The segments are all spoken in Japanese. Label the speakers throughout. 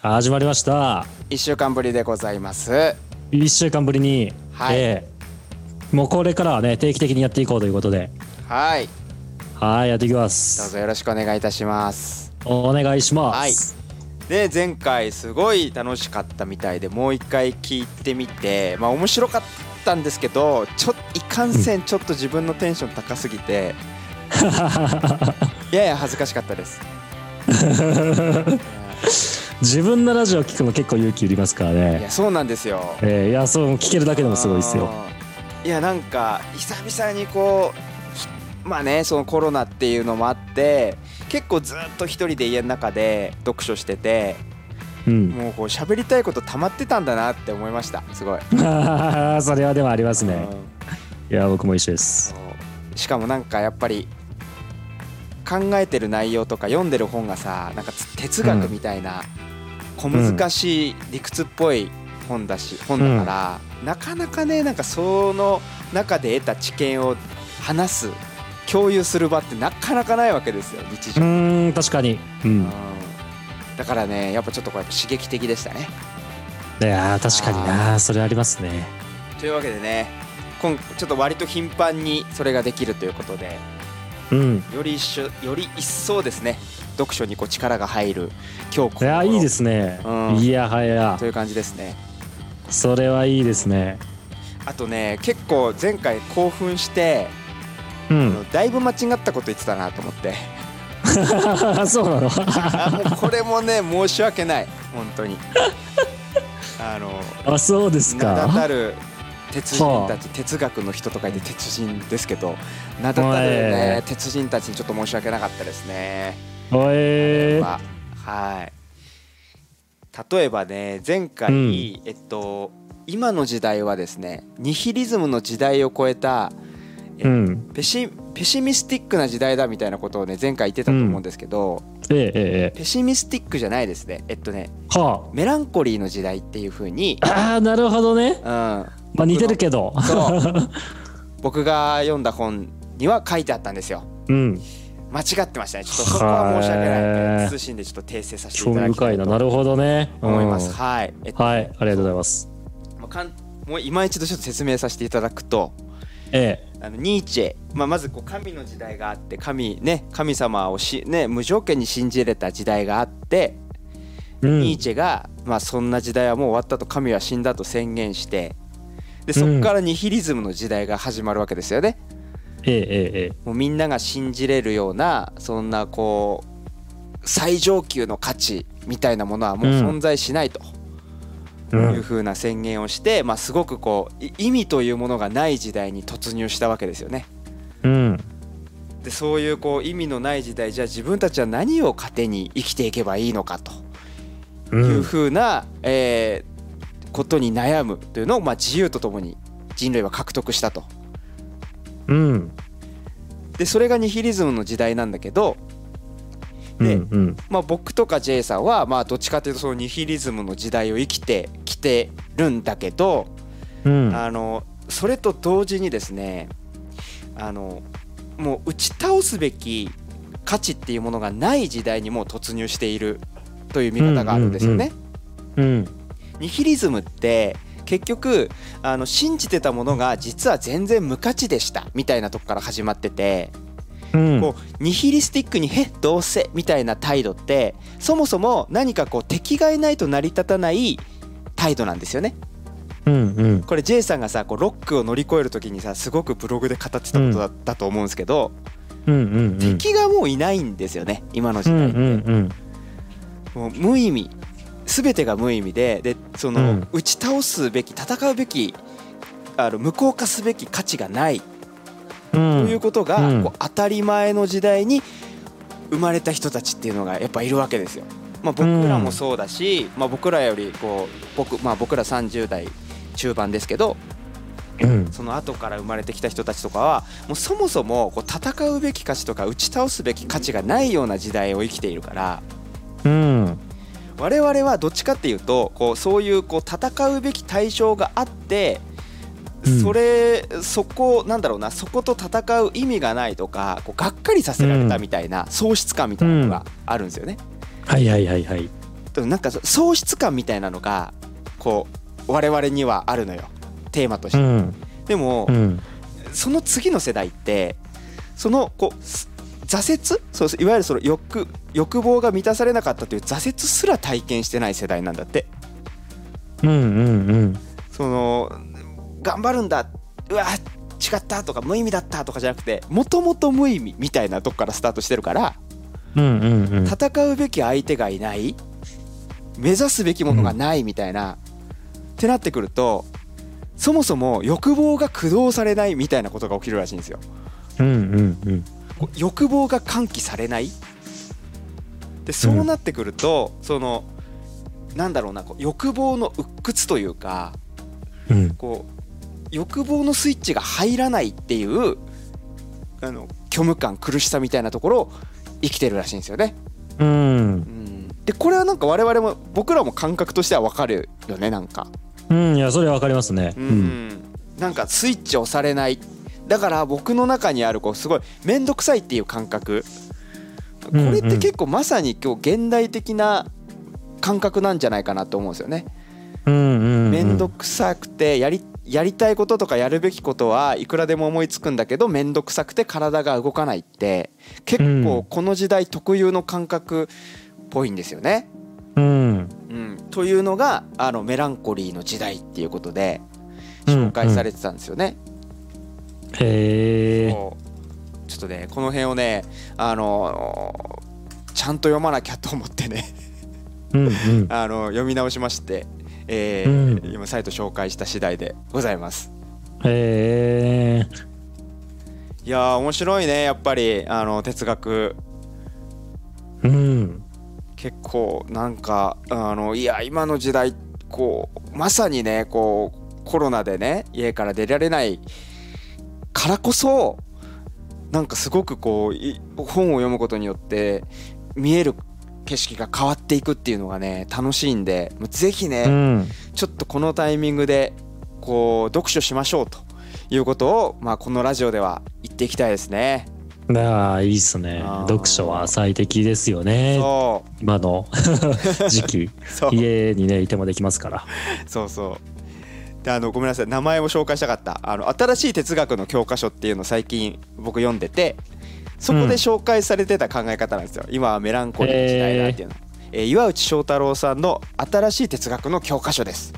Speaker 1: 始まりました
Speaker 2: 1週間ぶりでございます
Speaker 1: 1週間ぶりに、
Speaker 2: はい
Speaker 1: えーもうこれからはね定期的にやっていこうということで
Speaker 2: はい
Speaker 1: はいやっていきま
Speaker 2: どう
Speaker 1: す
Speaker 2: ぞよろしくお願いいたします
Speaker 1: お願いします
Speaker 2: で前回すごい楽しかったみたいでもう一回聞いてみてまあ面白かったんですけどちょいかんせんちょっと自分のテンション高すぎ て、やや恥ずかしかったです
Speaker 1: 自分のラジオ聞くの結構勇気いりますから
Speaker 2: い
Speaker 1: ね
Speaker 2: やそうなんですよ
Speaker 1: えーいやそう聞けるだけでもすごいですよ
Speaker 2: あーいやなんか久々にこうまあねそのコロナっていうのもあって結構ずっと一人で家の中で読書してて
Speaker 1: うん
Speaker 2: もうこう喋りたいこと溜まってたんだなって思いましたすごい で
Speaker 1: それはでもありますねいや僕も一緒です
Speaker 2: しかもなんかやっぱり考えてる内容とか読んでる本がさなんかつ哲学みたいな小難しい理屈っぽい本だし本だから、なかなかねなんかその中で得た知見を話す共有する場ってなかなかないわけですよ日
Speaker 1: う
Speaker 2: 常、うん
Speaker 1: ーん確かにうん
Speaker 2: だからねやっぱちょっとこれ刺激的でしたね
Speaker 1: いやー確かになそれありますね
Speaker 2: というわけでね今ちょっと割と頻繁にそれができるということで
Speaker 1: うん
Speaker 2: より一緒より一層ですね読書にこう力が入る今日こ
Speaker 1: いやいいですすね
Speaker 2: うん
Speaker 1: いやはや
Speaker 2: という感じですね
Speaker 1: それはいいですね
Speaker 2: あとね結構前回興奮して、
Speaker 1: う
Speaker 2: あ
Speaker 1: ん
Speaker 2: のだいぶ間違ったこと言ってたなと思って
Speaker 1: そうなの
Speaker 2: あもうこれ もね申し訳ない本当にあの
Speaker 1: あそう です
Speaker 2: 名だた
Speaker 1: か
Speaker 2: る鉄人たち哲学の人とかいて鉄人ですけど名だたる
Speaker 1: お
Speaker 2: ね
Speaker 1: い
Speaker 2: 鉄人たちにちょっと申し訳なかったですね
Speaker 1: おえー
Speaker 2: ははい例えばね前回、
Speaker 1: うん
Speaker 2: えっと今の時代はですねニヒリズムの時代を超えた
Speaker 1: うん
Speaker 2: ペシペシミスティックな時代だみたいなことをね前回言ってたと思うんですけど、
Speaker 1: ええええ
Speaker 2: ペシミスティックじゃないですねえっとね
Speaker 1: えは
Speaker 2: メランコリーの時代っていう風に
Speaker 1: ああーなるほどね
Speaker 2: うんま
Speaker 1: まあ似てるけど
Speaker 2: そう僕が読んだ本には書いてあったんですよ
Speaker 1: うん
Speaker 2: 間違ってましたねちょっとそこは申し訳ないので謹んでちょっと訂正させて
Speaker 1: 興
Speaker 2: いただ
Speaker 1: 味
Speaker 2: きた
Speaker 1: 深
Speaker 2: い
Speaker 1: いな
Speaker 2: と
Speaker 1: なるほどねうん
Speaker 2: 思います、はいえっと
Speaker 1: はいありがとうございます
Speaker 2: まあ、かんもう今一度ちょっと説明させていただくと
Speaker 1: え
Speaker 2: あのニーチェ、まあ、まずこう神の時代があって神,、ね、神様をし、ね、無条件に信じれた時代があって、
Speaker 1: えう
Speaker 2: ニー
Speaker 1: ん
Speaker 2: チェが、まあ、そんな時代はもう終わったと神は死んだと宣言してでそこからニヒリズムの時代が始まるわけですよね。
Speaker 1: えええええ
Speaker 2: もうみんなが信じれるようなそんなこう最上級の価値みたいなものはもう
Speaker 1: うん
Speaker 2: 存在しないと。
Speaker 1: えう
Speaker 2: いうん風な宣言をして、まあ、すごくこうい意味というものがない時代に突入したわけですよね。
Speaker 1: うん
Speaker 2: でそういうこう意味のない時代じゃあ自分たちは何を糧に生きていけばいいのかと
Speaker 1: う
Speaker 2: いうん風な、えーことに悩むというのを、まあ、自由とともに人類は獲得したと。
Speaker 1: うん
Speaker 2: でそれがニヒリズムの時代なんだけど、
Speaker 1: う
Speaker 2: で
Speaker 1: んうん
Speaker 2: まあ、僕とか J さんは、まあ、どっちかというとそのニヒリズムの時代を生きてきてるんだけど、
Speaker 1: うん
Speaker 2: あのそれと同時にですねあのもう打ち倒すべき価値っていうものがない時代にもう突入しているという見方があるんですよね。
Speaker 1: うん
Speaker 2: ニヒリズムって結局あの信じてたものが実は全然無価値でしたみたいなとこから始まってて
Speaker 1: うん
Speaker 2: こうニヒリスティックに「へどうせ」みたいな態度ってそもそも何かこう敵がいないと成り立たない態度なんですよね。
Speaker 1: うんうん
Speaker 2: これ J さんがさこうロックを乗り越える時にさすごくブログで語ってたことだ,、だと思うんですけど、
Speaker 1: うんうんうん
Speaker 2: 敵がもういないんですよね今の時
Speaker 1: う
Speaker 2: 代、
Speaker 1: んうんうん
Speaker 2: もう無意味全てが無意味ででその、
Speaker 1: うん
Speaker 2: 打ち倒すべき戦うべきあの無効化すべき価値がない
Speaker 1: うん
Speaker 2: ということが、
Speaker 1: うん
Speaker 2: こう当たり前の時代に生まれた人たちっていうのがやっぱいるわけですよ。まあ、僕らもそうだし、まあ、僕らよりこう僕,、まあ、僕ら30代中盤ですけど
Speaker 1: うん
Speaker 2: その後から生まれてきた人たちとかはもうそもそもこう戦うべき価値とか打ち倒すべき価値がないような時代を生きているから
Speaker 1: うん
Speaker 2: 我々はどっちかっていうとこうそういうこう戦うべき対象があって
Speaker 1: うん
Speaker 2: それそこなんだろうなそこと戦う意味がないとかこうがっかりさせられたみたいな喪失感みたいなのがあるんですよね。
Speaker 1: はいはいはいはい
Speaker 2: でもなんかそ喪失感みたいなのがこう我々にはあるのよテーマとし
Speaker 1: う
Speaker 2: て、
Speaker 1: ん
Speaker 2: でも、
Speaker 1: うん
Speaker 2: その次の世代ってそのこうす挫折そういわゆるその欲欲望が満たされなかったという挫折すら体験してない世代なんだって
Speaker 1: うんうんうん
Speaker 2: その頑張るんだうわ違ったとか無意味だったとかじゃなくてもともと無意味みたいなとこからスタートしてるから
Speaker 1: うんうんうん
Speaker 2: 戦うべき相手がいない目指すべきものがないみたいな、ってなってくるとそもそも欲望が駆動されないみたいなことが起きるらしいんですよ。
Speaker 1: うんうんうん
Speaker 2: こう欲望が喚起されないでそうなってくると、そのなんだろうなこう欲望の鬱屈というか
Speaker 1: うん
Speaker 2: こう欲望のスイッチが入らないっていうあの虚無感苦しさみたいなところを生きてるらしいんですよね。
Speaker 1: うん
Speaker 2: うん、でこれはなんか我々も僕らも感覚としては分かるよねなんか。
Speaker 1: うんいやそれわかりますね
Speaker 2: うんなんかスイッチ押されないだから僕の中にあるこうすごい面倒くさいっていう感覚こ
Speaker 1: うんうん
Speaker 2: れって結構まさに今日現代的な感覚なんじゃないかなと思うんですよね。
Speaker 1: うんうんうん
Speaker 2: 面倒くさくてやりやりたいこととかやるべきことはいくらでも思いつくんだけど面倒くさくて体が動かないって結構この時代特有の感覚っぽいんですよね。
Speaker 1: うん
Speaker 2: うん、というのがあのメランコリーの時代っていうことで
Speaker 1: うん
Speaker 2: 紹介されてたんですよね。
Speaker 1: へえ
Speaker 2: こうちょっとねこの辺をねあのちゃんと読まなきゃと思ってね
Speaker 1: うんうん
Speaker 2: あの読み直しまして、えー今サイト紹介した次第でございます。
Speaker 1: へえ
Speaker 2: いやー面白いねやっぱりあの哲学
Speaker 1: うん
Speaker 2: 結構なんかあのいや今の時代こうまさにねこうコロナでね家から出られないからこそなんかすごくこうい本を読むことによって見える景色が変わっていくっていうのがね楽しいんでもうぜひね、
Speaker 1: うん
Speaker 2: ちょっとこのタイミングでこう読書しましょうということを、まあ、このラジオでは言っていきたいですね。
Speaker 1: ああいいっすね
Speaker 2: あー
Speaker 1: 読書は最適ですよね
Speaker 2: そ
Speaker 1: 今の時期
Speaker 2: うそう
Speaker 1: 家にねいてもできますから
Speaker 2: そうそうであのごめんなさい名前も紹介したかったあの新しい哲学の教科書っていうのを最近僕読んでてそこで紹介されてた考え方なんですよ、今はメランコリーの時代だっていうの、えー岩内翔太郎さんの新しい哲学の教科書です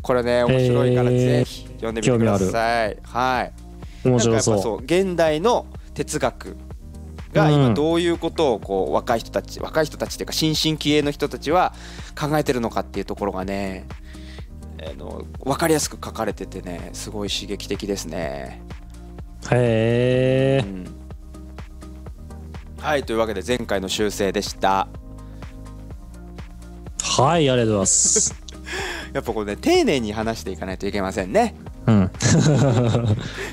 Speaker 2: これね面白いから
Speaker 1: えー
Speaker 2: ぜひ読んでみてください、はい
Speaker 1: 面白
Speaker 2: なんか
Speaker 1: そ
Speaker 2: やっぱそう現代の哲学が
Speaker 1: う
Speaker 2: 今
Speaker 1: ん
Speaker 2: どういうことをこう若い人たち若い人たちっていうか新進気鋭の人たちは考えてるのかっていうところがねあの分かりやすく書かれててねすごい刺激的ですね。
Speaker 1: うへ
Speaker 2: う
Speaker 1: え
Speaker 2: んはいというわけで前回の修正でした。
Speaker 1: はいありがとうございます
Speaker 2: やっぱこうね丁寧に話していかないといけませんね。
Speaker 1: うん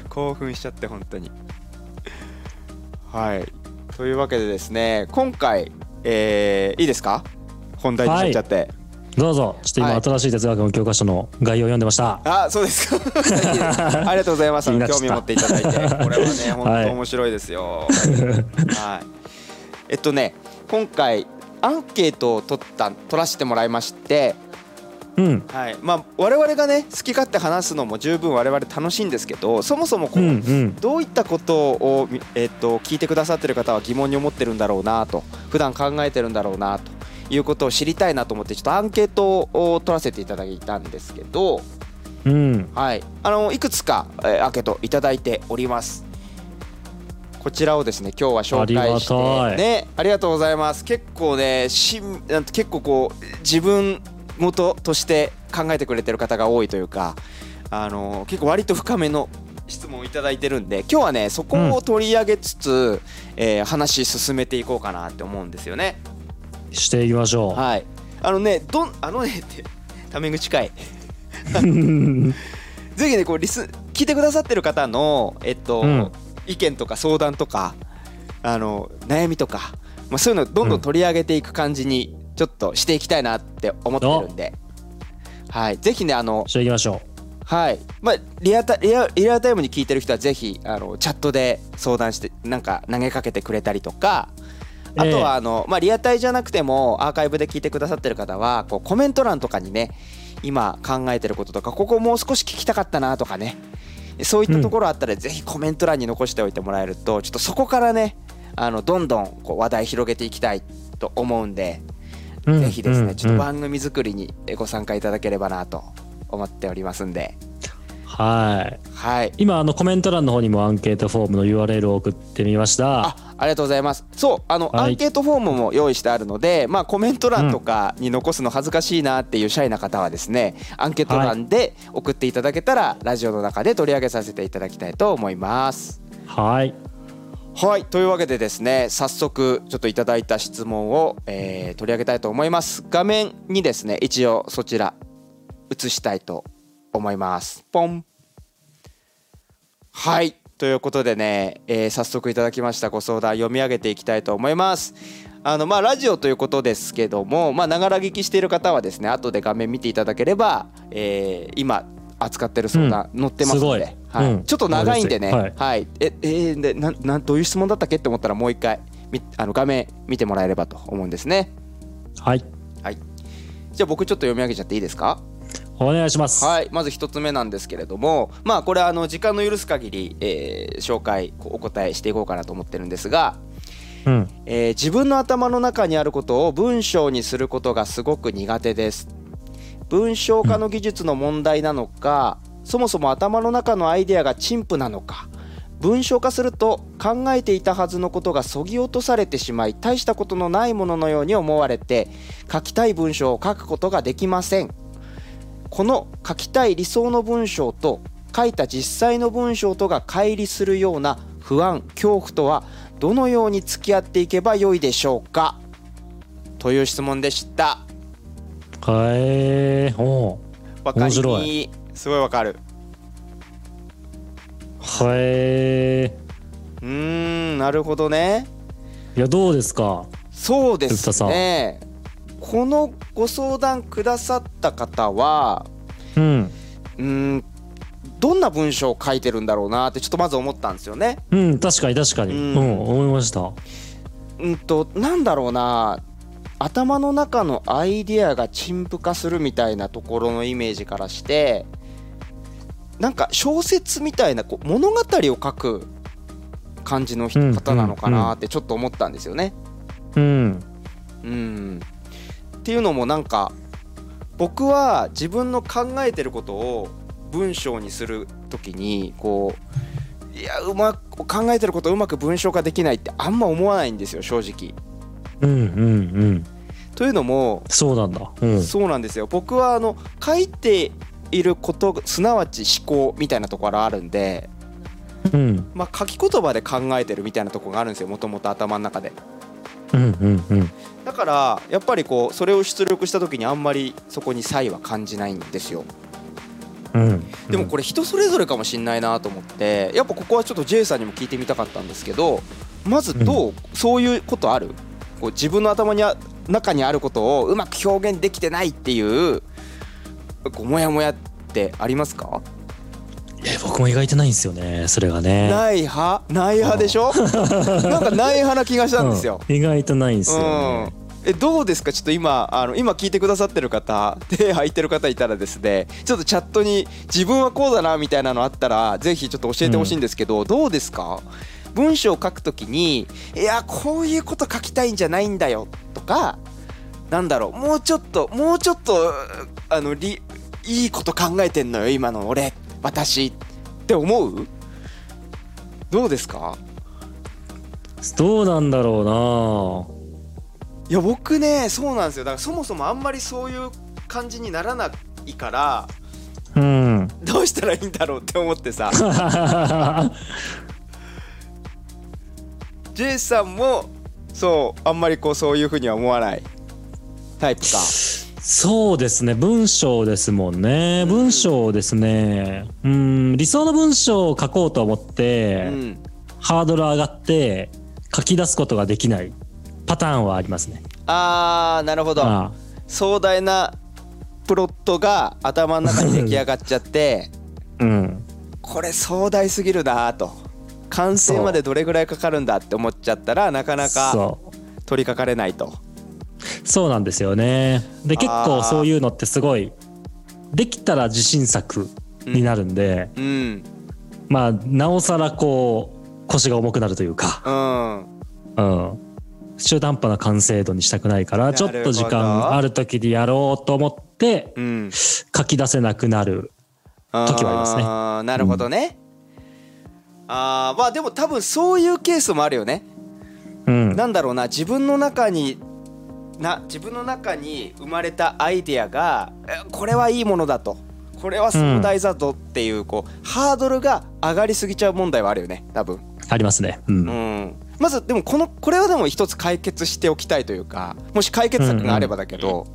Speaker 2: 興奮しちゃって本当にはいというわけでですね今回、えーいいですか本題に入っちゃって、
Speaker 1: どうぞちょっと今、
Speaker 2: はい
Speaker 1: 新しい哲学の教科書の概要を読んでました
Speaker 2: あそうですか ありがとうございますあ
Speaker 1: 気にな
Speaker 2: の
Speaker 1: っちゃっ
Speaker 2: 興
Speaker 1: た
Speaker 2: 味持っていただいてこれはね本
Speaker 1: はい
Speaker 2: 当面白いですよはいえっとね今回アンケートを取った取らせてもらいまして、
Speaker 1: うん
Speaker 2: はいまあ、我々がね好き勝手話すのも十分我々楽しいんですけどそもそも
Speaker 1: う
Speaker 2: こうん
Speaker 1: うん
Speaker 2: どういったことを、みえっと聞いてくださってる方は疑問に思ってるんだろうなと普段考えてるんだろうなということを知りたいなと思ってちょっとアンケートを取らせていただいたんですけど、
Speaker 1: うん
Speaker 2: はい、あのいくつか、えーアンケートいただいております。こちらをですね今日は紹介して
Speaker 1: ありがたい
Speaker 2: ねありがとうございます結構ねしんなんて結構こう自分元として考えてくれてる方が多いというかあの結構割と深めの質問をいただいてるんで今日はねそこを取り上げつつ、えー話進めていこうかなって思うんですよね
Speaker 1: していきましょう、
Speaker 2: はいあのねどんあのねってタメ口かいぜひねこうリス聞いてくださってる方の、えっと
Speaker 1: うん
Speaker 2: 意見とか相談とかあの悩みとか、まあ、そういうのをどんど
Speaker 1: うん
Speaker 2: ん取り上げていく感じにちょっとしていきたいなって思ってるんで、はい、ぜひねあの、
Speaker 1: していきましょ
Speaker 2: はいまあ、リアタリアリアルタイムに聞いてる人はぜひあのチャットで相談してなんか投げかけてくれたりとかあとはあの、まあ、リアタイじゃなくてもアーカイブで聞いてくださってる方はこうコメント欄とかにね今考えてることとかここもう少し聞きたかったなとかねそういったところあったらぜひコメント欄に残しておいてもらえるとちょっとそこからねあのどんどんこう話題広げていきたいと思うんで
Speaker 1: うん
Speaker 2: ぜひで
Speaker 1: う
Speaker 2: す
Speaker 1: んう
Speaker 2: ね
Speaker 1: ん
Speaker 2: ちょっと番組作りにご参加いただければなと思っておりますんで
Speaker 1: はい
Speaker 2: はい
Speaker 1: 今あのコメント欄の方にもアンケートフォームの URL を送ってみました
Speaker 2: あありがとうございますそうあの、
Speaker 1: はい
Speaker 2: アンケートフォームも用意してあるので、まあ、コメント欄とかに残すの恥ずかしいなっていうシャイな方はですねアンケート欄で送っていただけたら、ラジオの中で取り上げさせていただきたいと思います。
Speaker 1: はい
Speaker 2: はいというわけでですね早速ちょっといただいた質問を、えー取り上げたいと思います画面にですね一応そちら映したいと思いますポンはいということでね、えー早速いただきましたご相談読み上げていきたいと思いますあのまあラジオということですけどもまあながら聞きしている方はですね後で画面見ていただければ、えー今扱ってる相談載ってます
Speaker 1: す
Speaker 2: の
Speaker 1: ご
Speaker 2: で、
Speaker 1: い
Speaker 2: はい
Speaker 1: うん
Speaker 2: ちょっと長いんでね、
Speaker 1: はい
Speaker 2: はい、え、えーで、なん、なん、どういう質問だったっけって思ったら、もう一回。み、あの画面見てもらえればと思うんですね。
Speaker 1: はい
Speaker 2: はい。じゃあ、僕ちょっと読み上げちゃっていいですか。
Speaker 1: お願いします
Speaker 2: はい、まず一つ目なんですけれども、まあ、これ、あの、時間の許す限り、えー紹介、こうお答えしていこうかなと思ってるんですが。
Speaker 1: うん
Speaker 2: えー自分の頭の中にあることを文章にすることがすごく苦手です文章化の技術の問題なのか、そもそも頭の中のアイデアが陳腐なのか文章化すると考えていたはずのことがそぎ落とされてしまい大したことのないもののように思われて書きたい文章を書くことができませんこの書きたい理想の文章と書いた実際の文章とが乖離するような不安恐怖とはどのように付き合っていけばよいでしょうかという質問でした
Speaker 1: はいおう
Speaker 2: わか
Speaker 1: 面
Speaker 2: り
Speaker 1: 白
Speaker 2: にすごいわかる
Speaker 1: はいう
Speaker 2: ーんなるほどね
Speaker 1: いやどうですか
Speaker 2: そうで
Speaker 1: 藤田
Speaker 2: す
Speaker 1: さん
Speaker 2: ねこのご相談くださった方は
Speaker 1: うん
Speaker 2: うーんどんな文章を書いてるんだろうなってちょっとまず思ったんですよね
Speaker 1: うん確かに確かに
Speaker 2: うん
Speaker 1: うん思いました
Speaker 2: うんとなんだろうな頭の中のアイディアが陳腐化するみたいなところのイメージからしてなんか小説みたいなこう物語を書く感じの人
Speaker 1: うん
Speaker 2: 方なのかなってちょっと思ったんですよね。
Speaker 1: うん
Speaker 2: うんっていうのもなんか僕は自分の考えてることを文章にする時にこういやうまく考えてることをうまく文章化できないってあんま思わないんですよ正直。
Speaker 1: うんうんうん
Speaker 2: というのも、
Speaker 1: そうなんだうん
Speaker 2: そうなんですよ僕はあの書いていることすなわち思考みたいなところあるんで、
Speaker 1: うん
Speaker 2: まあ、書き言葉で考えてるみたいなところがあるんですよもともと頭の中で
Speaker 1: うんうんうん
Speaker 2: だからやっぱりこうそれを出力した時にあんまりそこに差異は感じないんですよ
Speaker 1: うん
Speaker 2: でもこれ人それぞれかもしんないなと思ってやっぱここはちょっと J さんにも聞いてみたかったんですけどまずどう、そういうことあるこう自分の頭にあ中にあることをうまく表現できてないっていうこうモヤモヤってありますか、
Speaker 1: え僕も意外とないんですよねそれがね
Speaker 2: ない派ない派でしょなんかない派な気がしたんですよ。
Speaker 1: うん意外とないんです
Speaker 2: う
Speaker 1: よ
Speaker 2: ん
Speaker 1: ね、
Speaker 2: えどうですかちょっと今あの今聞いてくださってる方 手入ってる方いたらですねちょっとチャットに自分はこうだなみたいなのあったらぜひちょっと教えてほしいんですけど、どうですか文章を書くときにいやこういうこと書きたいんじゃないんだよとかなんだろうもうちょっともうちょっとあのりいいこと考えてんのよ今の俺私って思うどうですか
Speaker 1: どうなんだろ
Speaker 2: いや僕ねそうなんですよだからそもそもあんまりそういう感じにならないから
Speaker 1: うなうん
Speaker 2: どうしたらいいんだろうって思っ てさ J さんもそうあんまりこうそういうふうには思わないタイプか
Speaker 1: そうですね文章ですもんね文章ですねうん理想の文章を書こうと思っ
Speaker 2: う
Speaker 1: て、
Speaker 2: ん
Speaker 1: ハードル上がって書き出すことができないパターンはありますね
Speaker 2: あーなるほど
Speaker 1: あ
Speaker 2: 壮大なプロットが頭の中に出来上がっちゃって
Speaker 1: あうん
Speaker 2: これ壮大すぎるなーと完成までどれぐらいかかるんだって思っちゃったらなかなか
Speaker 1: そう
Speaker 2: 取りかかれないと。
Speaker 1: そうなんですよね。で結
Speaker 2: あー
Speaker 1: 構そういうのってすごいできたら自信作にな
Speaker 2: る。
Speaker 1: るんで、
Speaker 2: うん。
Speaker 1: まあなおさらこう腰が重くなるというか、う
Speaker 2: うん。
Speaker 1: ん、中途半端な完成度にしたくないから
Speaker 2: なる
Speaker 1: ちょ
Speaker 2: ほ
Speaker 1: っ
Speaker 2: ど
Speaker 1: と時間ある時でやろうと思って
Speaker 2: うん。
Speaker 1: 書き出せなくなる。時はありますね
Speaker 2: あーなるほどね。ああまあでも多分そういうケースもあるよね。
Speaker 1: うん、
Speaker 2: なんだろうな自分の中にな自分の中に生まれたアイデアがえこれはいいものだとこれは壮大だとっていうこうハードルが上がりすぎちゃう問題はあるよね多分。
Speaker 1: ありますね。うん
Speaker 2: うんまずでもこのこれはでも一つ解決しておきたいというかもし解決策があればだけど、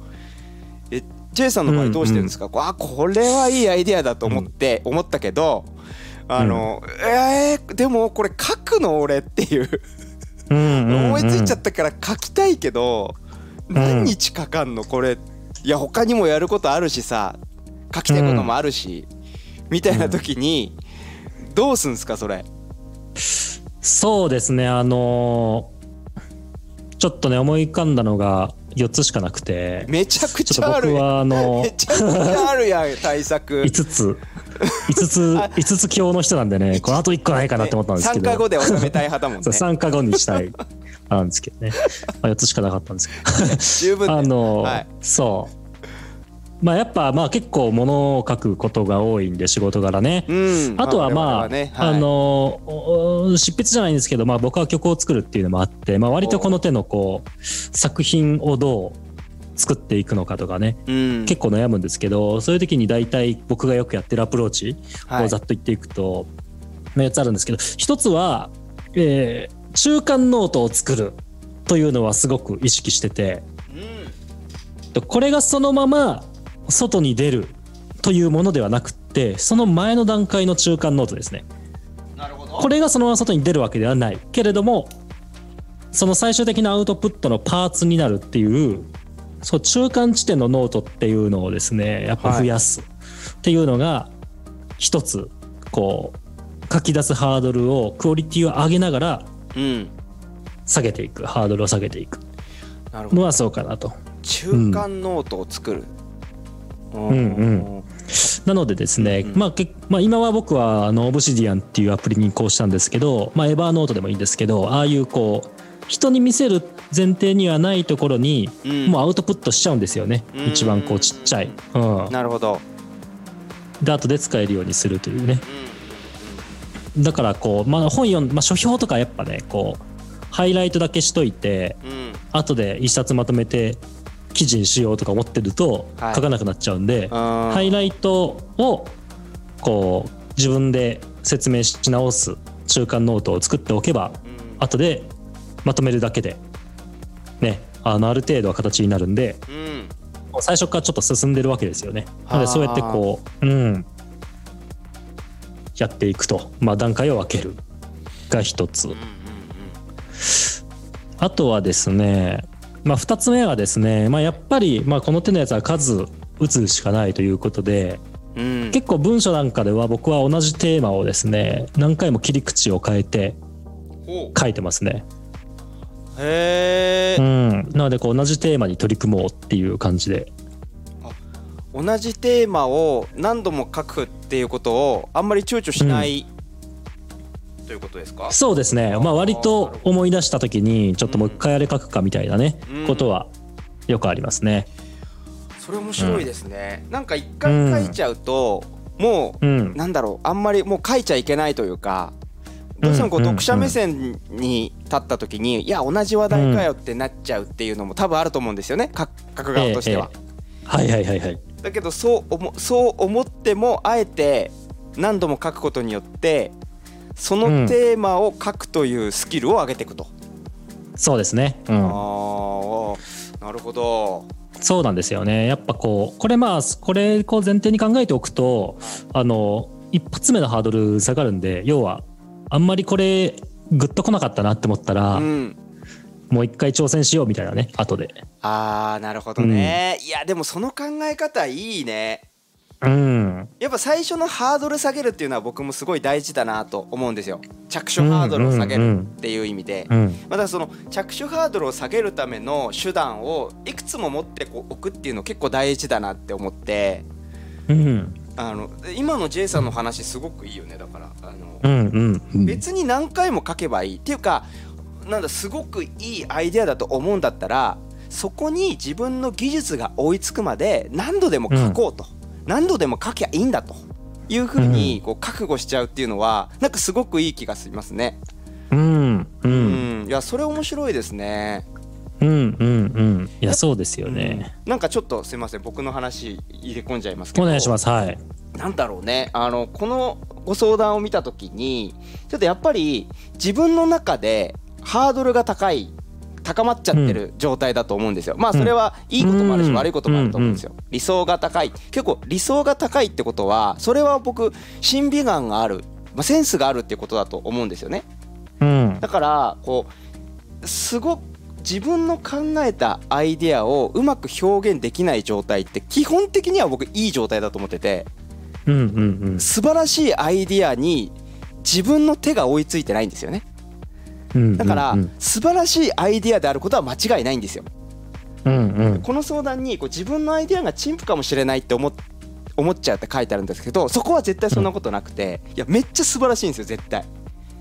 Speaker 2: え J さんの場合どうしてるんですか、こうあこれはいいアイデアだと思って、思ったけどあの、えーでもこれ書くの俺っていう
Speaker 1: うんうん
Speaker 2: 思いついちゃったから書きたいけど、
Speaker 1: ん
Speaker 2: 何日かかんのこれいや他にもやることあるしさ書きたいこともあるし、みたいな時に、どうすんすかそれ。
Speaker 1: そうですね、あのーちょっとね、思い浮かんだのが4つしかなくて、
Speaker 2: めちゃく
Speaker 1: ち
Speaker 2: ち
Speaker 1: ょっ
Speaker 2: ゃ
Speaker 1: と
Speaker 2: ある
Speaker 1: 僕
Speaker 2: やん
Speaker 1: は、あの
Speaker 2: め
Speaker 1: ー、
Speaker 2: ちゃくちゃあるやん対策
Speaker 1: 5つ、5つ、5つ 強の人なんでね、このあと1個ないかなって思ったんですけ
Speaker 2: 3
Speaker 1: ど、
Speaker 2: か5で収めたい派だもん
Speaker 1: そう
Speaker 2: ね
Speaker 1: 3か5にしたい、なんですけどね、まあ、4つしかなかったんですけ
Speaker 2: 十分
Speaker 1: ど、あ
Speaker 2: だよ
Speaker 1: のー
Speaker 2: はい
Speaker 1: そう。まあやっぱまあ結構物を書くことが多いんで仕事柄ね、
Speaker 2: うん
Speaker 1: あとはまあ、
Speaker 2: 我々ねはい
Speaker 1: あのおお執筆じゃないんですけど、まあ、僕は曲を作るっていうのもあって、まあ、割とこの手のこう作品をどう作っていくのかとかね、
Speaker 2: うん
Speaker 1: 結構悩むんですけどそういう時に大体僕がよくやってるアプローチ
Speaker 2: は
Speaker 1: を
Speaker 2: い
Speaker 1: ざっと言っていくと、まあ4つあるんですけど一つは、えー中間ノートを作るというのはすごく意識してて
Speaker 2: うん
Speaker 1: これがそのまま外に出るというものではなくってその前の段階の中間ノートですね。
Speaker 2: なるほど
Speaker 1: これがそのまま外に出るわけではないけれどもその最終的なアウトプットのパーツになるっていうそう中間地点のノートっていうのをですねやっぱ増やすっていうのが一つこう書き出すハードルをクオリティを上げながら
Speaker 2: うん
Speaker 1: 下げていくハードルを下げていく
Speaker 2: なるほ
Speaker 1: の
Speaker 2: ど
Speaker 1: はそうかなと。
Speaker 2: 中間ノートを作るうん
Speaker 1: んうんなのでですね、
Speaker 2: うんうん
Speaker 1: まあ、けまあ今は僕はあのオブシディアンっていうアプリに移行したんですけど、まあ、エバーノートでもいいんですけどああいうこう人に見せる前提にはないところに
Speaker 2: うん
Speaker 1: もうアウトプットしちゃうんですよね、
Speaker 2: うん
Speaker 1: 一番こうちっちゃい、うん、
Speaker 2: なるほど
Speaker 1: で後で使えるようにするというねだからこう、まあ、本読んまあ、書評とかやっぱねこうハイライトだけしといて
Speaker 2: うんうん
Speaker 1: 後で一冊まとめて記事にしようとか思ってると
Speaker 2: はい
Speaker 1: 書かなくなっちゃうんで、
Speaker 2: は
Speaker 1: ハイライトをこう自分で説明し直す中間ノートを作っておけば後でまとめるだけでねあのある程度は形になるんで
Speaker 2: うん
Speaker 1: もう最初からちょっと進んでるわけですよね。なの
Speaker 2: あ
Speaker 1: で
Speaker 2: ー
Speaker 1: そうやってこう、うん、やっていくと、まあ、段階を分けるが一つ
Speaker 2: うんうんう。ん
Speaker 1: あとはですね、まあ、2つ目はですね、まあ、やっぱり、まあ、この手のやつは数打つしかないということで
Speaker 2: うん
Speaker 1: 結構文章なんかでは僕は同じテーマをですね何回も切り口を変えて
Speaker 2: 構
Speaker 1: 書いてますね。
Speaker 2: へ
Speaker 1: う
Speaker 2: え
Speaker 1: ん、なのでこう同じテーマに取り組もうっていう感じで
Speaker 2: 同じテーマを何度も書くっていうことをあんまり躊躇しないということですか
Speaker 1: そうですね、まあ、割と思い出した時にちょっともう一回あれ書くかみたいなね、
Speaker 2: うん
Speaker 1: ことはよくありますね。
Speaker 2: それ面白いですね、なんか一回書いちゃうと、も
Speaker 1: う、
Speaker 2: うんなんだろうあんまりもう書いちゃいけないというかどうしてもこう
Speaker 1: うんうん
Speaker 2: 読者目線に立った時に、いや同じ話題かよってなっちゃうっていうのも多分あると思うんですよね書書く側としては。
Speaker 1: えはいはいはいはい。
Speaker 2: だけどそう思そう思ってもあえて何度も書くことによってそのテーマを書くというスキルを上げていくと。
Speaker 1: そうですね。うん、
Speaker 2: ああなるほど。
Speaker 1: そうなんですよね。やっぱこう、これまあ、これこう前提に考えておくと、あの、一発目のハードル下がるんで、要は、あんまりこれ、グッと来なかったなって思ったら、
Speaker 2: うん、
Speaker 1: もう一回挑戦しようみたいなね、後で。
Speaker 2: あーなるほどね、いやでもその考え方いいね。
Speaker 1: うん
Speaker 2: やっぱ最初のハードル下げるっていうのは僕もすごい大事だなと思うんですよ着手ハードルを下げ
Speaker 1: うんう
Speaker 2: る
Speaker 1: ん
Speaker 2: っていう意味で、
Speaker 1: うん
Speaker 2: またその着手ハードルを下げるための手段をいくつも持ってこう置くっていうの結構大事だなって思って
Speaker 1: うん
Speaker 2: あの今の J さんの話すごくいいよねだからあの、
Speaker 1: うんうんうん
Speaker 2: 別に何回も書けばいいっていうかなんだすごくいいアイデアだと思うんだったらそこに自分の技術が追いつくまで何度でも書こうと、何度でも書きゃいいんだというふうにこう覚悟しちゃうっていうのはなんかすごくいい気がしますね。
Speaker 1: うんう
Speaker 2: うんん、いやそれ面白いですね。
Speaker 1: うんうんうんいやそうですよね
Speaker 2: なんかちょっとすいません僕の話入れ込んじゃいますけ
Speaker 1: お
Speaker 2: ど
Speaker 1: 願いしますはい
Speaker 2: なんだろうねあのこのご相談を見た時にちょっとやっぱり自分の中でハードルが高い高まっちゃってる状態だと思うんですよ、まあそれはいいこともあるし、
Speaker 1: うん
Speaker 2: 悪いこともあると思うんですよ、理想が高い結構理想が高いってことはそれは僕審美眼がある、まあ、センスがあるってことだと思うんですよね
Speaker 1: うん
Speaker 2: だからこうすごく自分の考えたアイデアをうまく表現できない状態って基本的には僕いい状態だと思ってて
Speaker 1: うんうん
Speaker 2: 素晴らしいアイデアに自分の手が追いついてないんですよね
Speaker 1: うん
Speaker 2: だから
Speaker 1: うん
Speaker 2: 素晴らしいアイデアであることは間違いないんですよ
Speaker 1: うんうん
Speaker 2: この相談にこう自分のアイデアが陳腐かもしれないって思っ思っちゃうって書いてあるんですけどそこは絶対そんなことなくていやめっちゃ素晴らしいんですよ絶対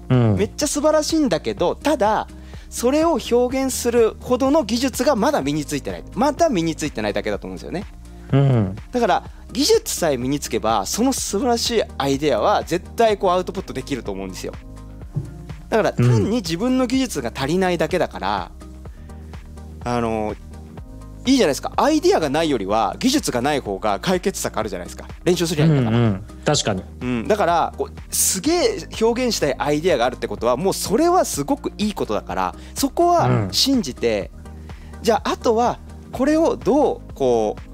Speaker 1: うん
Speaker 2: めっちゃ素晴らしいんだけどただそれを表現するほどの技術がまだ身についてないまだ身についてないだけだと思うんですよね
Speaker 1: うん
Speaker 2: だから技術さえ身につけばその素晴らしいアイデアは絶対こうアウトプットできると思うんですよだから
Speaker 1: うん
Speaker 2: 単に自分の技術が足りないだけだから、あのいいじゃないですかアイデアがないよりは技術がない方が解決策あるじゃないですか練習すりゃ
Speaker 1: う
Speaker 2: いいんだから、
Speaker 1: んうん確かに
Speaker 2: うん、だからこうすげえ表現したいアイデアがあるってことはもうそれはすごくいいことだからそこは
Speaker 1: うん
Speaker 2: 信じて、じゃああとはこれをどうこう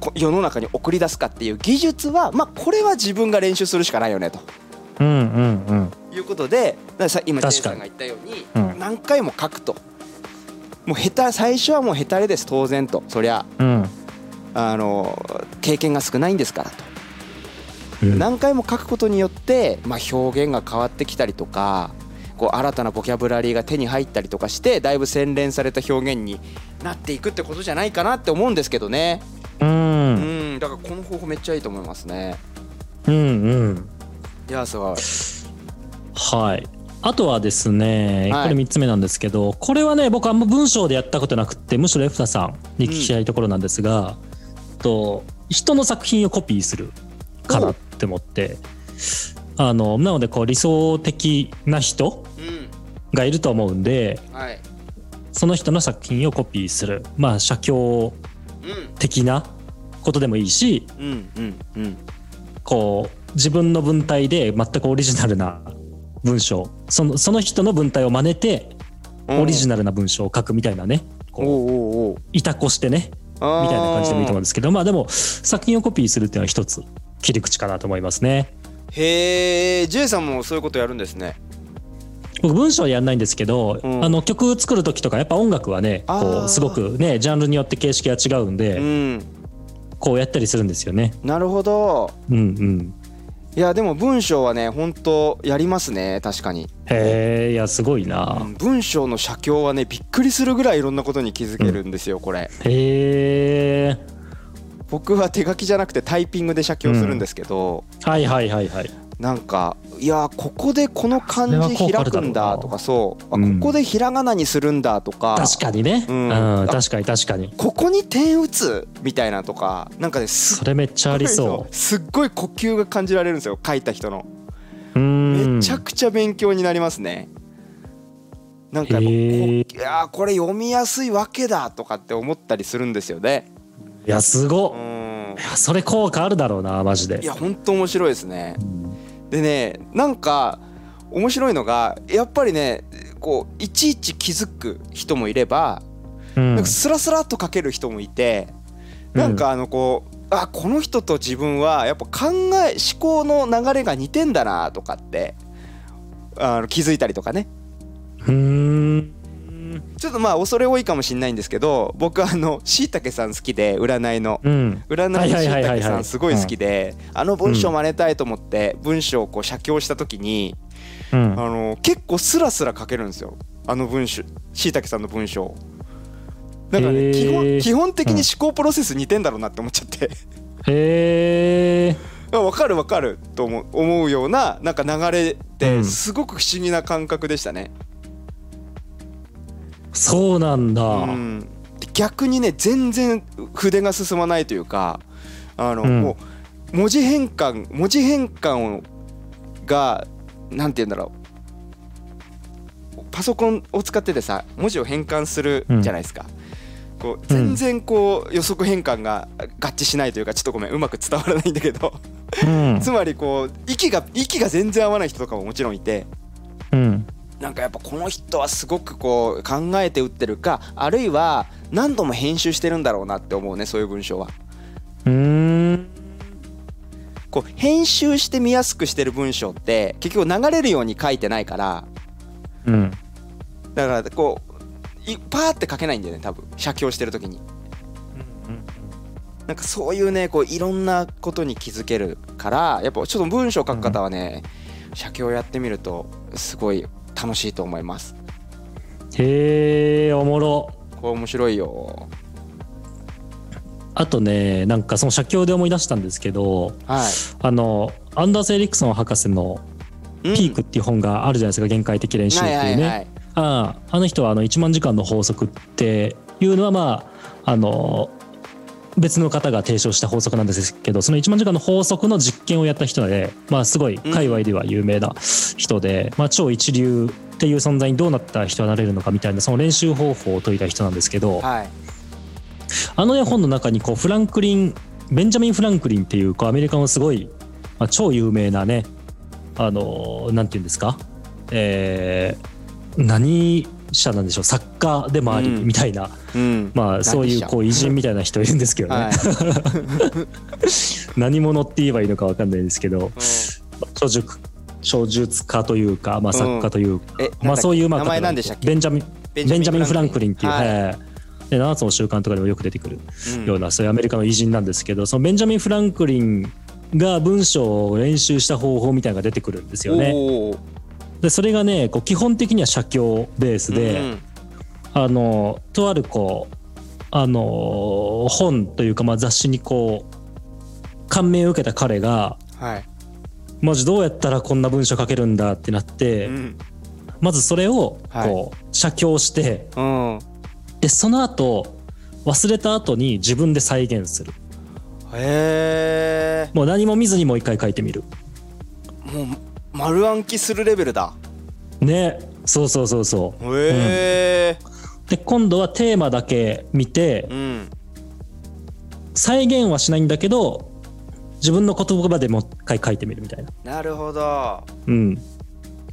Speaker 2: こ世の中に送り出すかっていう技術はまあこれは自分が練習するしかないよねと
Speaker 1: うんうんうん
Speaker 2: いうことでだからさ今ジェイ
Speaker 1: 確か
Speaker 2: さん
Speaker 1: に
Speaker 2: が言ったように
Speaker 1: うん
Speaker 2: 何回も書くと。もう下手最初はもう下手れです当然とそりゃ
Speaker 1: うん
Speaker 2: あの経験が少ないんですからと
Speaker 1: うん
Speaker 2: 何回も書くことによって、まあ、表現が変わってきたりとかこう新たなボキャブラリーが手に入ったりとかしてだいぶ洗練された表現になっていくってことじゃないかなって思うんですけどね
Speaker 1: うん
Speaker 2: うんだからこの方法めっちゃいいと思いますね
Speaker 1: うんうん
Speaker 2: いやすごい
Speaker 1: はいあとはですね、
Speaker 2: はい
Speaker 1: これ3つ目なんですけどこれはね僕あんま文章でやったことなくってむしろエフタさんに聞きたいところなんですが、と人の作品をコピーするかなって思ってあのなのでこう理想的な人
Speaker 2: う
Speaker 1: がいると思うんで
Speaker 2: んはい
Speaker 1: その人の作品をコピーするまあ写経
Speaker 2: う
Speaker 1: 的なことでもいいし
Speaker 2: んうんうんうん
Speaker 1: こう自分の文体で全くオリジナルな文章そのその人の文体を真似てオリジ
Speaker 2: ナ
Speaker 1: ナルな文章を書くみたいなね
Speaker 2: ルお
Speaker 1: こう
Speaker 2: うおうおう
Speaker 1: いたこしてねみたいな感じでもいいと思うん
Speaker 2: う
Speaker 1: ですけどまあでも作品をコピーするっていうのは一つ切り口かなと思いますね
Speaker 2: へえ J さんもそういうことやるんですね
Speaker 1: 僕文章はやんないんですけど、
Speaker 2: うん
Speaker 1: あの曲作る時とかやっぱ音楽はね
Speaker 2: あー
Speaker 1: こうすごくねジャンルによって形式が違うんで、
Speaker 2: うん
Speaker 1: こうやったりするんですよね
Speaker 2: なるほど
Speaker 1: うんうん
Speaker 2: いやでも文章はね本当やりますね確かに
Speaker 1: へえいやすごいな、
Speaker 2: うん文章の写経はねびっくりするぐらいいろんなことに気づけるんですよこれ
Speaker 1: へえ
Speaker 2: 僕は手書きじゃなくてタイピングで写経するんですけど、
Speaker 1: はいはいはいはい
Speaker 2: なんかいやーここでこの漢
Speaker 1: これは
Speaker 2: 字
Speaker 1: 効果あ
Speaker 2: 開
Speaker 1: るだ
Speaker 2: く
Speaker 1: ろうんな
Speaker 2: だとかそうあ
Speaker 1: うん
Speaker 2: ここでひらがなにするんだとか
Speaker 1: 確かにね、
Speaker 2: う
Speaker 1: うんん確かに確かに
Speaker 2: ここに点打つみたいなとかなんかねす
Speaker 1: そ
Speaker 2: っ
Speaker 1: れめっちゃあり
Speaker 2: ご
Speaker 1: そ
Speaker 2: いすっごい呼吸が感じられるんですよ書いた人の
Speaker 1: ううん
Speaker 2: めちゃくちゃ勉強になりますね。なんかやっぱこう
Speaker 1: へ
Speaker 2: い
Speaker 1: ー
Speaker 2: やーこれ読みやすいわけだとかって思ったりするんですよね。
Speaker 1: いやすごっ
Speaker 2: うん
Speaker 1: いやそれ効果あるだろうなマジで
Speaker 2: いや本当面白いですね
Speaker 1: う。ん
Speaker 2: でねなんか面白いのがやっぱりねこういちいち気づく人もいれば
Speaker 1: うん
Speaker 2: なんかスラスラっと書ける人もいて
Speaker 1: うん
Speaker 2: なんかあのこうあこの人と自分はやっぱ考え思考の流れが似てんだなとかってあの気づいたりとかね
Speaker 1: うーん
Speaker 2: ちょっとまあ恐れ多いかもしれないんですけど僕あのしいたけさん好きで占いの
Speaker 1: うん
Speaker 2: 占いのしい
Speaker 1: はいはい
Speaker 2: た
Speaker 1: はいはい
Speaker 2: けさ
Speaker 1: はい
Speaker 2: んすごい好きであの文章真似たいと思って文章をこう写経した時に
Speaker 1: う
Speaker 2: あ
Speaker 1: ん
Speaker 2: の結構スラスラ書けるんですよあの文章しいたけさんの文章だから
Speaker 1: へー
Speaker 2: ね基本基本的
Speaker 1: うん
Speaker 2: に思考プロセス似てんだろうなって思っちゃって
Speaker 1: へえ
Speaker 2: あわかるわかると思う思うようななんか流れっ
Speaker 1: う
Speaker 2: て
Speaker 1: ん
Speaker 2: すごく不思議な感覚でしたね。
Speaker 1: そうなんだ、
Speaker 2: うんで逆にね全然筆が進まないというかあの、
Speaker 1: うん
Speaker 2: もう文字変換文字変換をがなんて言うんだろうパソコンを使っててさ文字を変換するじゃないですか。こう全然こう予測変換が合致しないというかちょっとごめんうまく伝わらないんだけど
Speaker 1: うん
Speaker 2: つまりこう息が息が全然合わない人とかももちろんいて
Speaker 1: うん
Speaker 2: なんかやっぱこの人はすごくこう考えて打ってるかあるいは何度も編集してるんだろうなって思うねそういう文章は。
Speaker 1: うーん
Speaker 2: こう編集して見やすくしてる文章って結局流れるように書いてないから
Speaker 1: うん
Speaker 2: だからこういパーって書けないんだよね多分写経してる時に。なんかそういうねこういろんなことに気づけるからやっぱちょっと文章書く方はね、写経やってみるとすごい楽しいと思います。
Speaker 1: へえおもろ
Speaker 2: これ面白いよ。
Speaker 1: あとねなんかその写経で思い出したんですけど
Speaker 2: は
Speaker 1: あのアンダース・エリクソン博士の「
Speaker 2: い。
Speaker 1: ピーク」っていう本があるじゃないですか、限界的練習っていうね、
Speaker 2: い。
Speaker 1: あああの人はあの1万時間の法則っていうのはまああの別の方が提唱した法則なんですけどその1万時間の法則の実験をやった人で、まあ、すごい界隈では有名な人で、まあ、超一流っていう存在にどうなったら人はなれるのかみたいなその練習方法を説いた人なんですけど、
Speaker 2: はい。
Speaker 1: あの絵本の中にこうフランクリンベンジャミン・フランクリンっていうこうアメリカのすごい、まあ、超有名なねあのなんていうんですか、えー何者なんでしょう作家でもあり
Speaker 2: うん
Speaker 1: みたいな、
Speaker 2: うん。
Speaker 1: まあそういう
Speaker 2: 何者
Speaker 1: こう偉人みたいな人いるんですけどね、
Speaker 2: はい。
Speaker 1: 何者って言えばいいのかわかんないですけど著述著述家というか、まあ、作家というか、
Speaker 2: え、
Speaker 1: まあ、そういうまあ
Speaker 2: 名前なんでしたっけ
Speaker 1: ベンジャミンベンジャミン・フランクリンっていう、
Speaker 2: はい
Speaker 1: えーで7つの習慣とかでもよく出てくる
Speaker 2: うん
Speaker 1: ようなそういうアメリカの偉人なんですけどそのベンジャミン・フランクリンが文章を練習した方法みたいなのが出てくるんですよね。
Speaker 2: おー
Speaker 1: でそれがねこう基本的には写経ベースで、
Speaker 2: うん
Speaker 1: あのとあるこうあの本というかまあ雑誌にこう感銘を受けた彼が
Speaker 2: はい。
Speaker 1: まずどうやったらこんな文章書けるんだってなって、
Speaker 2: うん。
Speaker 1: まずそれを
Speaker 2: はい
Speaker 1: こう写経して
Speaker 2: うん。
Speaker 1: でその後忘れた後に自分で再現する
Speaker 2: へえ。
Speaker 1: もう何も見ずにもう一回書いてみる
Speaker 2: もう丸暗記するレベルだ。
Speaker 1: ねそうそうそうそ
Speaker 2: へえ。
Speaker 1: うで今度はテーマだけ見て
Speaker 2: うん。
Speaker 1: 再現はしないんだけど自分の言葉でもう一回書いてみるみたいな
Speaker 2: なるほど。
Speaker 1: うん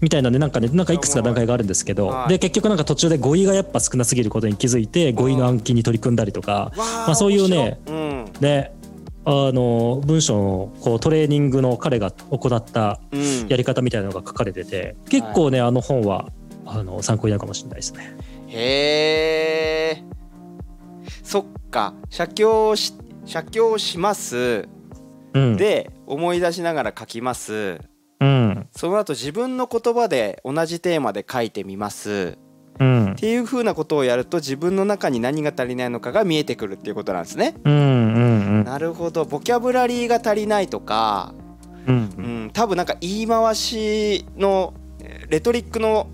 Speaker 1: みたいなんでなんかねなんかいくつか
Speaker 2: おもろ
Speaker 1: 段
Speaker 2: い
Speaker 1: 階があるんですけど
Speaker 2: はい
Speaker 1: で結局なんか途中で語彙がやっぱ少なすぎることに気づいて語彙の暗記に取り組んだりとか
Speaker 2: ま
Speaker 1: まあそういうね。
Speaker 2: 面白
Speaker 1: であの文章のこうトレーニングの彼が行った
Speaker 2: いうん。うん。
Speaker 1: やり方みたいなのが書かれてて結構ねあの本はあの参考になるかもしれないですね。
Speaker 2: へえ。そっか。写経をし写経をします。
Speaker 1: うん、
Speaker 2: で思い出しながら書きます。
Speaker 1: うん
Speaker 2: その後自分の言葉で同じテーマで書いてみます
Speaker 1: うん
Speaker 2: っていう風なことをやると自分の中に何が足りないのかが見えてくるっていうことなんですね。
Speaker 1: うんうん
Speaker 2: なるほどボキャブラリーが足りないとか、
Speaker 1: う
Speaker 2: うんん、多分なんか言い回しのえーレトリックの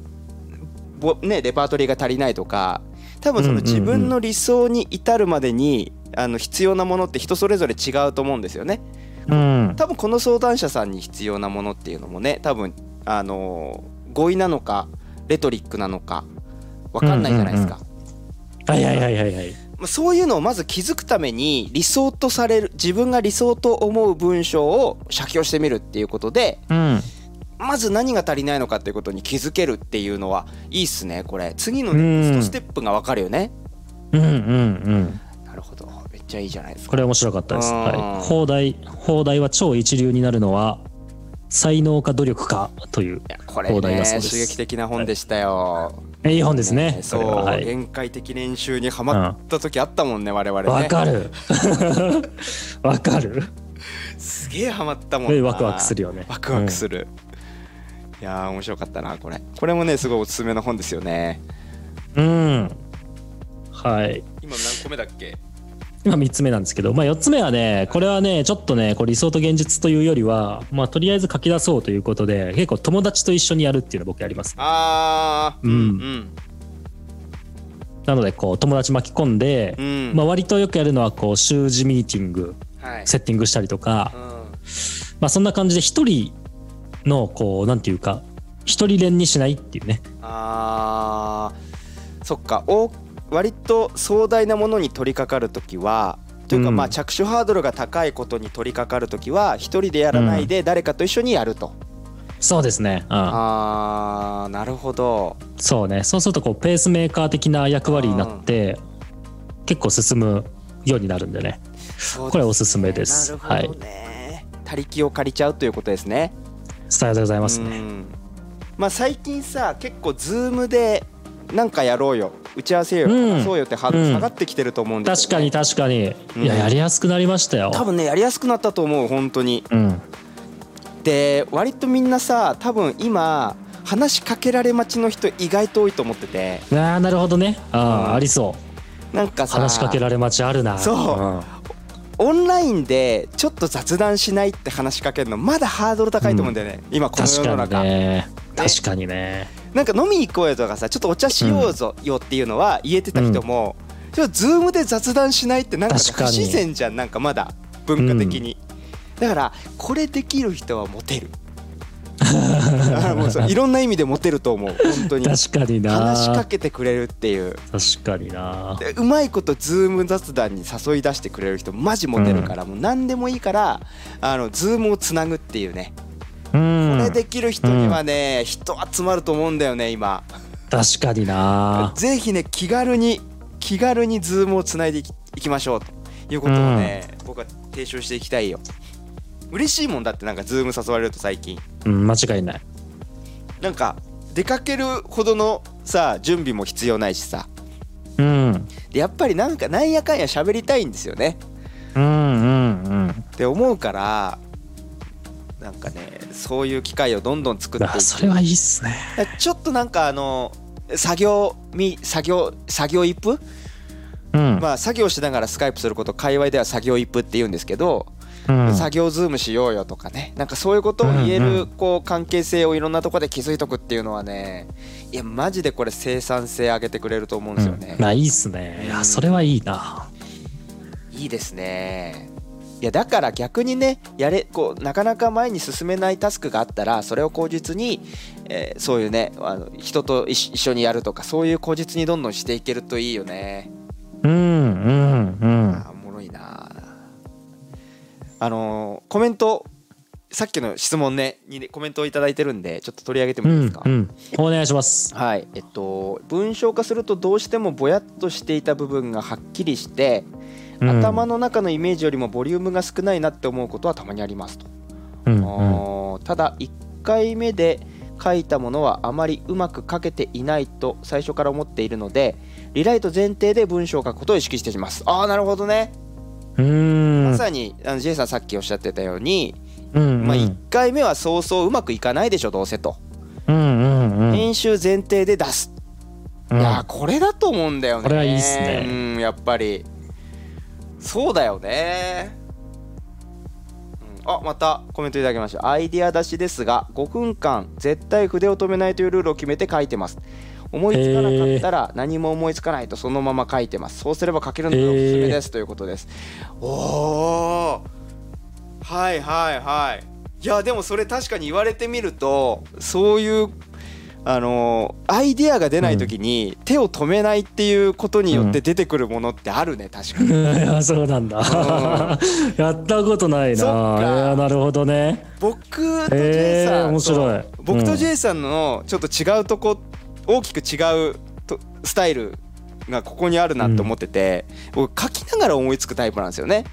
Speaker 2: ぼ、ね、レパートリーが足りないとか多分その
Speaker 1: うんうんうん
Speaker 2: 自分の理想に至るまでにあの必要なものって人それぞれ違うと思うんですよね。
Speaker 1: うん
Speaker 2: 多分この相談者さんに必要なものっていうのもね多分あのー合意なのかレトリックなのか分かんないじゃないですか、
Speaker 1: はいはいはいはいはい
Speaker 2: まあ、そういうのをまず気づくために理想とされる自分が理想と思う文章を写経してみるっていうことで
Speaker 1: うん
Speaker 2: まず何が足りないのかっていうことに気づけるっていうのはいいっすねこれ次の
Speaker 1: うん
Speaker 2: ネクストステップが分かるよね、
Speaker 1: うんうんうん
Speaker 2: なるほどめっちゃいいじゃないです
Speaker 1: こ
Speaker 2: か
Speaker 1: れ面白かったです。
Speaker 2: うん
Speaker 1: はい、放題放題は超一流になるのは才能か努力かという
Speaker 2: いやこれ
Speaker 1: 放題
Speaker 2: ね
Speaker 1: だそう
Speaker 2: 刺
Speaker 1: です
Speaker 2: 激的な本でしたよ、
Speaker 1: えいい本ですね。
Speaker 2: そう、
Speaker 1: これははい
Speaker 2: 限界的練習にはまった時あったもんね、我々ね
Speaker 1: わかる。わかる。
Speaker 2: すげえハマったもん
Speaker 1: で
Speaker 2: な
Speaker 1: ワクワクするよね。
Speaker 2: ワクワクする、いやー面白かったなこれこれもねすごいおすすめの本ですよね
Speaker 1: うん。うん。はい。
Speaker 2: 今何個目だっけ
Speaker 1: 今3つ目なんですけど、まあ、4つ目はねこれはねちょっとねこう理想と現実というよりは、まあ、とりあえず書き出そうということで結構友達と一緒にやるっていうの僕やります
Speaker 2: あ
Speaker 1: う
Speaker 2: ー
Speaker 1: ん
Speaker 2: うん
Speaker 1: なのでこう友達巻き込んで、
Speaker 2: うん
Speaker 1: まあ、割とよくやるのはこう習字ミーティング
Speaker 2: はい
Speaker 1: セッティングしたりとか、
Speaker 2: うん
Speaker 1: まあ、そんな感じで1人のこうなんていうか一人連にしないっていうね
Speaker 2: あーそっかお割と壮大なものに取り掛かるときはというか、
Speaker 1: うん
Speaker 2: まあ着手ハードルが高いことに取り掛かるときは一人でやらないで誰かと一緒にやると、
Speaker 1: そうですね、うん、
Speaker 2: あーなるほど
Speaker 1: そうねそうするとこうペースメーカー的な役割になって結構進むようになるんでね
Speaker 2: そうですね
Speaker 1: これおすすめです
Speaker 2: なるほどね他力を借りちゃうということですね
Speaker 1: 伝えでございますね、
Speaker 2: うんまあ最近さ結構ズームでなんかやろうよ打ち合わせよ、
Speaker 1: うん
Speaker 2: そうよってハード
Speaker 1: う
Speaker 2: ル
Speaker 1: ん
Speaker 2: 下がってきてると思うんで
Speaker 1: 確
Speaker 2: す
Speaker 1: か
Speaker 2: よ
Speaker 1: に
Speaker 2: ね、
Speaker 1: 確かに、
Speaker 2: うん
Speaker 1: いややりやすくなりましたよ
Speaker 2: 多分ねやりやすくなったと思う本当に
Speaker 1: うん
Speaker 2: で割とみんなさ多分今話しかけられ待ちの人意外と多いと思ってて
Speaker 1: ああなるほどねああ、
Speaker 2: うん
Speaker 1: ありそ
Speaker 2: なんか
Speaker 1: う
Speaker 2: さ
Speaker 1: 話しかけられ待ちあるな
Speaker 2: そうオンラインでちょっと雑談しないって話しかけるのまだハードル高いと思うんだよね、今この世
Speaker 1: 確
Speaker 2: の
Speaker 1: かに
Speaker 2: 中、
Speaker 1: ね確かにね
Speaker 2: なんか飲みに行こうよとかさちょっとお茶しようぞよっていうのは言えてた人も、ちょっとズームで雑談しないってなんか
Speaker 1: 確か
Speaker 2: 不
Speaker 1: に
Speaker 2: 自然じゃんなんかまだ文化的に、だからこれできる人はモテるあもうそういろんな意味でモテると思う本当に
Speaker 1: 確かにな
Speaker 2: 話しかけてくれるっていう
Speaker 1: 確かにな
Speaker 2: でうまいことズーム雑談に誘い出してくれる人マジモテるから、もう何でもいいからあのズームをつなぐっていうね、
Speaker 1: う
Speaker 2: これ
Speaker 1: ん
Speaker 2: できる人にはね、人集まると思うんだよね今。
Speaker 1: 確かにな
Speaker 2: ぜひね気軽に気軽にズームをつないでいきいきましょうということをね、僕は提唱していきたいよ嬉しいもんだってなんかズーム誘われると最近
Speaker 1: うん間違いない
Speaker 2: なんか出かけるほどのさ準備も必要ないしさ
Speaker 1: うん
Speaker 2: でやっぱりなんかなんやかんや喋りたいんですよね
Speaker 1: うんうんうん
Speaker 2: って思うからなんかねそういう機会をどんどん作ってい
Speaker 1: あ
Speaker 2: く
Speaker 1: それはいいっすね
Speaker 2: ちょっとなんかあの作業み作業作業イップ
Speaker 1: うん、
Speaker 2: まあ作業しながらスカイプすることを界隈では作業イップって言うんですけど、
Speaker 1: うん
Speaker 2: 作業ズームしようよとかねなんかそういうことを言え
Speaker 1: うんう
Speaker 2: る
Speaker 1: ん
Speaker 2: こう関係性をいろんなとこで築いとくっていうのはねいやマジでこれ生産性上げてくれると思うんですよね
Speaker 1: うん、まあいいっすねいやそれはいいない
Speaker 2: いですねいやだから逆にねやれこうなかなか前に進めないタスクがあったらそれを口実に、えーそういうねあの人と一緒一緒にやるとかそういう口実にどんどんしていけるといいよね
Speaker 1: うんうんうん
Speaker 2: あーおもろいなあのーコメントさっきの質問ねにねコメントを頂いただいてるんでちょっと取り上げても
Speaker 1: う
Speaker 2: いいで
Speaker 1: ん
Speaker 2: すか、
Speaker 1: うんお願いします
Speaker 2: はいえっと文章化するとどうしてもぼやっとしていた部分がはっきりして、
Speaker 1: うん
Speaker 2: 頭の中のイメージよりもボリュームが少ないなって思うことはたまにありますと、
Speaker 1: うんうん
Speaker 2: あーただ1回目で書いたものはあまりうまく書けていないと最初から思っているのでリライト前提で文章を書くことを意識していますああなるほどね
Speaker 1: うん
Speaker 2: まさにあの J さんさっきおっしゃってたように、
Speaker 1: うん
Speaker 2: まあ、
Speaker 1: うん
Speaker 2: 1回目はそうそううまくいかないでしょどうせと、
Speaker 1: うんうんうん
Speaker 2: 編集前提で出す、
Speaker 1: うん
Speaker 2: いやーこれだと思うんだよね
Speaker 1: これはいいっすね
Speaker 2: うんやっぱりそうだよね、うん、あまたコメントいただきましたアイディア出しですが5分間絶対筆を止めないというルールを決めて書いてます思いつかなかったら何も思いつかないとそのまま書いてますそうすれば書けるのがおすすめですということです、おーはいはいはいいやでもそれ確かに言われてみるとそういうあのーアイディアが出ない時に手を止めないっていうことによって出てくるものってあるね確 かに、
Speaker 1: うんいやそうなんだ やったことない
Speaker 2: そっ
Speaker 1: な
Speaker 2: か
Speaker 1: いやなるほどね
Speaker 2: 僕と J
Speaker 1: へ
Speaker 2: さ
Speaker 1: ー
Speaker 2: ん、
Speaker 1: 面白い
Speaker 2: そう僕
Speaker 1: う
Speaker 2: と
Speaker 1: ん
Speaker 2: J さんのちょっと違うとこ大きく違うとスタイルがここにあるなって思ってて、僕書きながら思いつくタイプなんですよね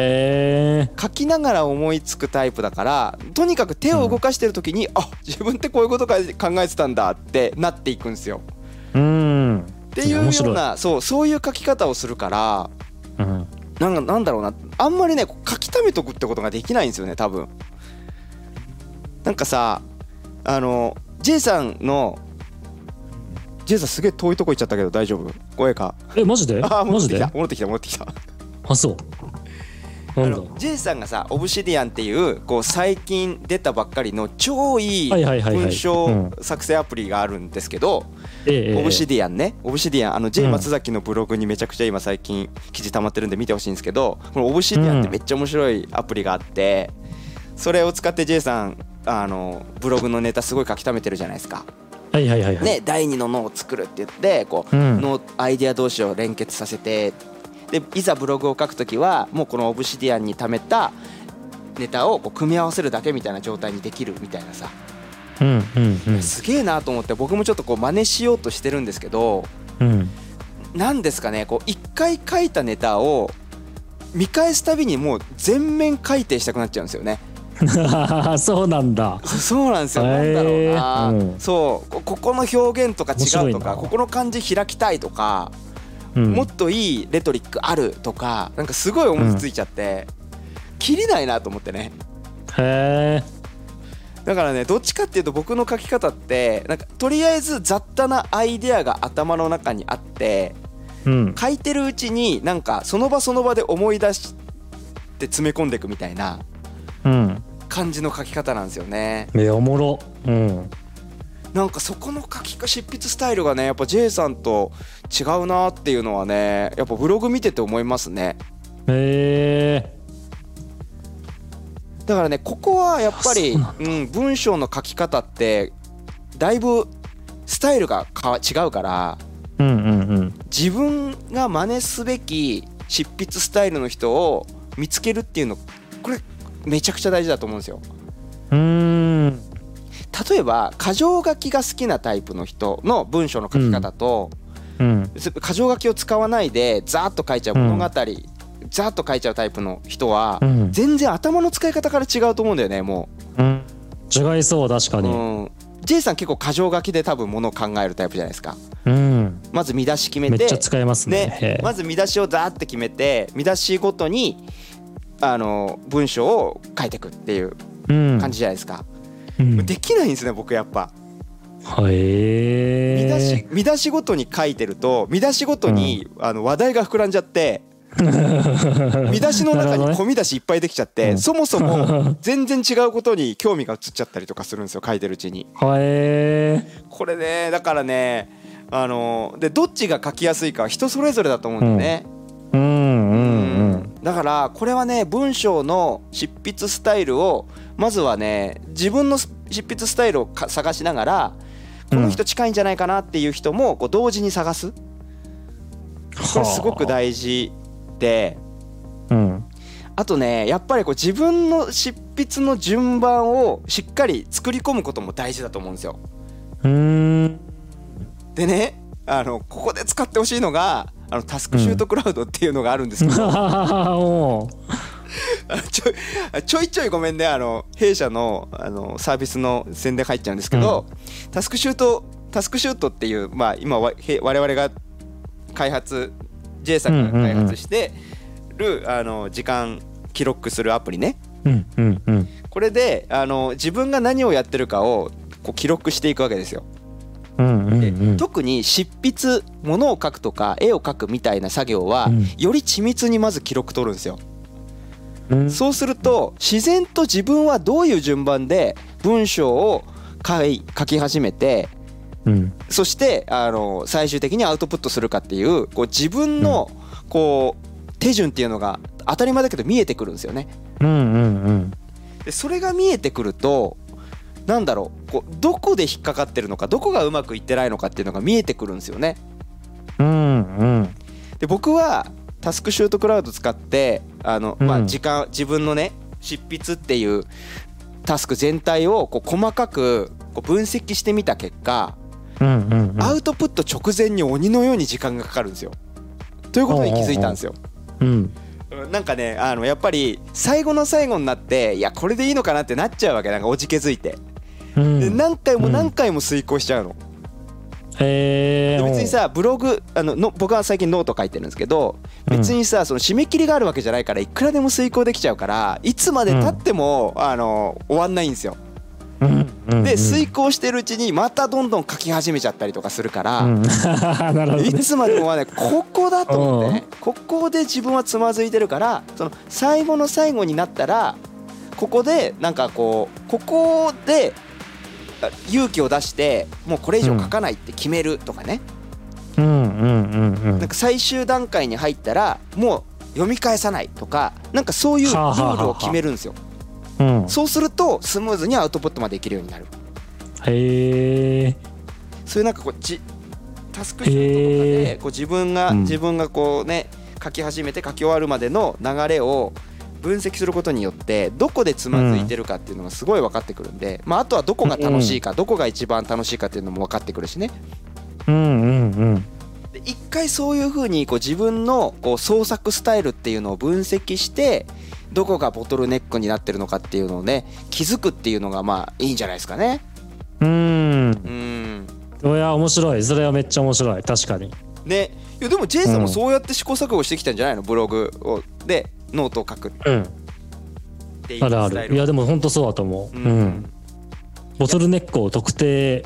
Speaker 1: え
Speaker 2: 書きながら思いつくタイプだからとにかく手を動かしてる時に、あ自分ってこういうことか考えてたんだってなっていくんですよ
Speaker 1: ーうん
Speaker 2: っていう
Speaker 1: 面
Speaker 2: よ
Speaker 1: 白
Speaker 2: う
Speaker 1: い
Speaker 2: なそうそういう書き方をするから
Speaker 1: うん
Speaker 2: なんかなんだろうなあんまりねこう書き溜めとくってことができないんですよね多分なんかさあの J さんの J さんすげえ遠いとこ行っちゃったけど大丈夫声か
Speaker 1: えマジで
Speaker 2: あー
Speaker 1: マ
Speaker 2: 戻っ
Speaker 1: ジ
Speaker 2: てき
Speaker 1: で
Speaker 2: た戻ってきた戻ってきた
Speaker 1: あそうなんだ
Speaker 2: あの J さんがさ「オブシディアン」っていうこう最近出たばっかりの超いい
Speaker 1: はいはいはいはい
Speaker 2: 文
Speaker 1: う
Speaker 2: 章
Speaker 1: ん
Speaker 2: 作成アプリがあるんですけど、
Speaker 1: ええええ
Speaker 2: オブシディアンねオブシディアンあの J
Speaker 1: うん
Speaker 2: 松崎のブログにめちゃくちゃ今最近記事溜まってるんで見てほしいんですけどこのオブシディアンってめっちゃ面白いアプリがあってそれを使って J さんあのブログのネタすごい書き溜めてるじゃないですか。
Speaker 1: はいはいはいはい、
Speaker 2: ね、第二の脳を作るって言ってこう、
Speaker 1: うん
Speaker 2: 脳アイデア同士を連結させてでいざブログを書くときはもうこのオブシディアンに貯めたネタをこう組み合わせるだけみたいな状態にできるみたいなさ
Speaker 1: うんうん
Speaker 2: すげえなと思って僕もちょっとこう真似しようとしてるんですけど
Speaker 1: うんうん
Speaker 2: 何ですかねこう一回書いたネタを見返すたびにもう全面改定したくなっちゃうんですよね。
Speaker 1: そうなん だ。
Speaker 2: そそうなんですよ、
Speaker 1: へ
Speaker 2: なん
Speaker 1: ー
Speaker 2: だろうな、
Speaker 1: うん
Speaker 2: そうこここの表現とか違うと
Speaker 1: 面白いな
Speaker 2: かここの漢字開きたいとか
Speaker 1: うん、
Speaker 2: もっといいレトリックあるとかなんかすごい思いついちゃって、切りないなと思ってね
Speaker 1: へえ。
Speaker 2: だからねどっちかっていうと僕の書き方ってなんかとりあえず雑多なアイデアが頭の中にあって
Speaker 1: うん。
Speaker 2: 書いてるうちになんかその場その場で思い出して詰め込んでいくみたいな
Speaker 1: うん。
Speaker 2: 感じの書き方なんですよね
Speaker 1: いやおもろ。うん。
Speaker 2: なんかそこの書きか執筆スタイルがねやっぱ J さんと違うなっていうのはねやっぱブログ見てて思いますね
Speaker 1: へえ。
Speaker 2: だからねここはやっぱり
Speaker 1: あそうな
Speaker 2: うん、文章の書き方ってだいぶスタイルがか違うから
Speaker 1: うんうんうん。
Speaker 2: 自分が真似すべき執筆スタイルの人を見つけるっていうのこれめちゃくちゃ大事だと思うんですよ。
Speaker 1: うーん。
Speaker 2: 例えば箇条書きが好きなタイプの人の文章の書き方と、
Speaker 1: うん。
Speaker 2: す箇条書きを使わないでザーッと書いちゃう物語、ザーッと書いちゃうタイプの人は、
Speaker 1: うん。
Speaker 2: 全然頭の使い方から違うと思うんだよねもう。
Speaker 1: うん。違いそう確かに。
Speaker 2: うん、J さん結構箇条書きで多分ものを考えるタイプじゃないですか
Speaker 1: うん。
Speaker 2: まず見出し決め
Speaker 1: めってちゃ使えますね。へ
Speaker 2: ね
Speaker 1: え
Speaker 2: まず見出しをザーって決めて見出しごとにあの文章を書いていくっていう
Speaker 1: うん。
Speaker 2: 感じじゃないですか、
Speaker 1: うん。
Speaker 2: できないんですね僕やっぱ見出
Speaker 1: へ
Speaker 2: し見出しごとに書いてると見出しごとに、あの話題が膨らんじゃ って
Speaker 1: え。
Speaker 2: 見出しの
Speaker 1: な
Speaker 2: 中
Speaker 1: るほど
Speaker 2: に
Speaker 1: ね
Speaker 2: 込み出しいっぱいできちゃって、
Speaker 1: うん
Speaker 2: そもそ も全然違うことに興味が移っちゃったりとかするんですよ書いてるうちに。
Speaker 1: へえ。
Speaker 2: これねだからねあのでどっちが書きやすいかは人それぞれだと思うんだよね、
Speaker 1: うんうんうん。
Speaker 2: だからこれはね文章の執筆スタイルをまずはね自分の執筆スタイルをか探しながらこの人近いんじゃないかなっていう人もこう同時に探すこれすごく
Speaker 1: は
Speaker 2: 大事で
Speaker 1: あ。うん。
Speaker 2: あとねやっぱりこう自分の執筆の順番をしっかり作り込むことも大事だと思うんですよ。
Speaker 1: うーん。
Speaker 2: でねあのここで使ってほしいのがあのタスクシュートクラウドっていうのがあるんですけど、
Speaker 1: お
Speaker 2: あの ちょいちょいちょいごめんねあの弊社のあのサービスの宣伝入っちゃうんですけど、タスクシュートタスクシュートっていう、まあ、今わへ我々が開発 J さんが開発してる、あの時間記録するアプリね
Speaker 1: ううんうんうん。
Speaker 2: これであの自分が何をやってるかをこう記録していくわけですよ。
Speaker 1: うんうん
Speaker 2: で
Speaker 1: うん。
Speaker 2: 特に執筆物を書くとか絵を描くみたいな作業は、
Speaker 1: うん
Speaker 2: より緻密にまず記録取るんですよ。
Speaker 1: うん
Speaker 2: そうすると自然と自分はどういう順番で文章を書い書き始めて
Speaker 1: うん。
Speaker 2: そしてあの最終的にアウトプットするかっていうこう自分のこう手順っていうのが当たり前だけど見えてくるんですよね。
Speaker 1: うんうんうん。
Speaker 2: でそれが見えてくるとなんだろうこうどこで引っかかってるのかどこがうまくいってないのかっていうのが見えてくるんですよね。
Speaker 1: うんうん
Speaker 2: で僕はタスクシュートクラウド使ってあの、ま
Speaker 1: う
Speaker 2: あ、
Speaker 1: ん
Speaker 2: 時間自分のね執筆っていうタスク全体をこう細かくこう分析してみた結果、
Speaker 1: うんうんうん
Speaker 2: アウトプット直前に鬼のように時間がかかるんですよ。ということに気づいたんですよ。
Speaker 1: うん
Speaker 2: なんかねあのやっぱり最後の最後になっていやこれでいいのかなってなっちゃうわけなんかおじけづいて
Speaker 1: う
Speaker 2: で
Speaker 1: ん
Speaker 2: 何回も何回も遂行しちゃうの、
Speaker 1: へえ
Speaker 2: で
Speaker 1: ー、
Speaker 2: 別にさブログあのの僕は最近ノート書いてるんですけど
Speaker 1: うん
Speaker 2: 別にさその締め切りがあるわけじゃないからいくらでも遂行できちゃうからいつまでたっても、あの終わんないんですよ。
Speaker 1: うん、うん
Speaker 2: で遂行してるうちにまたどんどん書き始めちゃったりとかするから。
Speaker 1: うん、なるほど
Speaker 2: い
Speaker 1: ね
Speaker 2: つまでも終わらないここだと思って、ね、ここで自分はつまずいてるからその最後の最後になったらここでなんかこうここであ勇気を出してもうこれ以上書かないって決めるとかね、
Speaker 1: うんうんうんう
Speaker 2: なんんか最終段階に入ったらもう読み返さないとかなんかそういうル
Speaker 1: はあはあはあ
Speaker 2: ールを決めるんですよ
Speaker 1: うん
Speaker 2: そうするとスムーズにアウトプットまでいけるようになる
Speaker 1: へえ
Speaker 2: そういうなんかこうじタスクシュートとかで、
Speaker 1: へー
Speaker 2: こう自分が、
Speaker 1: うん
Speaker 2: 自分がこうね書き始めて書き終わるまでの流れを分析することによってどこでつまずいてるかっていうのがすごい分かってくるんで、まあ、あとはどこが楽しいか、どこが一番楽しいかっていうのも分かってくるしね
Speaker 1: うんうんうん
Speaker 2: で一回そういうふうにこう自分のこう創作スタイルっていうのを分析してどこがボトルネックになってるのかっていうのをね気づくっていうのがまあいいんじゃないですかね。
Speaker 1: うん
Speaker 2: うん
Speaker 1: いや面白いそれはめっちゃ面白い確かに
Speaker 2: ねいやでもジェイさんも
Speaker 1: うん
Speaker 2: そうやって試行錯誤してきたんじゃないのブログをでノートを書くっ
Speaker 1: うん
Speaker 2: ていう
Speaker 1: あるあ
Speaker 2: スタイ
Speaker 1: る
Speaker 2: ル
Speaker 1: いやでも本当そうだと思う
Speaker 2: う
Speaker 1: うんん、ボトルネックを特定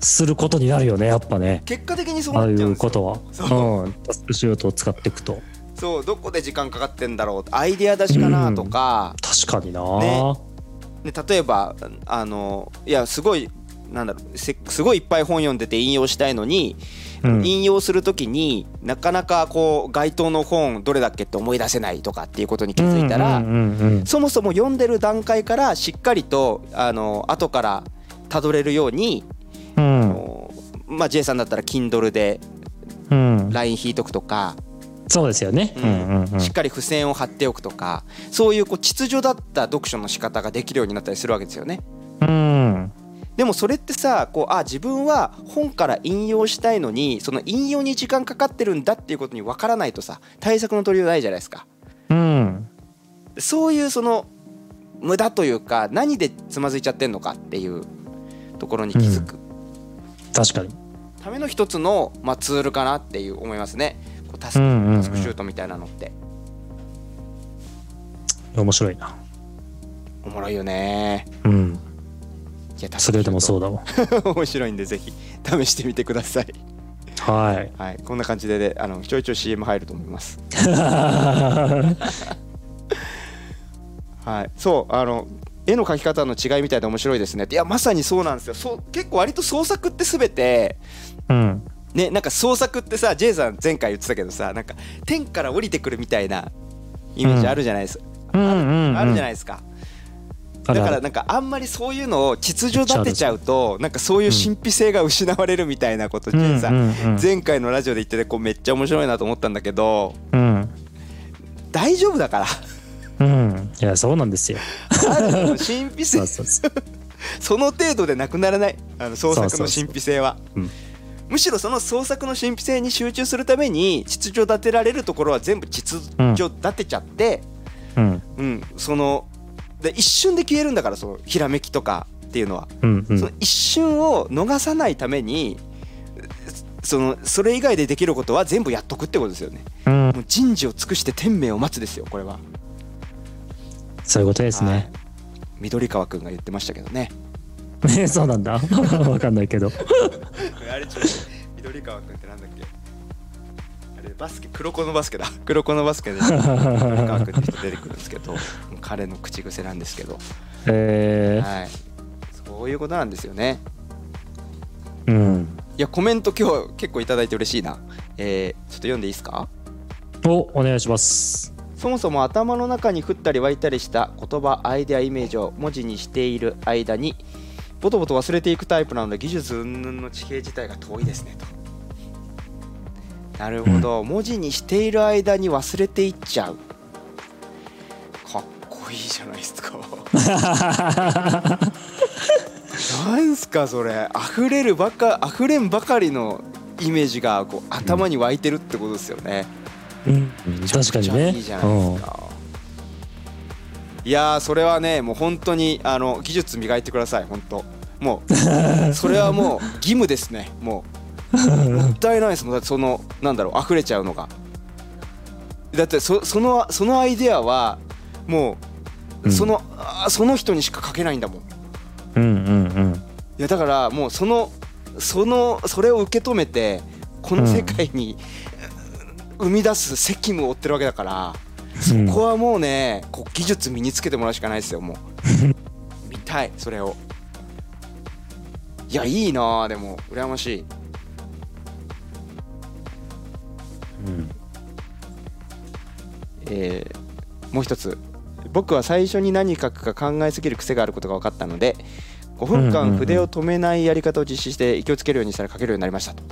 Speaker 1: することになるよねやっぱね
Speaker 2: 結果的にそう
Speaker 1: あ
Speaker 2: な
Speaker 1: あい
Speaker 2: っちゃうん
Speaker 1: う
Speaker 2: です
Speaker 1: こ
Speaker 2: よ
Speaker 1: とは
Speaker 2: そう
Speaker 1: うんタスクシュートを使っていくと
Speaker 2: そうどこで時間かかってんだろうアイデア出しかなとか、
Speaker 1: 確かにな、
Speaker 2: ねね、例えばあのいやすごいなんだろうせすごいいっぱい本読んでて引用したいのに、
Speaker 1: うん
Speaker 2: 引用するときになかなかこう該当の本どれだっけって思い出せないとかっていうことに気づいたら、
Speaker 1: うんうんうんうん
Speaker 2: そもそも読んでる段階からしっかりとあの後からたどれるように
Speaker 1: うん
Speaker 2: あのまあ J さんだったら Kindle で
Speaker 1: うん、
Speaker 2: LINE 引いとくとか、
Speaker 1: そうですよね。
Speaker 2: う
Speaker 1: うんんうんうん
Speaker 2: しっかり付箋を貼っておくとかそういうこう秩序だった読書の仕方ができるようになったりするわけですよね。
Speaker 1: うん
Speaker 2: でもそれってさこうあ自分は本から引用したいのにその引用に時間かかってるんだっていうことに分からないとさ対策の取りようないじゃないですか。
Speaker 1: うん
Speaker 2: そういうその無駄というか何でつまずいちゃってんのかっていうところに気づく
Speaker 1: 確かに。
Speaker 2: ための一つの、まあ、ツールかなっていう思いますねこうタス
Speaker 1: う
Speaker 2: ク
Speaker 1: んうんうん
Speaker 2: タスクシュートみたいなのって
Speaker 1: 面白いな。
Speaker 2: おもろいよね
Speaker 1: うん。
Speaker 2: いやタス
Speaker 1: それ
Speaker 2: クシュー
Speaker 1: でもそううだもん。
Speaker 2: 面白いんでぜひ試してみてください
Speaker 1: はい。
Speaker 2: はいこんな感じでねあのちょいちょい CM 入ると思いますはいそうあの絵の描き方の違いみたいで面白いですねっていやまさにそうなんですよそう結構割と創作って全て
Speaker 1: うん。
Speaker 2: ねなんか創作ってさ J さん前回言ってたけどさなんか天から降りてくるみたいなイメージあるじゃないですか、
Speaker 1: うんうんうん。
Speaker 2: あるじゃない
Speaker 1: い。
Speaker 2: ですか、
Speaker 1: ある
Speaker 2: だ
Speaker 1: あ
Speaker 2: から
Speaker 1: る
Speaker 2: なんかあんまりそういうのを秩序立てちゃうとなんかそういう神秘性が失われるみたいなこと、
Speaker 1: うん
Speaker 2: ジェンさん
Speaker 1: うんうん
Speaker 2: 前回のラジオで言っててこうめっちゃ面白いなと思ったんだけど
Speaker 1: うん。
Speaker 2: 大丈夫だ から
Speaker 1: うん。いや、そうなんですよ。
Speaker 2: あるの神秘
Speaker 1: そ
Speaker 2: 性
Speaker 1: うそうそう。
Speaker 2: その程度でなくならないあの創作
Speaker 1: そうそう
Speaker 2: の
Speaker 1: そう
Speaker 2: 神秘性は
Speaker 1: うん
Speaker 2: むしろその創作の神秘性に集中するために秩序立てられるところは全部秩序立てちゃって、
Speaker 1: うん
Speaker 2: うん、そので一瞬で消えるんだからそのひらめきとかっていうのは。
Speaker 1: うんう
Speaker 2: その
Speaker 1: ん。
Speaker 2: 一瞬を逃さないためにそのそれ以外でできることは全部やっとくってことですよね
Speaker 1: うん
Speaker 2: もう人事を尽くして天命を待つですよこれは
Speaker 1: そういうことです
Speaker 2: は
Speaker 1: ね
Speaker 2: い。緑川くんが言ってましたけどね
Speaker 1: ね、そうなんだ。 わかんないけど。
Speaker 2: あれちょっと緑川くんってなんだっけあれバスケ黒子のバスケ だ黒子のバスケで緑川くんって人出てくるんですけど彼の口癖なんですけど
Speaker 1: え
Speaker 2: はいそういうことなんですよね
Speaker 1: ー、うん。
Speaker 2: いやコメント今日結構いただいて嬉しいなえー、ちょっと読んでいいですか
Speaker 1: お、お願いします。
Speaker 2: そもそも頭の中に降ったり湧いたりした言葉アイデアイメージを文字にしている間にボトボト忘れていくタイプなので技術云々の地形自体が遠いですねとなるほど、文字にしている間に忘れていっちゃうかっこいいじゃないですかなんすかそれ溢れるばか溢れんばかりのイメージがこう頭に湧いてるってことですよね、
Speaker 1: うん。確かにね。
Speaker 2: いいじゃないですか。いやーそれはねもう本当にあの技術磨いてください本当も うそれはもう義務ですねもうもったいないですもんだってそのなんだろう溢れちゃうのがだってそそのそのアイデアはも
Speaker 1: う
Speaker 2: うんその、あーその人にしか書けないんだもんい
Speaker 1: うんうん
Speaker 2: やだからもうそのそのそれを受け止めてこの世界に、生み出す責務を負ってるわけだから
Speaker 1: うん
Speaker 2: ここはもうねこう技術身につけてもらうしかないで すよもう見たいそれをいやいいなあでも羨ましい
Speaker 1: うん
Speaker 2: えーもう一つ僕は最初に何書くか考えすぎる癖があることが分かったので5分
Speaker 1: うんうんう
Speaker 2: 間
Speaker 1: ん
Speaker 2: 筆を止めないやり方を実施して息をつけるようにしたら書けるようになりましたと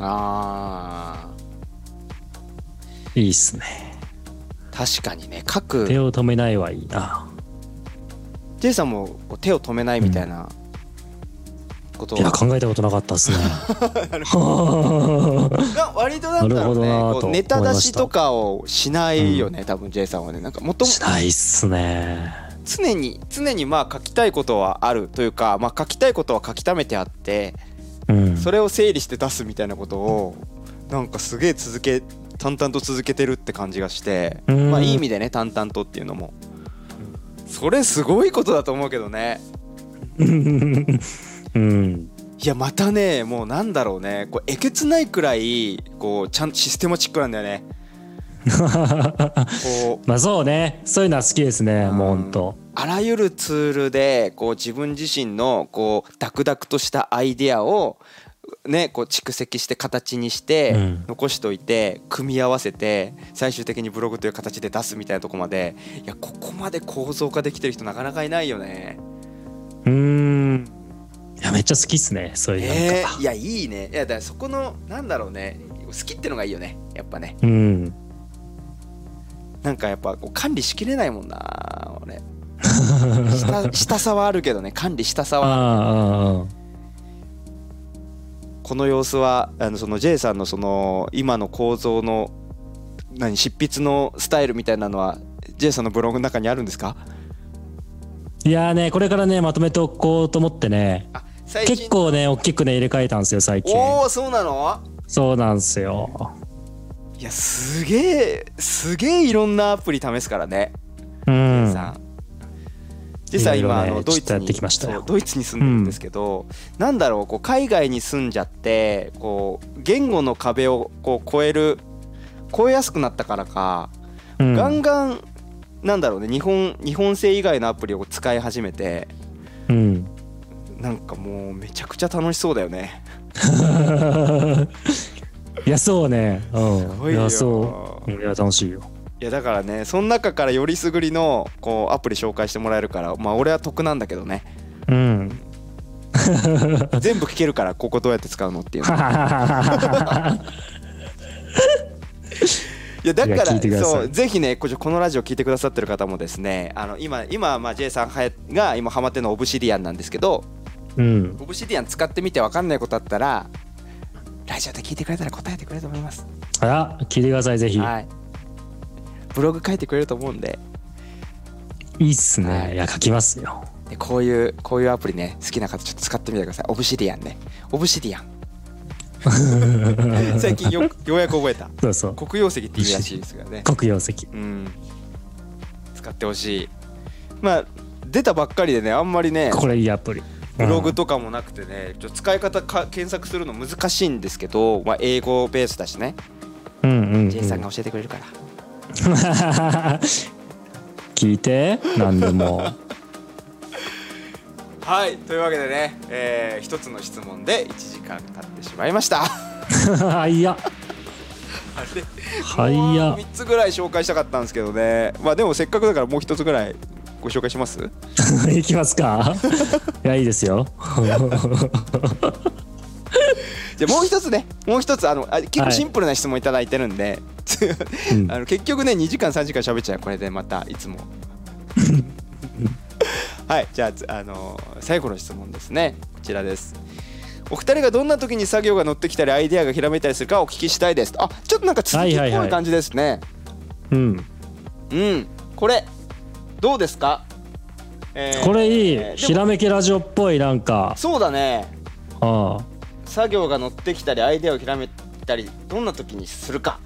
Speaker 2: あ
Speaker 1: いいっすね
Speaker 2: ー確かにね書く
Speaker 1: 手を止めないはいいな
Speaker 2: J さんもこう手を止めないみたいなことを
Speaker 1: いや考えたことなかったっ すね
Speaker 2: が割となんだろ
Speaker 1: なるほ
Speaker 2: う
Speaker 1: どな
Speaker 2: ね
Speaker 1: ぁ
Speaker 2: ことう
Speaker 1: 思いま
Speaker 2: ネ
Speaker 1: した
Speaker 2: タ出しとかをしないよね、多分 J さんはねなんかもとも
Speaker 1: しないっすね
Speaker 2: 常に常にまあ書きたいことはあるというか、まあ、書きたいことは書き溜めてあって
Speaker 1: うん
Speaker 2: それを整理して出すみたいなことをなんかすげえ続け淡々と続けてるって感じがして
Speaker 1: うん
Speaker 2: まあいい意味でね淡々とっていうのもそれすごいことだと思うけどね
Speaker 1: うん
Speaker 2: いやまたねもうなんだろうねこうえげつないくらいこうちゃんとシステマチックなんだよ ねこう
Speaker 1: まあそうねそういうのは好きですねもうほんと
Speaker 2: あらゆるツールでこう自分自身のこうダクダクとしたアイデアをねこう蓄積して形にして
Speaker 1: うん
Speaker 2: 残しといて組み合わせて最終的にブログという形で出すみたいなとこまでいやここまで構造化できてる人なかなかいないよね。
Speaker 1: うんいやめっちゃ好きっすねそういうなん
Speaker 2: え
Speaker 1: か、
Speaker 2: ーいやいいねいやだからそこのなんだろうね好きってのがいいよねやっぱね
Speaker 1: うん
Speaker 2: なんかやっぱこう管理しきれないもんな 俺下下さはあるけどね管理したさ
Speaker 1: あ
Speaker 2: は
Speaker 1: あああ
Speaker 2: この様子はあのその J さんのその今の構造の何執筆のスタイルみたいなのは J さんのブログの中にあるんですか
Speaker 1: いやーねこれからねまとめておこうと思ってね
Speaker 2: あ最
Speaker 1: 結構ね大きくね入れ替えたんですよ最近
Speaker 2: おおそうなの
Speaker 1: そうなんですよ
Speaker 2: いやすげえすげえいろんなアプリ試すからね、
Speaker 1: う
Speaker 2: J
Speaker 1: ん
Speaker 2: さん J さん
Speaker 1: いろいろ
Speaker 2: 今あ
Speaker 1: ね
Speaker 2: のドイ
Speaker 1: ちょっと
Speaker 2: ツ
Speaker 1: やっ
Speaker 2: に
Speaker 1: てきましたよ
Speaker 2: そうドイツに住んでるんですけど、なんだろうこう海外に住んじゃってこう言語の壁をこう越える越えやすくなったからか
Speaker 1: うん
Speaker 2: ガンガンなんだろうね日本日本製以外のアプリを使い始めて
Speaker 1: うん
Speaker 2: なんかもうめちゃくちゃ楽しそうだよね
Speaker 1: いやそうねうん
Speaker 2: すごいよ
Speaker 1: やそううんいや楽しいよ
Speaker 2: いやだからねその中からよりすぐりのこうアプリ紹介してもらえるからまあ俺は得なんだけどね
Speaker 1: うん
Speaker 2: 全部聞けるからここどうやって使うのっていうのいやだか
Speaker 1: いや聞
Speaker 2: ら
Speaker 1: いてください
Speaker 2: そうぜひねここのラジオ聞いてくださってる方もですねあの今今、まあ、J さんはやが今ハマってるのはオブシディアンなんですけど
Speaker 1: うん
Speaker 2: オブシディアン使ってみて分かんないことあったらラジオで聞いてくれたら答えてくれると思います
Speaker 1: あら聞いてくださいぜひ
Speaker 2: はい、ブログ書いてくれると思うんで
Speaker 1: いいっす
Speaker 2: はい
Speaker 1: ねいや書きます よ
Speaker 2: でこういうこういうアプリね好きな方ちょっと使ってみてくださいオブシディアンねオブシディアン最 近よようやく覚えた
Speaker 1: そうそう
Speaker 2: 黒曜石って意味らしいですからね
Speaker 1: 黒曜石
Speaker 2: うん使ってほしいまあ出たばっかりでねあんまりね
Speaker 1: これいいアプリ
Speaker 2: ブログとかもなくてねちょっと使い方か検索するの難しいんですけど、まあ、英語ベースだしね
Speaker 1: うんうんうんうん
Speaker 2: J さんが教えてくれるから
Speaker 1: 聞いて何でも
Speaker 2: はいというわけでね、えー一つの質問で1時間経ってしまいました
Speaker 1: はいや
Speaker 2: あれ
Speaker 1: はいや
Speaker 2: 3つぐらい紹介したかったんですけどねまあでもせっかくだからもう一つぐらいご紹介します
Speaker 1: いきますかいやいいですよ
Speaker 2: じゃあもう一つねもう一つあのあ結
Speaker 1: は
Speaker 2: 構
Speaker 1: い
Speaker 2: シンプルな質問いただいてるんで、
Speaker 1: うん
Speaker 2: あの結局ね2時間3時間喋っちゃうこれでまたい つもはいじゃあつあの最後の質問ですねこちらですお二人がどんな時に作業が乗ってきたりアイデアがひらめいたりするかお聞きしたいですあちょっとなんか続きっぽ
Speaker 1: はいはいはいい
Speaker 2: 感じですね、
Speaker 1: うん
Speaker 2: うんこれどうですかえー
Speaker 1: これいい、
Speaker 2: えーでも
Speaker 1: ひらめきラジオっぽいなんか
Speaker 2: そうだね
Speaker 1: ああ
Speaker 2: 作業が乗ってきたりアイデアをひらめいたりどんな時にするか、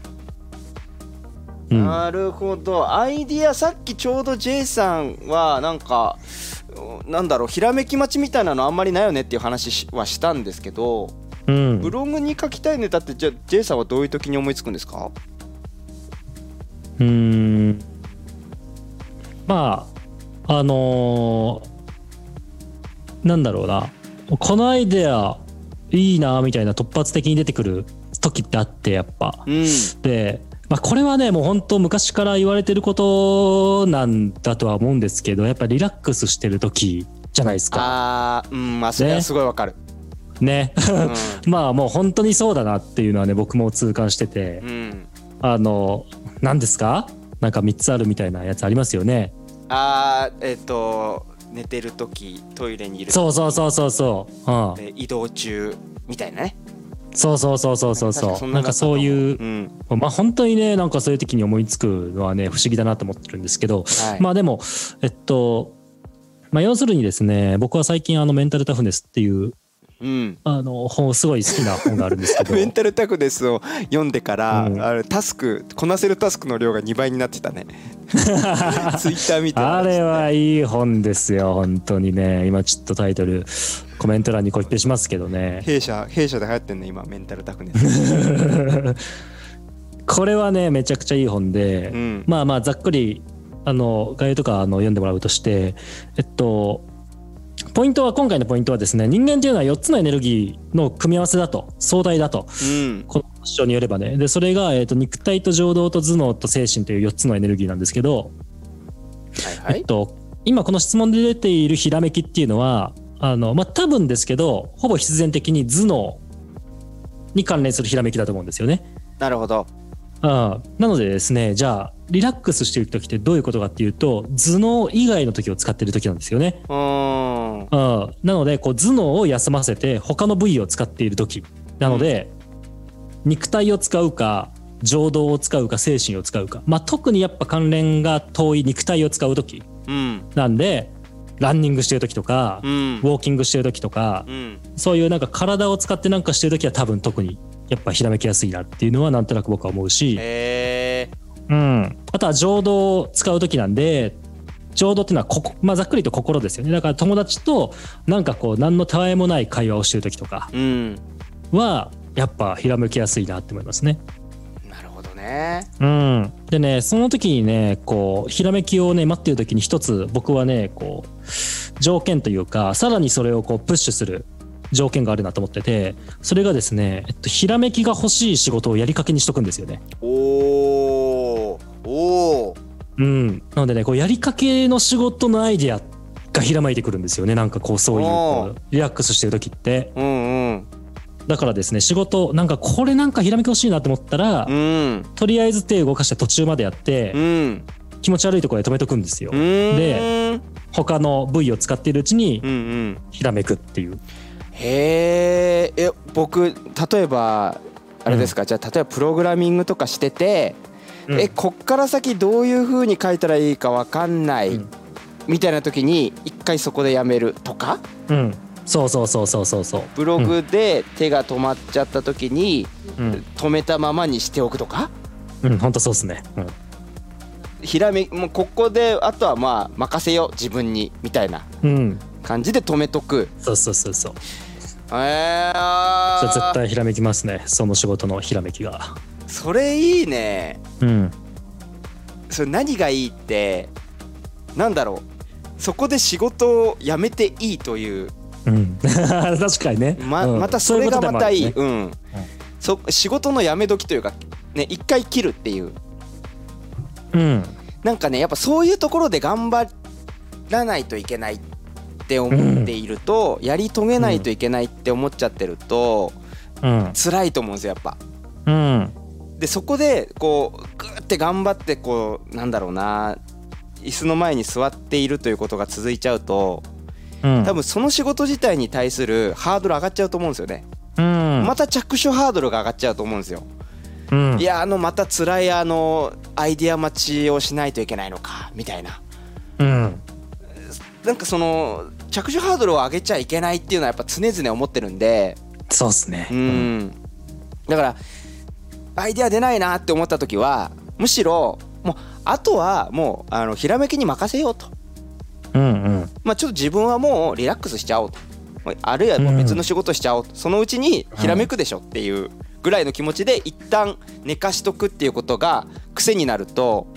Speaker 1: うんあ
Speaker 2: なるほどアイディアさっきちょうど J さんはなんかうんなんだろうひらめき待ちみたいなのあんまりないよねっていう話しはしたんですけど
Speaker 1: うん
Speaker 2: ブログに書きたいネタってじゃあ J さんはどういう時に思いつくんですか
Speaker 1: うーんまああのーなんだろうなこのアイデアいいなみたいな突発的に出てくる時ってあってやっぱ
Speaker 2: うん
Speaker 1: で、まあ、これはねもう本当昔から言われてることなんだとは思うんですけどやっぱリラックスしてる時じゃないですか
Speaker 2: あーうんまあそれは
Speaker 1: ね
Speaker 2: すごいわ かる、
Speaker 1: ねまあもう本当にそうだなっていうのはね僕も痛感してて
Speaker 2: うん、うん、
Speaker 1: あの何ですかなんか3つあるみたいなやつありますよね
Speaker 2: あーえっ、と寝てる時トイレにいる時
Speaker 1: そうそうそうそうそう、うん、
Speaker 2: で移動中みたいなね
Speaker 1: そうそうそうそうそう
Speaker 2: 確か
Speaker 1: そ
Speaker 2: そ
Speaker 1: うんな
Speaker 2: なん
Speaker 1: かそういう
Speaker 2: う、ん
Speaker 1: まあ本当にねなんかそういう時に思いつくのはね不思議だなと思ってるんですけど、
Speaker 2: はい、
Speaker 1: まあでもえっとまあ要するにですね僕は最近あのメンタルタフネスっていう
Speaker 2: うん
Speaker 1: あの本すごい好きな本があるんですけど
Speaker 2: メンタルタフネスを読んでから、
Speaker 1: うん
Speaker 2: あれタスクこなせるタスクの量が2倍になっ てたねツイッター見て
Speaker 1: あれはいい本ですよ本当にね今ちょっとタイトルコメント欄にコピペしますけどね
Speaker 2: 弊社弊社で流行ってんね今メンタルタフネ ス
Speaker 1: これはねめちゃくちゃいい本で、
Speaker 2: うん
Speaker 1: まあまあざっくりあの概要とかあの読んでもらうとしてえっとポイントは今回のポイントはですね人間というのは4つのエネルギーの組み合わせだと壮大だと
Speaker 2: うん
Speaker 1: この主張によればねでそれが、えっと肉体と情動と頭脳と精神という4つのエネルギーなんですけど、
Speaker 2: はいは
Speaker 1: えっ
Speaker 2: い
Speaker 1: と、今この質問で出ているひらめきっていうのはあのまあ多分ですけどほぼ必然的に頭脳に関連するひらめきだと思うんですよね。
Speaker 2: なるほど
Speaker 1: ああなのでですねじゃあリラックスしている時ってどういうことかっていうと頭脳以外の時を使っている時なんですよね。
Speaker 2: うーん
Speaker 1: ああなのでこう頭脳を休ませて他の部位を使っている時なので、肉体を使うか情動を使うか精神を使うか、まあ、特にやっぱ関連が遠い肉体を使う時
Speaker 2: うん
Speaker 1: なんでランニングしてる時とか、
Speaker 2: うん
Speaker 1: ウォーキングしてる時とか
Speaker 2: うん
Speaker 1: そういうなんか体を使ってなんかしてる時は多分特にやっぱひらめきやすいなっていうのはなんとなく僕は思うし。
Speaker 2: え
Speaker 1: うん、あとは浄土を使う時なんで浄土っていうのはここ、まあ、ざっくりと心ですよねだから友達となんかこう何のたわいもない会話をしてる時とか
Speaker 2: ー、うん
Speaker 1: はやっぱひらめきやすいなって思いますね。
Speaker 2: なるほどね
Speaker 1: うん、でねその時にねこうひらめきをね待ってる時に一つ僕はねこう条件というかさらにそれをこうプッシュする条件があるなと思っててそれがですね、えっと、ひらめきが欲しい仕事をやりかけにしとくんですよね。
Speaker 2: おーおー
Speaker 1: うん、なのでねこうやりかけの仕事のアイディアがひらめいてくるんですよねなんかこうそういう
Speaker 2: おー
Speaker 1: こうリラックスしてる時って
Speaker 2: うん
Speaker 1: だからですね仕事なんかこれなんかひらめき欲しいなと思ったら、
Speaker 2: うんうん
Speaker 1: とりあえず手動かして途中までやって、
Speaker 2: うん
Speaker 1: 気持ち悪いところで止めとくんですよ、
Speaker 2: うん
Speaker 1: で他の部位を使っているうちに
Speaker 2: うんうん
Speaker 1: ひらめくっていう
Speaker 2: へーえ僕例えばあれですか、じゃあ例えばプログラミングとかしてて、
Speaker 1: うん
Speaker 2: えこっから先どういう風に書いたらいいかわかんない、
Speaker 1: うん
Speaker 2: みたいな時に一回そこでやめるとか
Speaker 1: うんそうそうそうそうそうそう
Speaker 2: ブログで手が止まっちゃった時に
Speaker 1: うん、
Speaker 2: 止めたままにしておくとか
Speaker 1: うん、ほんとそうっすね、うん、
Speaker 2: ひらめもうここであとはまあ任せよう自分にみたいな
Speaker 1: うん、
Speaker 2: 感じで止めとく
Speaker 1: そうそうそうそう
Speaker 2: えー
Speaker 1: じゃあ絶対ひらめきますねその仕事のひらめきが
Speaker 2: それいいね
Speaker 1: うん
Speaker 2: それ何がいいってなんだろうそこで仕事を辞めていいという
Speaker 1: うん、確かにね、
Speaker 2: ま,、
Speaker 1: うん
Speaker 2: またそれがまたいい
Speaker 1: そうううこ
Speaker 2: ん、そ仕事の辞め時というかね一回切るっていう
Speaker 1: とでもあるね
Speaker 2: なんかねやっぱそういうところで頑張らないといけないって思っていると、やり遂げないといけないって思っちゃってると、
Speaker 1: うん
Speaker 2: 辛いと思うんですよやっぱ。
Speaker 1: うんうん
Speaker 2: でそこでこうグーって頑張ってこうなんだろうな椅子の前に座っているということが続いちゃうと
Speaker 1: うん
Speaker 2: 多分その仕事自体に対するハードル上がっちゃうと思うんですよね、
Speaker 1: うん
Speaker 2: また着手ハードルが上がっちゃうと思うんですよ、
Speaker 1: うん
Speaker 2: いやあのまた辛いあのアイデア待ちをしないといけないのかみたいな
Speaker 1: うん
Speaker 2: なんかその着手ハードルを上げちゃいけないっていうのはやっぱ常々思ってるんで
Speaker 1: そうですね。
Speaker 2: う。んだからアイデア出ないなって思った時はむしろもうあとはもうあのひらめきに任せようと、
Speaker 1: うんうん。
Speaker 2: まあ、ちょっと自分はもうリラックスしちゃおうとあるいはもう別の仕事しちゃおうと、そのうちにひらめくでしょっていうぐらいの気持ちで一旦寝かしとくっていうことが癖になると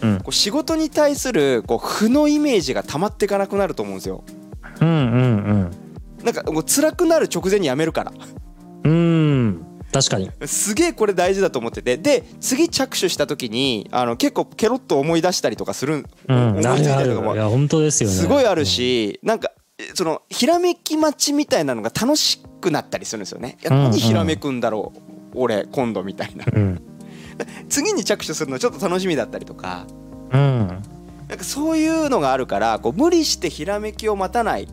Speaker 1: うん
Speaker 2: こう仕事に対するこう負のイメージが溜まっていかなくなると思うんですよ。
Speaker 1: うんうん
Speaker 2: なんかこう辛くなる直前にやめるから。
Speaker 1: うん。うん。確かに。
Speaker 2: すげえこれ大事だと思っててで次着手した時にあの結構ケロッと思い出したりとかする、
Speaker 1: うん。
Speaker 2: 思
Speaker 1: あ
Speaker 2: いつい
Speaker 1: るあ
Speaker 2: たり
Speaker 1: る。
Speaker 2: とか
Speaker 1: い
Speaker 2: も
Speaker 1: や本当ですよね。
Speaker 2: すごいあるし、なんかえそのひらめき待ちみたいなのが楽しくなったりするんですよね。いや
Speaker 1: うんうん
Speaker 2: 何ひらめくんだろう、俺今度みたいな
Speaker 1: うん。
Speaker 2: 次に着手するのちょっと楽しみだったりとか
Speaker 1: うん。
Speaker 2: なんかそういうのがあるからこう無理してひらめきを待たないっ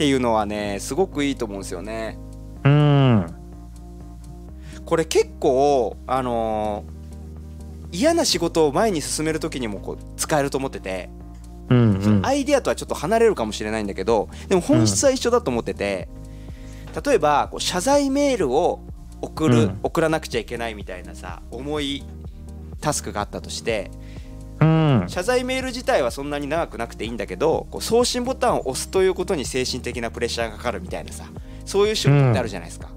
Speaker 2: ていうのはねすごくいいと思うんですよね。
Speaker 1: うん。
Speaker 2: これ結構あのー嫌な仕事を前に進める時にもこう使えると思ってて、
Speaker 1: うんうん。
Speaker 2: アイデアとはちょっと離れるかもしれないんだけどでも本質は一緒だと思ってて、例えばこう謝罪メールを送
Speaker 1: う
Speaker 2: る、
Speaker 1: ん
Speaker 2: 送らなくちゃいけないみたいなさ重いタスクがあったとして
Speaker 1: うん。
Speaker 2: 謝罪メール自体はそんなに長くなくていいんだけどこう送信ボタンを押すということに精神的なプレッシャーがかかるみたいなさそういう仕事ってあるじゃないですか。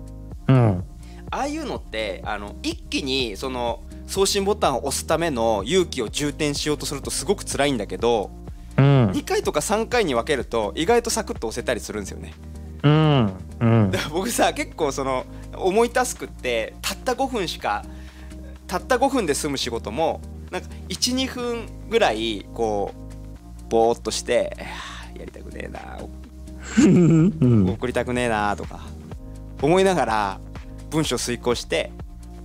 Speaker 1: うん。
Speaker 2: ああいうのってあの一気にその送信ボタンを押すための勇気を充填しようとするとすごく辛いんだけど
Speaker 1: うん。
Speaker 2: 2回とか3回に分けると意外とサクッと押せたりするんですよね
Speaker 1: うん。うん。
Speaker 2: だから僕さ結構その重いタスクってたった5分しかたった5分で済む仕事もなんか12分ぐらいこうぼーっとしていやーやりたくねえな
Speaker 1: うん。
Speaker 2: 送りたくねえなとか思いながら文章遂行して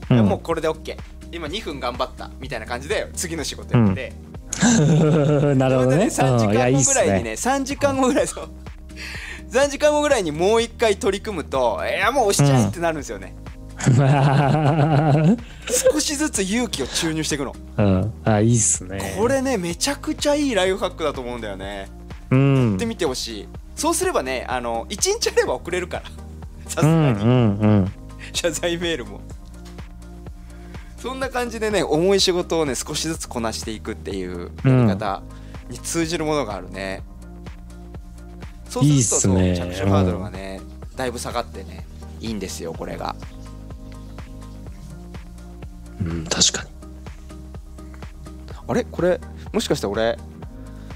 Speaker 1: うん
Speaker 2: もうこれで OK 今2分頑張ったみたいな感じで次の仕事やって、
Speaker 1: なるほど
Speaker 2: それ
Speaker 1: ね。
Speaker 2: で3時
Speaker 1: うんいや
Speaker 2: 間
Speaker 1: いい
Speaker 2: 後
Speaker 1: っ
Speaker 2: ぐ
Speaker 1: す
Speaker 2: らいに
Speaker 1: ね。
Speaker 2: ね3時間後ぐらいそう3時間後ぐらいにもう一回取り組むといやもう押しちゃえってなるんですよね、少しずつ勇気を注入していくの
Speaker 1: うん。あいいっすね。
Speaker 2: これねめちゃくちゃいいライフハックだと思うんだよね
Speaker 1: うん。
Speaker 2: やってみてほしいそうすればねあの1日あれば遅れるからさ
Speaker 1: う
Speaker 2: すが
Speaker 1: ん
Speaker 2: に
Speaker 1: うんうん。
Speaker 2: 謝罪メールもそんな感じでね重い仕事をね少しずつこなしていくっていうやり方に通じるものがあるね、そうすると
Speaker 1: いいっすね
Speaker 2: そう着手ハードルがね、だいぶ下がってねいいんですよこれが
Speaker 1: うん確かに。
Speaker 2: あれこれもしかして俺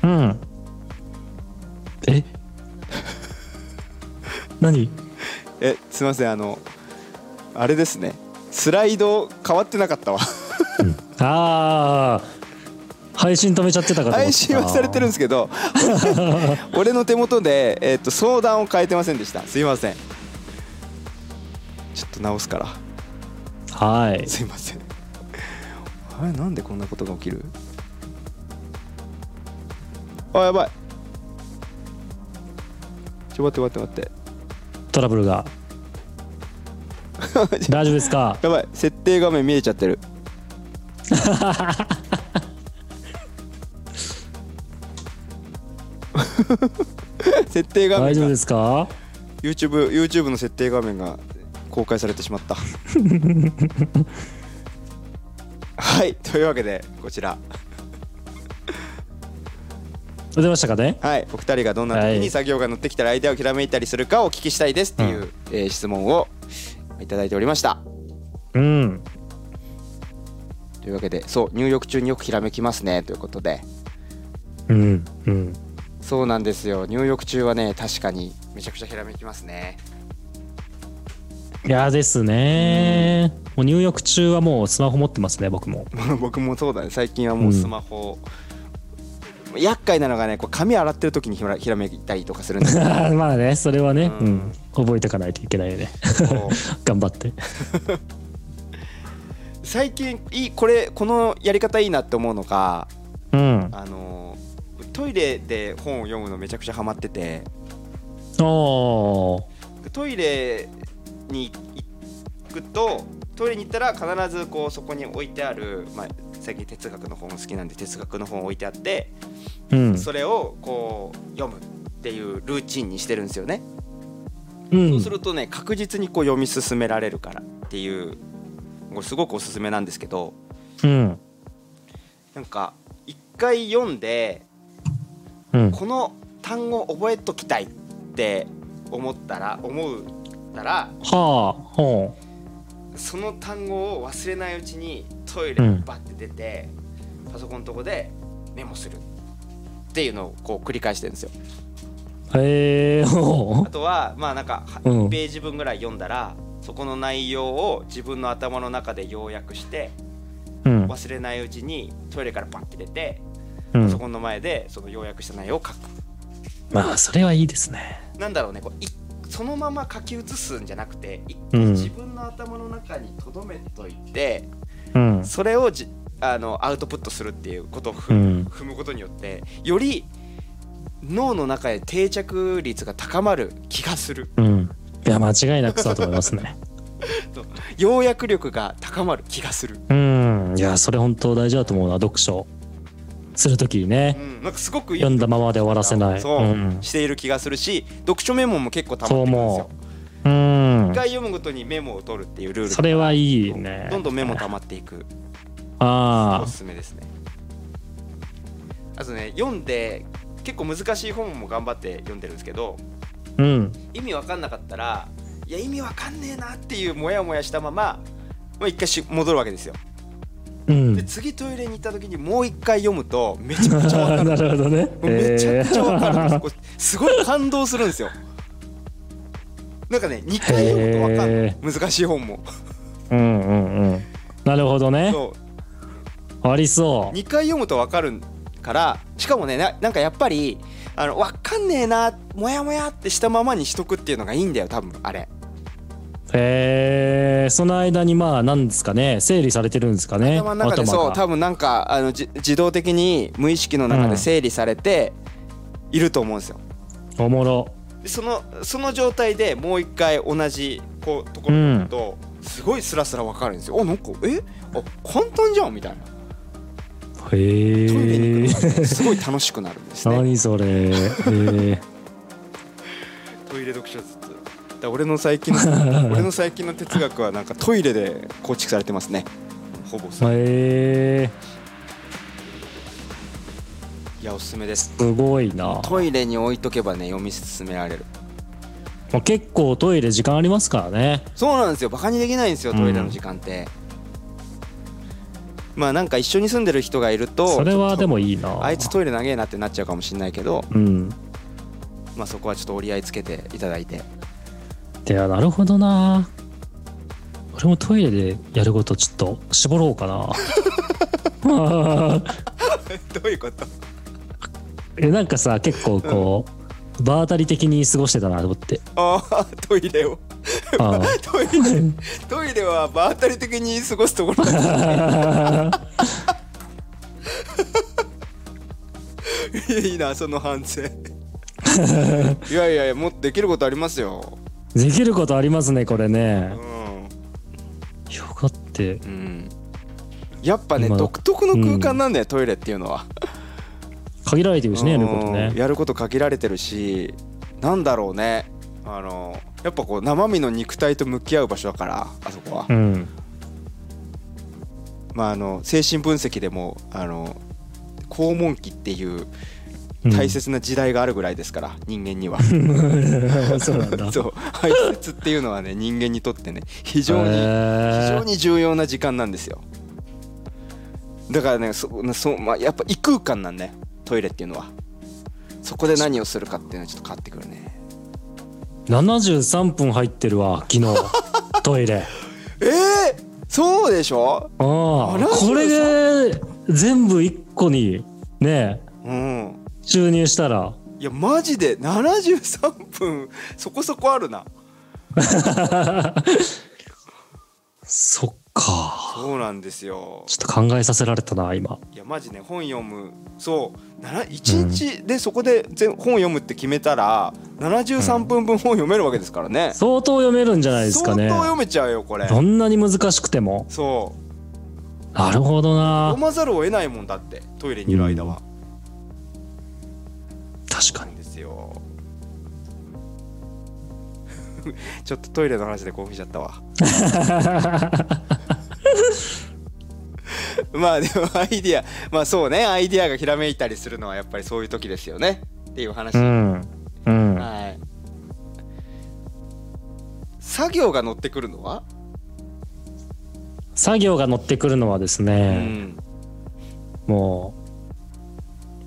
Speaker 1: うん。え 何
Speaker 2: えすいませんあのあれですねスライド変わってなかったわ
Speaker 1: ああ配信止めちゃってたから
Speaker 2: 配信はされてるんですけど俺の手元で、えっと相談を変えてませんでしたすいませんちょっと直すから
Speaker 1: はい
Speaker 2: すいませんあれなんでこんなことが起きるあやばいちょ待って待って
Speaker 1: トラブル が
Speaker 2: 待って
Speaker 1: 大丈夫ですか
Speaker 2: やばい設定画面見えちゃってる 設定画
Speaker 1: 大
Speaker 2: 面
Speaker 1: 丈夫で
Speaker 2: が
Speaker 1: すか
Speaker 2: YouTube, YouTube の設定画面が公開されてしまった はいというわけでこちら
Speaker 1: 出ましたかね
Speaker 2: はい、お二人がどんな時に作業が乗ってきたらアイデアをひらめいたりするかをお聞きしたいですっていう、
Speaker 1: う
Speaker 2: えー質問をいただいておりました
Speaker 1: うん
Speaker 2: というわけでそう入浴中によくひらめきますねということで
Speaker 1: うんうん
Speaker 2: そうなんですよ入浴中はね確かにめちゃくちゃひらめきますね
Speaker 1: いやですねもう入浴中はもうスマホ持ってますね僕も
Speaker 2: 僕もそうだね最近はもうスマホ、厄介なのがねこう髪洗ってる時にひらひらめいたりとかするんです よ
Speaker 1: まあねそれはね、う
Speaker 2: う
Speaker 1: んん、覚えておかないといけないよね
Speaker 2: こう
Speaker 1: 頑張って
Speaker 2: 最近いいこれこのやり方いいなって思うのが
Speaker 1: うん
Speaker 2: あのトイレで本を読むのめちゃくちゃハマってて
Speaker 1: おー
Speaker 2: トイレにいくとトイレに行ったら必ずこうそこに置いてある、まあ、最近哲学の本好きなんで哲学の本置いてあって
Speaker 1: うん
Speaker 2: それをこう読むっていうルーチンにしてるんですよね。
Speaker 1: うん
Speaker 2: そうするとね確実にこう読み進められるからっていうこれすごくおすすめなんですけど
Speaker 1: うん
Speaker 2: なんか一回読んで
Speaker 1: うん
Speaker 2: この単語覚えときたいって思ったら思うたら
Speaker 1: はあほ
Speaker 2: その単語を忘れないうちにトイレにバッて出て、パソコンのとこでメモするっていうのをこう繰り返してるんですよ。
Speaker 1: うへえほ
Speaker 2: あとはまあなんかは
Speaker 1: うん
Speaker 2: 1ページ分ぐらい読んだら、そこの内容を自分の頭の中で要約して
Speaker 1: ううん
Speaker 2: 忘れないうちにトイレからバッて出て、
Speaker 1: う
Speaker 2: パソ
Speaker 1: ん
Speaker 2: コンの前でその要約した内容を書く。
Speaker 1: まあそれはいいですね
Speaker 2: なんだろうねこういそのまま書き写すんじゃなくて一
Speaker 1: う
Speaker 2: 回
Speaker 1: ん
Speaker 2: 自分の頭の中に留めといて。
Speaker 1: うん
Speaker 2: それをじあのアウトプットするっていうことを踏,、
Speaker 1: うん
Speaker 2: 踏むことによってより脳の中で定着率が高まる気がする
Speaker 1: うんいや間違いなくそうだと思いますね
Speaker 2: 要約力が高まる気がする、
Speaker 1: うんいやそれ本当大事だと思うな読書するときに
Speaker 2: う
Speaker 1: ね
Speaker 2: ん、なんかすごくいい
Speaker 1: 読んだままで終わらせない
Speaker 2: そう、
Speaker 1: うん
Speaker 2: している気がするし読書メモも結構たまってるんですよ
Speaker 1: そう思うん
Speaker 2: 一回読むごとにメモを取るっていうルール
Speaker 1: それはいいね
Speaker 2: どんどんメモたまっていく
Speaker 1: あ
Speaker 2: おすすめですねあとね読んで結構難しい本も頑張って読んでるんですけど
Speaker 1: あうん
Speaker 2: 意味わかんなかったらいや意味わかんねえなっていうモヤモヤしたまま、まあ、一回し戻るわけですよ
Speaker 1: う
Speaker 2: で
Speaker 1: ん
Speaker 2: 次トイレに行った時にもう一回読むとめちゃくちゃわ かる
Speaker 1: なるほどね
Speaker 2: もうめちゃくちゃわかるん
Speaker 1: えー
Speaker 2: ですこうすごい感動するんですよなんかね2回読むとわかんない
Speaker 1: へ
Speaker 2: 難しい本 も
Speaker 1: うんうんうんなるほどね
Speaker 2: そ
Speaker 1: ありそう
Speaker 2: う2回読むとわかるからしかもねななんかやっぱりあのわかんねえなモヤモヤってしたままにしとくっていうのがいいんだよ多分あれ
Speaker 1: えー、その間にまあ何ですかね整理されてるんですかね
Speaker 2: 頭の中で
Speaker 1: 頭
Speaker 2: そう
Speaker 1: が
Speaker 2: 多分なんかあのじ自動的に無意識の中で整理されていると思うんですよ、
Speaker 1: おもろ
Speaker 2: でそのその状態でもう一回同じこうところに行くと、すごいスラスラ分かるんですよあなんかえあ簡単じゃんみたいな
Speaker 1: へえ
Speaker 2: トイレに行く
Speaker 1: ー、
Speaker 2: のがすごい楽しくなるんですね
Speaker 1: 何それえー、
Speaker 2: トイレ読書ずつだから俺の最 近の俺の最近の哲学はなんかトイレで構築されてますねほぼそう
Speaker 1: え
Speaker 2: いやおすすめです
Speaker 1: ー、すごいな
Speaker 2: トイレに置いとけばね読み進められる
Speaker 1: まあ結構トイレ時間ありますからね
Speaker 2: そうなんですよバカにできないんですよ
Speaker 1: うん
Speaker 2: トイレの時間って、まあなんか一緒に住んでる人がいると
Speaker 1: それ
Speaker 2: ちょ
Speaker 1: は
Speaker 2: っと
Speaker 1: でもいいな
Speaker 2: あいつトイレ長えなってなっちゃうかもしれないけど、
Speaker 1: うん
Speaker 2: まあ、そこはちょっと折り合いつけていただいて
Speaker 1: いやなるほどな俺もトイレでやることちょっと絞ろうかな
Speaker 2: どういうこと
Speaker 1: えなんかさ結構こう、場当たり的に過ごしてたなと思って
Speaker 2: ああトイレを
Speaker 1: ああ
Speaker 2: トイレトイレは場当たり的に過ごすところだいいなその反省いやいやいやもっとできることありますよ
Speaker 1: できることありますねこれ
Speaker 2: う
Speaker 1: ね
Speaker 2: ん
Speaker 1: よかって
Speaker 2: うんやっぱね
Speaker 1: 今の
Speaker 2: 独特の空間なんだよ、トイレっていうのは
Speaker 1: 限られてるしねやること
Speaker 2: うん
Speaker 1: ね
Speaker 2: やること限られてるしなんだろうねあのやっぱこう生身の肉体と向き合う場所だからあそこは、
Speaker 1: うん
Speaker 2: まあ、あの精神分析でもあの肛門期っていう
Speaker 1: うん
Speaker 2: 大切な時代があるぐらいですから、人間に は
Speaker 1: そうなんだ
Speaker 2: そう排泄っていうのはね人間にとってね非常に、
Speaker 1: へー
Speaker 2: 非常に重要な時間なんですよだからねそそう、まあ、やっぱ異空間なんねトイレっていうのはそこで何をするかっていうのはちょっと変わってくるね
Speaker 1: 73分入ってるわ昨 日トイレ
Speaker 2: ええそうでしょ
Speaker 1: ああ
Speaker 2: 73
Speaker 1: これで全部一個にね
Speaker 2: うん
Speaker 1: 注入したら
Speaker 2: いやマジで73分そこそこあるな
Speaker 1: そっか
Speaker 2: そうなんですよ
Speaker 1: ちょっと考えさせられたな今
Speaker 2: いやマジね本読むそうなら一日でそこで全本読むって決めたら73分分本読めるわけですからね、
Speaker 1: 相当読めるんじゃないですか
Speaker 2: 相当
Speaker 1: ね
Speaker 2: 読めちゃうよこれ
Speaker 1: どんなに難しくても
Speaker 2: そう
Speaker 1: なるほどな
Speaker 2: 読まざるを得ないもんだってトイレにいる間は、
Speaker 1: 確かに
Speaker 2: ですよ ちょっとトイレの話で興奮しちゃった わまあでもアイディアまあそうねアイディアがひらめいたりするのはやっぱりそういう時ですよねっていう話、
Speaker 1: うんうん
Speaker 2: はい作業が乗ってくるのは、
Speaker 1: 作業が乗ってくるのはです
Speaker 2: う
Speaker 1: ね、
Speaker 2: ん、
Speaker 1: も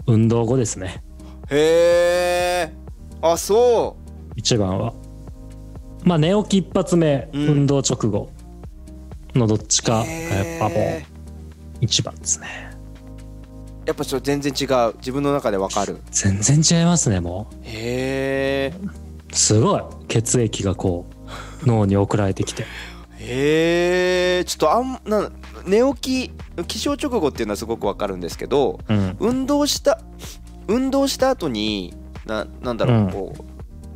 Speaker 1: う運動後ですね
Speaker 2: へえあそ
Speaker 1: 一番はまあ寝起き一発目、
Speaker 2: うん
Speaker 1: 運動直後のどっち
Speaker 2: う
Speaker 1: かがやっぱも
Speaker 2: へ
Speaker 1: う一番ですね
Speaker 2: ーやっぱちょっと全然違う自分の中でわかる
Speaker 1: 全然違いますねも
Speaker 2: へえ
Speaker 1: うすごい血液がこう脳に送られてきて
Speaker 2: へえちょっとあんな寝起き起床直後っていうのはすごくわかるんですけど
Speaker 1: うん
Speaker 2: 運動した運動した後にななんだろう、
Speaker 1: うん
Speaker 2: こう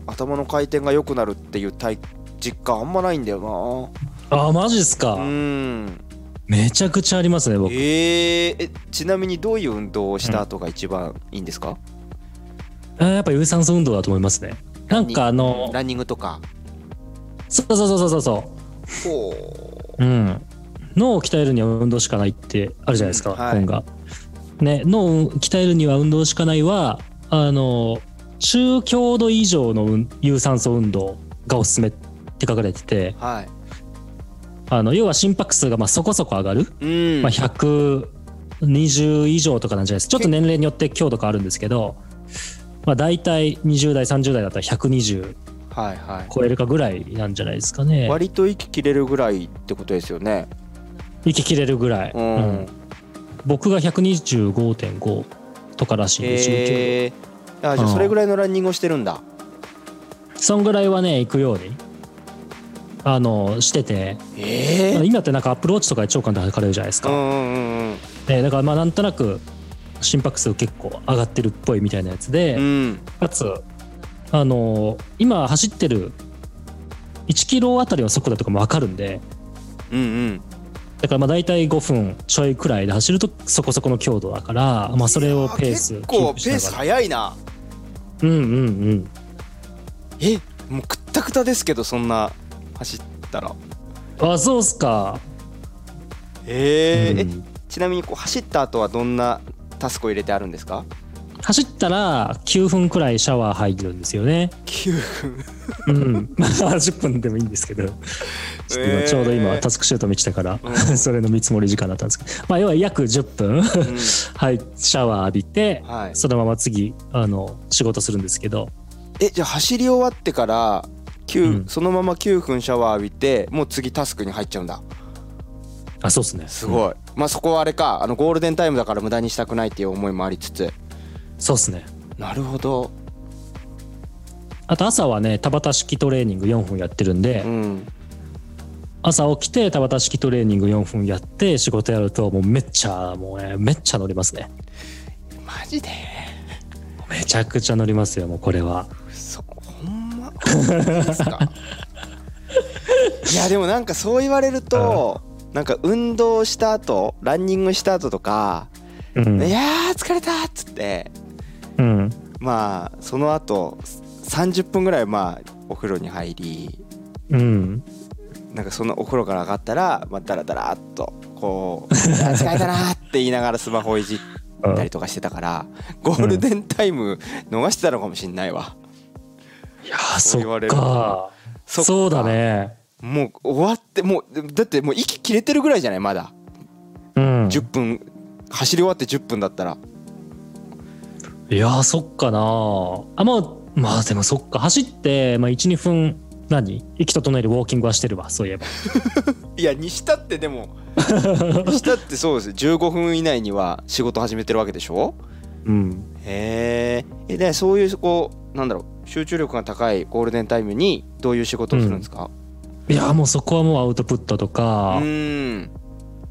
Speaker 2: 頭の回転が良くなるっていう体実感あんまないんだよ
Speaker 1: あマジっすか、
Speaker 2: なうん
Speaker 1: めちゃくちゃありますね僕
Speaker 2: えー、えちなみにどういう運動をした後が一番いいんですか、
Speaker 1: あやっぱ有酸素運動だと思いますねなんかあの
Speaker 2: ランニングとか
Speaker 1: そうそうそうそうそう
Speaker 2: ほ
Speaker 1: うん、脳を鍛えるには運動しかないってあるじゃないですか、
Speaker 2: うんはい
Speaker 1: 本が。ね脳を鍛えるには運動しかないはあの中強度以上の運有酸素運動がおすすめって書かれてて
Speaker 2: うはい
Speaker 1: あの要は心拍数がまあそこそこ上がる、
Speaker 2: うん、
Speaker 1: まあ、120以上とかなんじゃないですかちょっと年齢によって強度変わるんですけど、まあ、大体20代30代だったら120
Speaker 2: はいはい
Speaker 1: 超えるかぐらいなんじゃないですかね
Speaker 2: 割と息切れるぐらいってことですよね
Speaker 1: 息切れるぐらい。
Speaker 2: うん、
Speaker 1: うん僕が125.5とからしいんで、19
Speaker 2: えー、あじゃあ
Speaker 1: うん
Speaker 2: それぐらいのランニングをしてるんだ、
Speaker 1: そんぐらいはね行くようにあのしてて
Speaker 2: ええ
Speaker 1: 今ってなんかアップローチとかで超簡単に測れるじゃないです
Speaker 2: うん
Speaker 1: か、
Speaker 2: うん
Speaker 1: でだからまあなんとなく心拍数結構上がってるっぽいみたいなやつで、
Speaker 2: うんうん
Speaker 1: かつあの今走ってる1キロあたりの速度とかも分かるんで
Speaker 2: うんうん
Speaker 1: だからまあ大体5分ちょいくらいで走るとそこそこの強度だから、まあ、それをペース
Speaker 2: 結
Speaker 1: キープ
Speaker 2: 構ペ
Speaker 1: しな
Speaker 2: ー
Speaker 1: が
Speaker 2: ス
Speaker 1: ら
Speaker 2: 早いな
Speaker 1: うんうんうん
Speaker 2: えもうくったくたですけどそんな走ったら
Speaker 1: あそうっすか、
Speaker 2: えー
Speaker 1: うん
Speaker 2: えちなみにこう走った後はどんなタスクを入れてあるんですか
Speaker 1: 走ったら9分くらいシャワー入るんですよね。
Speaker 2: 9分
Speaker 1: うん、 まあ10分でもいいんです けど、ちょっと今ちょうど今
Speaker 2: えー
Speaker 1: タスクシュート見てたから、
Speaker 2: うん
Speaker 1: それの見積もり時間だったんですけど、まあ、要は約10分、はい、シャワー浴びて、
Speaker 2: はい
Speaker 1: そのまま次あの仕事するんですけど
Speaker 2: えじゃあ走り終わってから
Speaker 1: うん
Speaker 2: 9そのまま9分シャワー浴びてもう次タスクに入っちゃうんだ
Speaker 1: あそうですね
Speaker 2: す
Speaker 1: うん
Speaker 2: ごい、まあそこはあれかあのゴールデンタイムだから無駄にしたくないっていう思いもありつつ
Speaker 1: そうですね
Speaker 2: なるほど
Speaker 1: あと朝はね田畑式トレーニング4分やってるんで、
Speaker 2: うん
Speaker 1: 朝起きて田畑式トレーニング4分やって仕事やるともうめっちゃもうねめっちゃ乗りますね
Speaker 2: マジで
Speaker 1: めちゃくちゃ乗りますよもうこれは
Speaker 2: 嘘ほんまですかいやでもなんかそう言われるとなんか運動した後ランニングした後とか
Speaker 1: うん
Speaker 2: 「いやー疲れた」っつって
Speaker 1: うん
Speaker 2: まあその後30分ぐらいまあお風呂に入り
Speaker 1: うん
Speaker 2: なんかそのお風呂から上がったらまあダラダラっとこ う「あ疲れたな」って言いながらスマホいじったりとかしてたからゴールデンタイム逃してたのかもしんないわ。
Speaker 1: いやー
Speaker 2: そう言
Speaker 1: そ
Speaker 2: わ
Speaker 1: っ
Speaker 2: れる
Speaker 1: か
Speaker 2: そっか
Speaker 1: そうだね
Speaker 2: もう終わってもうだってもう息切れてるぐらいじゃないまだ
Speaker 1: うんい
Speaker 2: 10分走り終わって10分だったら
Speaker 1: やーそっかなあまあまあでもそっか走って、まあ、12分何息整えるウォーキングはしてるわそういえば
Speaker 2: いやにしたって でもにしたってそうです15分以内には仕事始めてるわけでしょ
Speaker 1: うん
Speaker 2: へーえでそういうこうなんだろう集中力が高いゴールデンタイムにどういう仕事をするんですか
Speaker 1: いやーもうそこはもうアウトプットと
Speaker 2: う
Speaker 1: か、
Speaker 2: ーん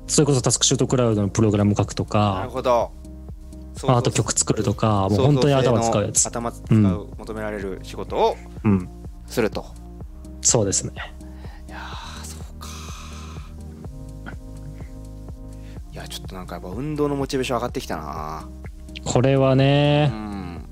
Speaker 1: それこそタスクシュートクラウドのプログラム書くと
Speaker 2: な
Speaker 1: か
Speaker 2: るほどそうそう
Speaker 1: あと曲作るとかもう
Speaker 2: 創
Speaker 1: 本
Speaker 2: 造
Speaker 1: 当
Speaker 2: 性
Speaker 1: に
Speaker 2: の
Speaker 1: 頭使うやつ
Speaker 2: 頭使う求められる仕事を
Speaker 1: うん
Speaker 2: すると、
Speaker 1: そうですね
Speaker 2: いやーそうかいやちょっとなんかやっぱ運動のモチベーション上がってきたな
Speaker 1: これは
Speaker 2: う
Speaker 1: ね
Speaker 2: ん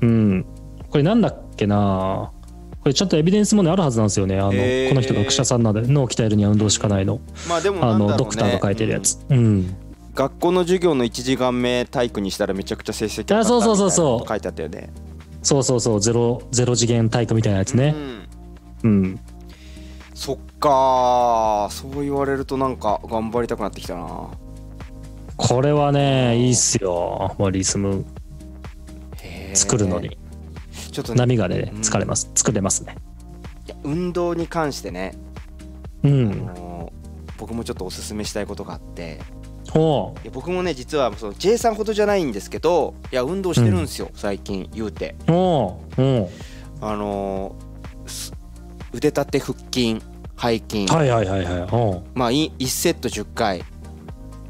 Speaker 1: うんこれなんだっけなこれちゃんとエビデンスもねあるはずなんですよねあの、
Speaker 2: へー
Speaker 1: この人学者さんなんで脳を鍛えるには運動しかないの
Speaker 2: まあでも
Speaker 1: あ
Speaker 2: なんだろう、ね、
Speaker 1: のドクターが書いてるやつうん
Speaker 2: うん学校の授業の1時間目体育にしたらめちゃくちゃ成績上がった
Speaker 1: あそうそうそうそう
Speaker 2: みたいなこと書いてあったよね
Speaker 1: そうそうそうゼロゼロ次元体育みたいなやつね
Speaker 2: うん
Speaker 1: うん
Speaker 2: そっかーそう言われるとなんか頑張りたくなってきたな
Speaker 1: これはねいいっすよもうリズム
Speaker 2: へー
Speaker 1: 作るのに
Speaker 2: ちょっとね
Speaker 1: 波がね
Speaker 2: うん
Speaker 1: 疲れます作れますね
Speaker 2: いや運動に関してね、
Speaker 1: う
Speaker 2: あ
Speaker 1: ん
Speaker 2: のー僕もちょっとおすすめしたいことがあって
Speaker 1: おう
Speaker 2: いや僕もね実はその J さんほどじゃないんですけどいや運動してるんですよ、最近言うて
Speaker 1: おうお
Speaker 2: あのーす腕立て腹筋背筋、
Speaker 1: うはいはいはいはいおう
Speaker 2: まあい1セット10回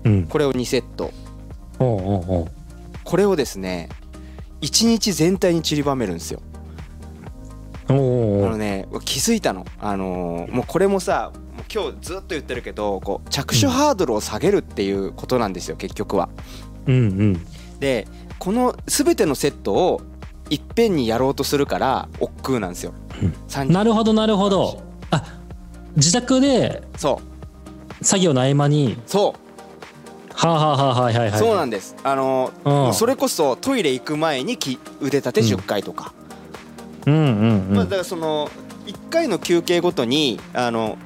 Speaker 1: うん
Speaker 2: これを2セット
Speaker 1: おうおうおう
Speaker 2: これをですね1日全体に散りばめるんですよ
Speaker 1: お
Speaker 2: あ
Speaker 1: うお
Speaker 2: の
Speaker 1: う
Speaker 2: ね気づいたのあのーもうこれもさもう今日ずっと言ってるけどこう着手ハードルを下げるっていうことなんですよ結局は
Speaker 1: うんうん
Speaker 2: でこの全てのセットをいっぺんにやろうとするから億劫なんですよ
Speaker 1: うん
Speaker 2: 30
Speaker 1: なるほどなるほどあ自宅で
Speaker 2: そう
Speaker 1: 作業の合間に
Speaker 2: そ、
Speaker 1: はあ、はあはあはいはいうはい
Speaker 2: そうなんですあの
Speaker 1: うん
Speaker 2: それこそトイレ行く前にき腕立て10回とか、
Speaker 1: うんうんうん、
Speaker 2: まあ、だからその1回の休憩ごとにあの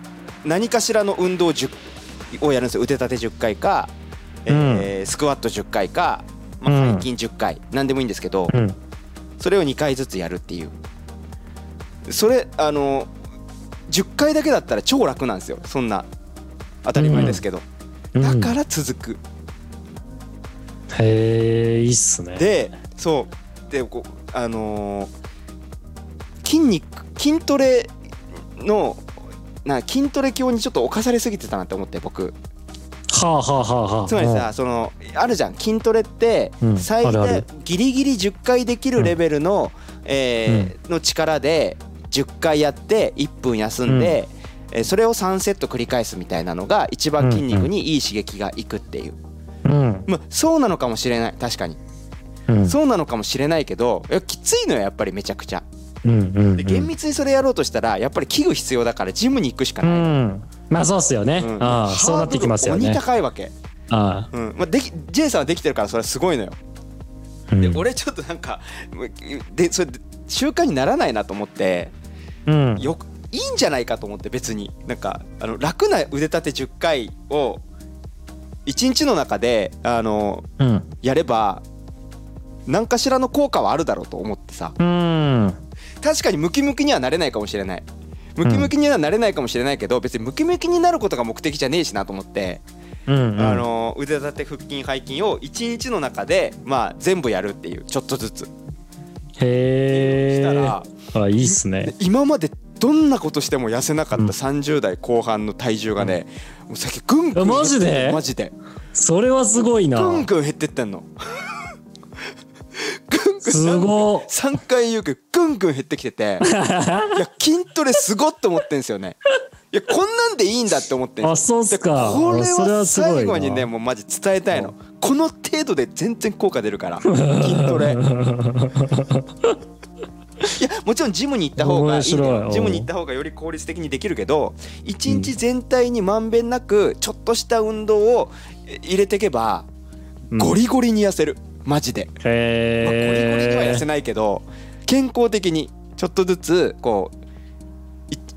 Speaker 2: 何かしらの運動10をやるんですよ腕立て10回か、えースクワット10回か、ま
Speaker 1: う
Speaker 2: あ、
Speaker 1: ん
Speaker 2: 背筋10回、何でもいいんですけど、
Speaker 1: うん
Speaker 2: それを2回ずつやるっていうそれあの10回だけだったら超楽なんですよそんな当たり前ですけど、
Speaker 1: うん、
Speaker 2: だから続く、
Speaker 1: へえいいっすね
Speaker 2: でそうでこうあのー筋肉筋トレのな筋トレ教にちょっと侵されすぎてたなって思って僕
Speaker 1: はあはあはあはあ
Speaker 2: つまりさそのあるじゃん筋トレって
Speaker 1: うん
Speaker 2: 最
Speaker 1: あるあ
Speaker 2: 大
Speaker 1: る
Speaker 2: ギリギリ10回できるレベルのえーの力で10回やって1分休んでえーそれを3セット繰り返すみたいなのが一番筋肉にいい刺激がいくっていう
Speaker 1: うん
Speaker 2: まあそうなのかもしれない確かに
Speaker 1: うん
Speaker 2: そうなのかもしれないけどいやきついのよやっぱりめちゃくちゃ
Speaker 1: うんうん
Speaker 2: で厳密にそれやろうとしたらやっぱり器具必要だからジムに行くしか
Speaker 1: う
Speaker 2: ない、
Speaker 1: んまあそうっすよね、
Speaker 2: うん
Speaker 1: ああ
Speaker 2: ハードル
Speaker 1: そうなってきますよ
Speaker 2: 鬼
Speaker 1: ね
Speaker 2: 高いわけ、
Speaker 1: あ
Speaker 2: うんまあ、でき J さんはできてるからそれはすごいのよ
Speaker 1: あ、うん、
Speaker 2: で俺ちょっとなんかでそれ習慣にならないなと思って
Speaker 1: うん
Speaker 2: よくいいんじゃないかと思って別になんかあの楽な腕立て10回を1日の中であの
Speaker 1: うん
Speaker 2: やれば何かしらの効果はあるだろうと思ってさ
Speaker 1: うん
Speaker 2: 確かにムキムキにはなれないかもしれないムキムキにはなれないかもしれないけど、別にムキムキになることが目的じゃねえしなと思って、
Speaker 1: うん
Speaker 2: あの腕立て腹筋背筋を1日の中で、まあ、全部やるっていうちょっとずつ
Speaker 1: へ
Speaker 2: した
Speaker 1: え
Speaker 2: ら、
Speaker 1: あいいっすね
Speaker 2: 今までどんなことしても痩せなかっ
Speaker 1: うん
Speaker 2: た30代後半の体重がね、もう最近ぐんぐん
Speaker 1: えマジで
Speaker 2: 減ってんのマジで
Speaker 1: それはすごいな
Speaker 2: ぐんぐん減ってってんのぐんぐん
Speaker 1: すごっ
Speaker 2: 3回言うけどぐんぐん減ってきてていや筋トレすごって思ってんすよねいやこんなんでいいんだって思ってんすよ
Speaker 1: あそうっすか
Speaker 2: でこれ
Speaker 1: あそれ
Speaker 2: は
Speaker 1: はすごいな
Speaker 2: 最後にねもうマジ伝えたいのこの程度で全然効果出 るから筋トレいやもちろんジムに行った方がいいんだ
Speaker 1: 面白
Speaker 2: よ
Speaker 1: い
Speaker 2: ジムに行った方がより効率的にできるけど一日全体にまんべんなくちょっとした運動をえ入れてけば
Speaker 1: うん
Speaker 2: ゴリゴリに痩せるマジで
Speaker 1: へ
Speaker 2: まあ、ゴリゴリには
Speaker 1: え
Speaker 2: 痩せないけど健康的にちょっとずつこう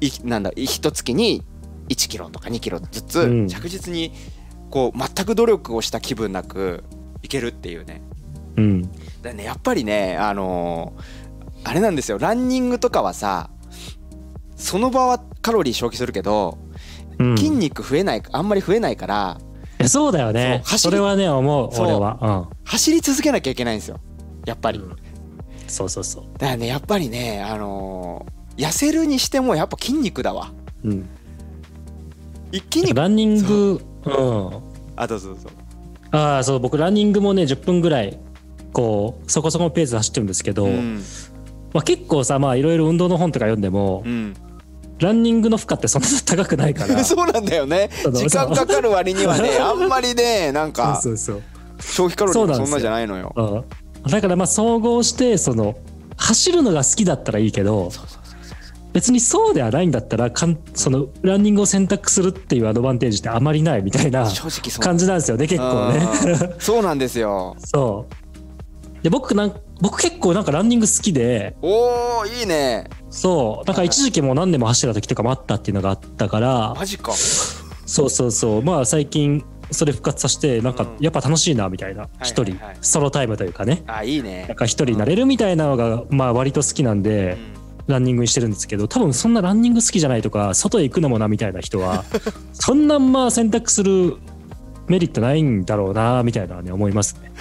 Speaker 2: いいなんだ一月に1キロとか2キロず
Speaker 1: う
Speaker 2: つ
Speaker 1: ん
Speaker 2: 着実にこう全く努力をした気分なくいけるっていうね
Speaker 1: うん
Speaker 2: だからねやっぱりねあのーあれなんですよランニングとかはさその場はカロリー消費するけど
Speaker 1: うん
Speaker 2: 筋肉増えないあんまり増えないから
Speaker 1: えそうだよね
Speaker 2: そう走り
Speaker 1: それはね思う
Speaker 2: そう
Speaker 1: 俺は
Speaker 2: 走り続けなきゃいけないんですよやっぱり。
Speaker 1: うんそうそうそ
Speaker 2: だからねやっぱりねあのー痩せるにしてもやっぱ筋肉だわ
Speaker 1: ううん
Speaker 2: 一気に
Speaker 1: ランニングうん
Speaker 2: あどうぞどうぞ
Speaker 1: ああそう僕ランニングもね10分ぐらい構そこそこのペースで走ってるんですけど、
Speaker 2: うん
Speaker 1: まあ、結構さまあいろいろ運動の本とか読んでも、
Speaker 2: うん、
Speaker 1: ランニングの負荷ってそんな高くないから
Speaker 2: そうなんだよね
Speaker 1: そうだ
Speaker 2: 時間かかる割にはねあんまりねなんか
Speaker 1: そうそう
Speaker 2: 消費カロリーも
Speaker 1: そうなんですよ
Speaker 2: そんなじゃないのよ
Speaker 1: そう、うん、だからまあ総合してその走るのが好きだったらいいけど
Speaker 2: そうそうそうそう
Speaker 1: 別にそうではないんだったらかんそのランニングを選択するっていうアドバンテージってあまりないみたいな
Speaker 2: 正直そう
Speaker 1: 感じなんですよね結構ね。
Speaker 2: ねそうなんですよ
Speaker 1: そうで僕なん僕結構なんかランニング好きで
Speaker 2: おーいいね
Speaker 1: そうだから一時期もう何年も走ってた時とかもあったっていうのがあったから
Speaker 2: マジか
Speaker 1: そうそうそうまあ最近それ復活させてなん
Speaker 2: う
Speaker 1: か
Speaker 2: ん
Speaker 1: やっぱ楽しいなみたいな
Speaker 2: はい
Speaker 1: 一人
Speaker 2: はい
Speaker 1: ソロタイムというかね
Speaker 2: あいい
Speaker 1: なん
Speaker 2: ね
Speaker 1: か一人になれるみたいなのがまあ割と好きなん
Speaker 2: う
Speaker 1: で
Speaker 2: ん
Speaker 1: ランニングにしてるんですけど多分そんなランニング好きじゃないとか外へ行くのもなみたいな人 はそんなまあ選択するメリットないんだろうなみたいなのはね思いますね。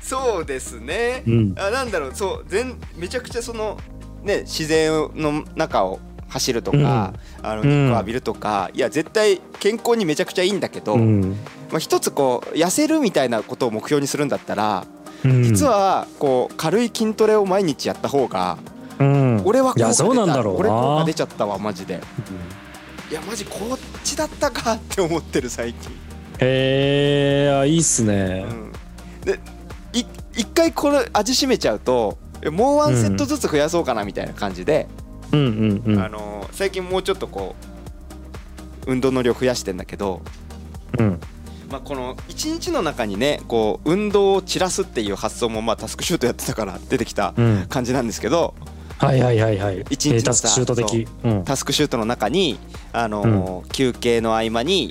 Speaker 2: そうですね
Speaker 1: うん
Speaker 2: あなんだろうそう全めちゃくちゃそのね自然の中を走るとか、あの
Speaker 1: うん
Speaker 2: 日光浴びるとか、いや絶対健康にめちゃくちゃいいんだけど、
Speaker 1: うん
Speaker 2: まあ、一つこう痩せるみたいなことを目標にするんだったら、
Speaker 1: うん
Speaker 2: 実はこう軽い筋トレを毎日やった方が、
Speaker 1: うん、
Speaker 2: 俺は効
Speaker 1: い
Speaker 2: 果
Speaker 1: や
Speaker 2: 出た
Speaker 1: そうなんだろうな
Speaker 2: 俺効果出ちゃったわマジでいやマジこっちだったかって思ってる最近、
Speaker 1: へえあいいっすね
Speaker 2: う、ん、でい一回これ味しめちゃうとえもうワンセットずつ増やそうかなみたいな感じで、
Speaker 1: うん、うんうん
Speaker 2: あのー最近もうちょっとこう運動の量増やしてんだけど、
Speaker 1: うん
Speaker 2: まあ、この一日の中にねこう運動を散らすっていう発想もまあタスクシュートやってたから出てきた
Speaker 1: うん
Speaker 2: 感じなんですけど
Speaker 1: はいはいはいはい
Speaker 2: 一日
Speaker 1: えー
Speaker 2: のさ
Speaker 1: タスクシュート的うん
Speaker 2: タスクシュートの中に、あのー休憩の合間に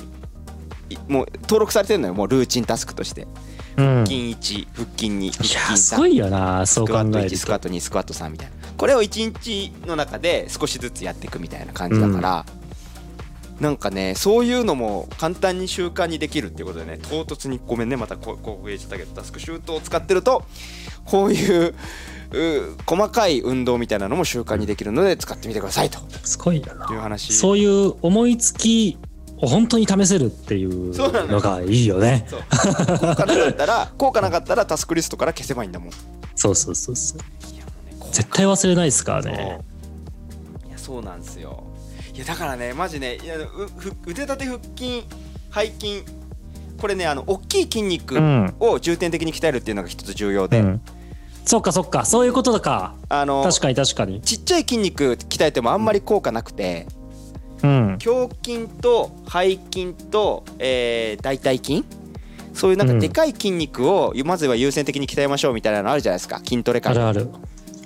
Speaker 2: いもう登録されてるのよもうルーチンタスクとして
Speaker 1: うんい
Speaker 2: 筋1腹筋2腹筋
Speaker 1: やす
Speaker 2: 3
Speaker 1: ごいよなそう
Speaker 2: スク
Speaker 1: 考
Speaker 2: ワット
Speaker 1: える
Speaker 2: 1スクワ
Speaker 1: と
Speaker 2: ット2スクワット3みたいなこれを1日の中で少しずつやっていくみたいな感じだから、なんかねそういうのも簡単に習慣にできるっていうことでね唐突にごめんねまたここう言っちゃったけどタスクシュートを使ってるとこういうう細かい運動みたいなのも習慣にできるので使ってみてくださいと
Speaker 1: すごいよな
Speaker 2: いう話
Speaker 1: そういう思いつきを本当に試せるっていう
Speaker 2: そうなの
Speaker 1: のがいいよね
Speaker 2: そう効果なかったら効果なかったらタスクリストから消せばいいんだもん
Speaker 1: そうそうそうそう
Speaker 2: いやもうね効果
Speaker 1: 絶対忘れないですからね
Speaker 2: そういやそうなんですよいやだからねマジねいやうふ腕立て腹筋背筋これねあの大きい筋肉
Speaker 1: ん
Speaker 2: を重点的に鍛えるっていうのが一つ重要
Speaker 1: う
Speaker 2: で、
Speaker 1: んそっかそっかそういうことだか
Speaker 2: あの
Speaker 1: 確かに確かに
Speaker 2: ちっちゃい筋肉鍛えてもあんまり効果なくて
Speaker 1: うん
Speaker 2: 胸筋と背筋と、えー大腿筋そういうなんか
Speaker 1: うん
Speaker 2: でかい筋肉をまずは優先的に鍛えましょうみたいなのあるじゃないですか筋トレか
Speaker 1: あ
Speaker 2: ら
Speaker 1: るある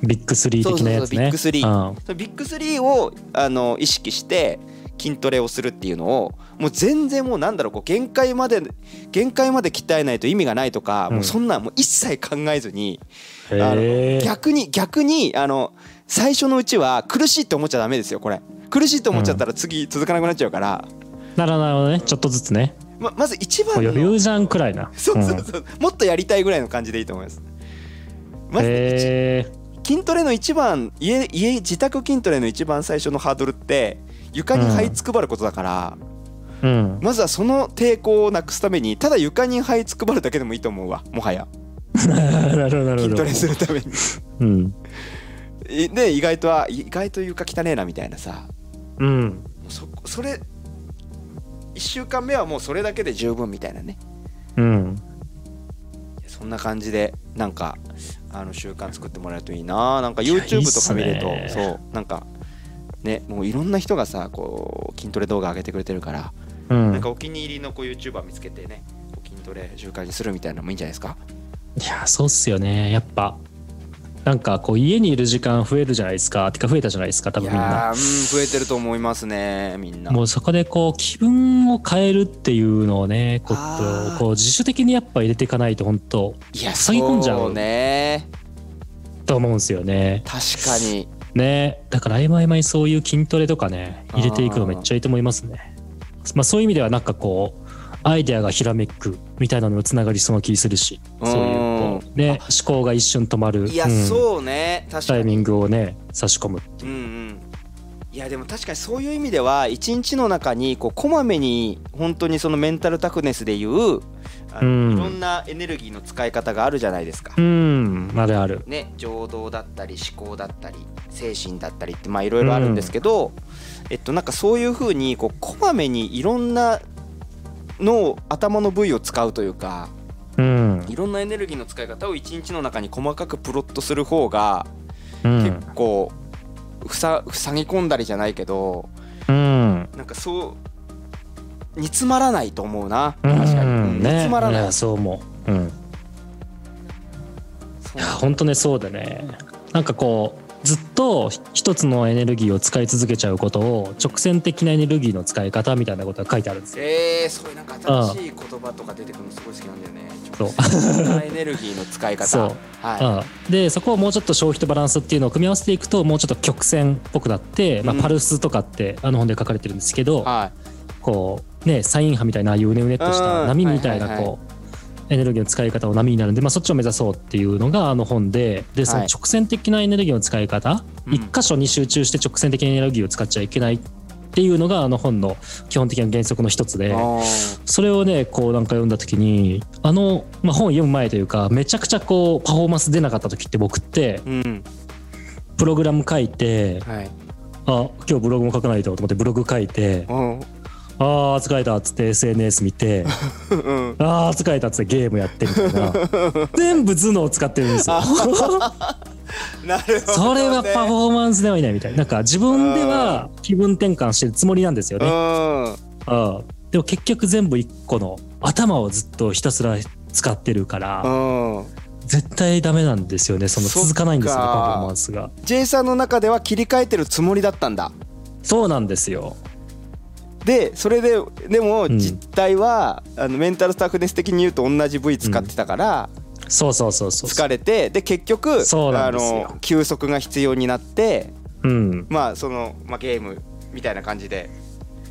Speaker 1: ビッグスリー的なやつね
Speaker 2: そうそうそうビッグスリ
Speaker 1: ー
Speaker 2: そのビッグ3をあの意識して筋トレをするっていうのをもう全然もうなんだろうこう限界まで限界まで鍛えないと意味がないとか、
Speaker 1: うん
Speaker 2: もうそんなんもう一切考えずに、あの
Speaker 1: へえ
Speaker 2: 逆に逆にあの最初のうちは苦しいって思っちゃダメですよこれ苦しいって思っちゃったら次続かなくなっちゃうから、
Speaker 1: なるほどねちょっとずつね
Speaker 2: ままず一番
Speaker 1: もう
Speaker 2: の
Speaker 1: 余裕じゃんくらいな
Speaker 2: そうそううんそう、もっとやりたいぐらいの感じでいいと思います。まずね一
Speaker 1: へえ
Speaker 2: 筋トレの一番家家自宅筋トレの一番最初のハードルって床に這いつくばることだから、
Speaker 1: うん
Speaker 2: まずはその抵抗をなくすためにただ床に這いつくばるだけでもいいと思うわもはや
Speaker 1: なるほどなるほ
Speaker 2: 筋ト
Speaker 1: ど
Speaker 2: レするために
Speaker 1: うん
Speaker 2: え で意外とは意外と床汚ねえなみたいなさ
Speaker 1: うん
Speaker 2: そこそれ1週間目はもうそれだけで十分みたいなね
Speaker 1: うん
Speaker 2: そんな感じでなんかあの習慣作ってもらえるといいななんか
Speaker 1: やいい
Speaker 2: YouTube
Speaker 1: っ
Speaker 2: と
Speaker 1: す
Speaker 2: か見
Speaker 1: ね
Speaker 2: るとそうなんかねもういろんな人がさこう筋トレ動画上げてくれてるから、
Speaker 1: う
Speaker 2: なん
Speaker 1: ん
Speaker 2: かお気に入りのこう YouTuber 見つけてねこう筋トレ習慣にするみたいなのもいいんじゃないですか
Speaker 1: いやそうっすよねやっぱなんかこう家にいる時間増えるじゃないですかてか増えたじゃないですか多
Speaker 2: い
Speaker 1: 分みんな
Speaker 2: やーうん増えてると思いますねみんな
Speaker 1: もうそこでこう気分を変えるっていうのをねこう
Speaker 2: あー
Speaker 1: こう自主的にやっぱ入れていかないと本当
Speaker 2: いや
Speaker 1: 塞ぎ込んじゃう
Speaker 2: そうね
Speaker 1: と思うんですよね
Speaker 2: 確かに
Speaker 1: ねだから曖昧昧そういう筋トレとかね入れていくのめっちゃいいと思いますねまあそういう意味ではなんかこうアイデアがひらめくみたいなのにもつながりそうな気するしそういうこうね思考が一瞬止まる
Speaker 2: いや
Speaker 1: うん
Speaker 2: そうね確か
Speaker 1: タイ
Speaker 2: に
Speaker 1: ミングをね差し込む
Speaker 2: うんうんいいやでも確かにそういう意味では一日の中にこうこまめに本当にそのメンタルタフネスでいうあの、
Speaker 1: うん
Speaker 2: いろんなエネルギーの使い方があるじゃないですか。
Speaker 1: うんあるある
Speaker 2: ね、情動だったり思考だったり精神だったりってまあいろいろあるんですけど、えっとなんかそういうふうにこうこまめにいろんなの頭の部位を使うというか
Speaker 1: うん
Speaker 2: いろんなエネルギーの使い方を一日の中に細かくプロットする方が
Speaker 1: うん
Speaker 2: 結構ふさ塞ぎ込んだりじゃないけど
Speaker 1: うん
Speaker 2: なんかそう煮詰まらないと思うな
Speaker 1: う
Speaker 2: 確かに、
Speaker 1: ん
Speaker 2: 煮詰まらない
Speaker 1: ねねそう思ううん
Speaker 2: そう
Speaker 1: いや本当ねそうだねなんかこうずっと一つのエネルギーを使い続けちゃうことを直線的なエネルギーの使い方みたいなことが書いてあるんですよ
Speaker 2: えー、そういうなんか新しい言葉とか出てくるのすごい好きなんだよね。
Speaker 1: そう
Speaker 2: う。エネルギーの使い方。
Speaker 1: そう
Speaker 2: は
Speaker 1: うん、でそこをもうちょっと消費とバランスっていうのを組み合わせていくともうちょっと曲線っぽくなって、まあ、
Speaker 2: うん
Speaker 1: パルスとかってあの本で書かれてるんですけど、
Speaker 2: い。は
Speaker 1: こうねサイン波みたいなああいううねうねっとし
Speaker 2: う
Speaker 1: た
Speaker 2: ん
Speaker 1: 波みたいな
Speaker 2: はいはいはい
Speaker 1: こうエネルギーの使い方を波になるんで、まあ、そっちを目指そうっていうのがあの本ででその
Speaker 2: はい
Speaker 1: 直線的なエネルギーの使い方、
Speaker 2: うん
Speaker 1: 一箇所に集中して直線的なエネルギーを使っちゃいけないっていうのがあの本の基本的な原則の一つ
Speaker 2: い。
Speaker 1: で。
Speaker 2: おー
Speaker 1: それをねこうなんか読んだ時にあの、まあ、本読む前というかめちゃくちゃこうパフォーマンス出なかった時って僕って
Speaker 2: うん。
Speaker 1: プログラム書いて
Speaker 2: はい。
Speaker 1: あ今日ブログも書かないとと思ってブログ書いて
Speaker 2: うん。
Speaker 1: あー疲れたっつって SNS 見て
Speaker 2: うん。
Speaker 1: あー疲れたっつってゲームやってみたい な全部頭脳を使ってるん ですよ
Speaker 2: なるほど。
Speaker 1: それはパフ
Speaker 2: ォ
Speaker 1: ォーマンスではいないみたいななんか自分では気分転換してるつもりなんですよね
Speaker 2: ー
Speaker 1: あでも結局全部一個の頭をずっとひたすら使ってるから
Speaker 2: うん。うん。
Speaker 1: 絶対ダメなんですよねその
Speaker 2: そっか
Speaker 1: 続かないんですよねパフォーマンスが
Speaker 2: J さんの中では切り替えてるつもりだったんだ。
Speaker 1: そうなんですよ
Speaker 2: で、それで、でも
Speaker 1: うん
Speaker 2: 実態は、あのメンタルスタッフネス的に言うと同じ部位使ってたから、
Speaker 1: そうそうそうそう
Speaker 2: 疲れて、で結局
Speaker 1: そうな
Speaker 2: あ
Speaker 1: んですよ
Speaker 2: の休息が必要になって、
Speaker 1: うん、
Speaker 2: まあそのまあゲームみたいな感じで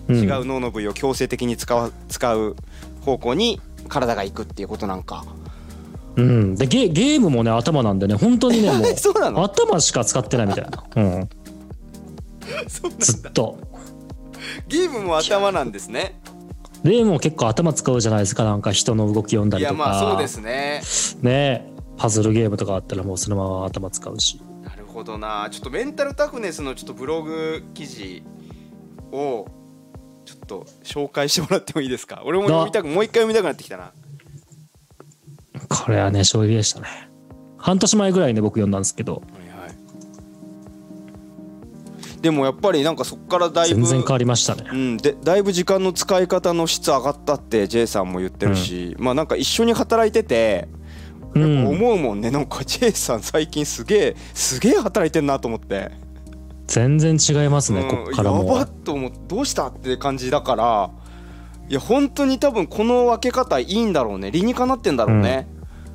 Speaker 1: うん
Speaker 2: 違う脳の部位を強制的に使わ使う方向に体が行くっていうことなんか。
Speaker 1: うん、でゲゲームもね頭なんでね本当にねも
Speaker 2: え そうな
Speaker 1: う
Speaker 2: の？
Speaker 1: 頭しか使ってないみたいな、うん、
Speaker 2: そうなん
Speaker 1: ず
Speaker 2: だ
Speaker 1: っ。と
Speaker 2: ゲームも頭なんですね。
Speaker 1: ゲームも結構頭使うじゃないですかなんか人の動き読んだ
Speaker 2: い
Speaker 1: りと
Speaker 2: や
Speaker 1: か
Speaker 2: まあそうですね。
Speaker 1: ねパズルゲームとかあったらもうそのまま頭使うし
Speaker 2: なるほどな。ちょっとメンタルタフネスのちょっとブログ記事をちょっと紹介してもらってもいいですか？俺も読みたくもう一回読みたくなってきたな。
Speaker 1: これはね衝撃でしたね半年前ぐらいにね僕読んだんですけど
Speaker 2: でもやっぱりなんかそっからだいぶ
Speaker 1: 全然変わりましたね
Speaker 2: うん、でだいぶ時間の使い方の質上がったって J さんも言ってるし、まあなんか一緒に働いてて、
Speaker 1: う
Speaker 2: やっぱ
Speaker 1: ん
Speaker 2: 思うもんねなんか J さん最近すげえすげえ働いてんなと思って、
Speaker 1: 全然違います
Speaker 2: うん、
Speaker 1: ね、
Speaker 2: や
Speaker 1: こっからも
Speaker 2: ばっと思ってどうしたって感じだからいや本当に多分この分け方いいんだろうね理にかなってんだろうね、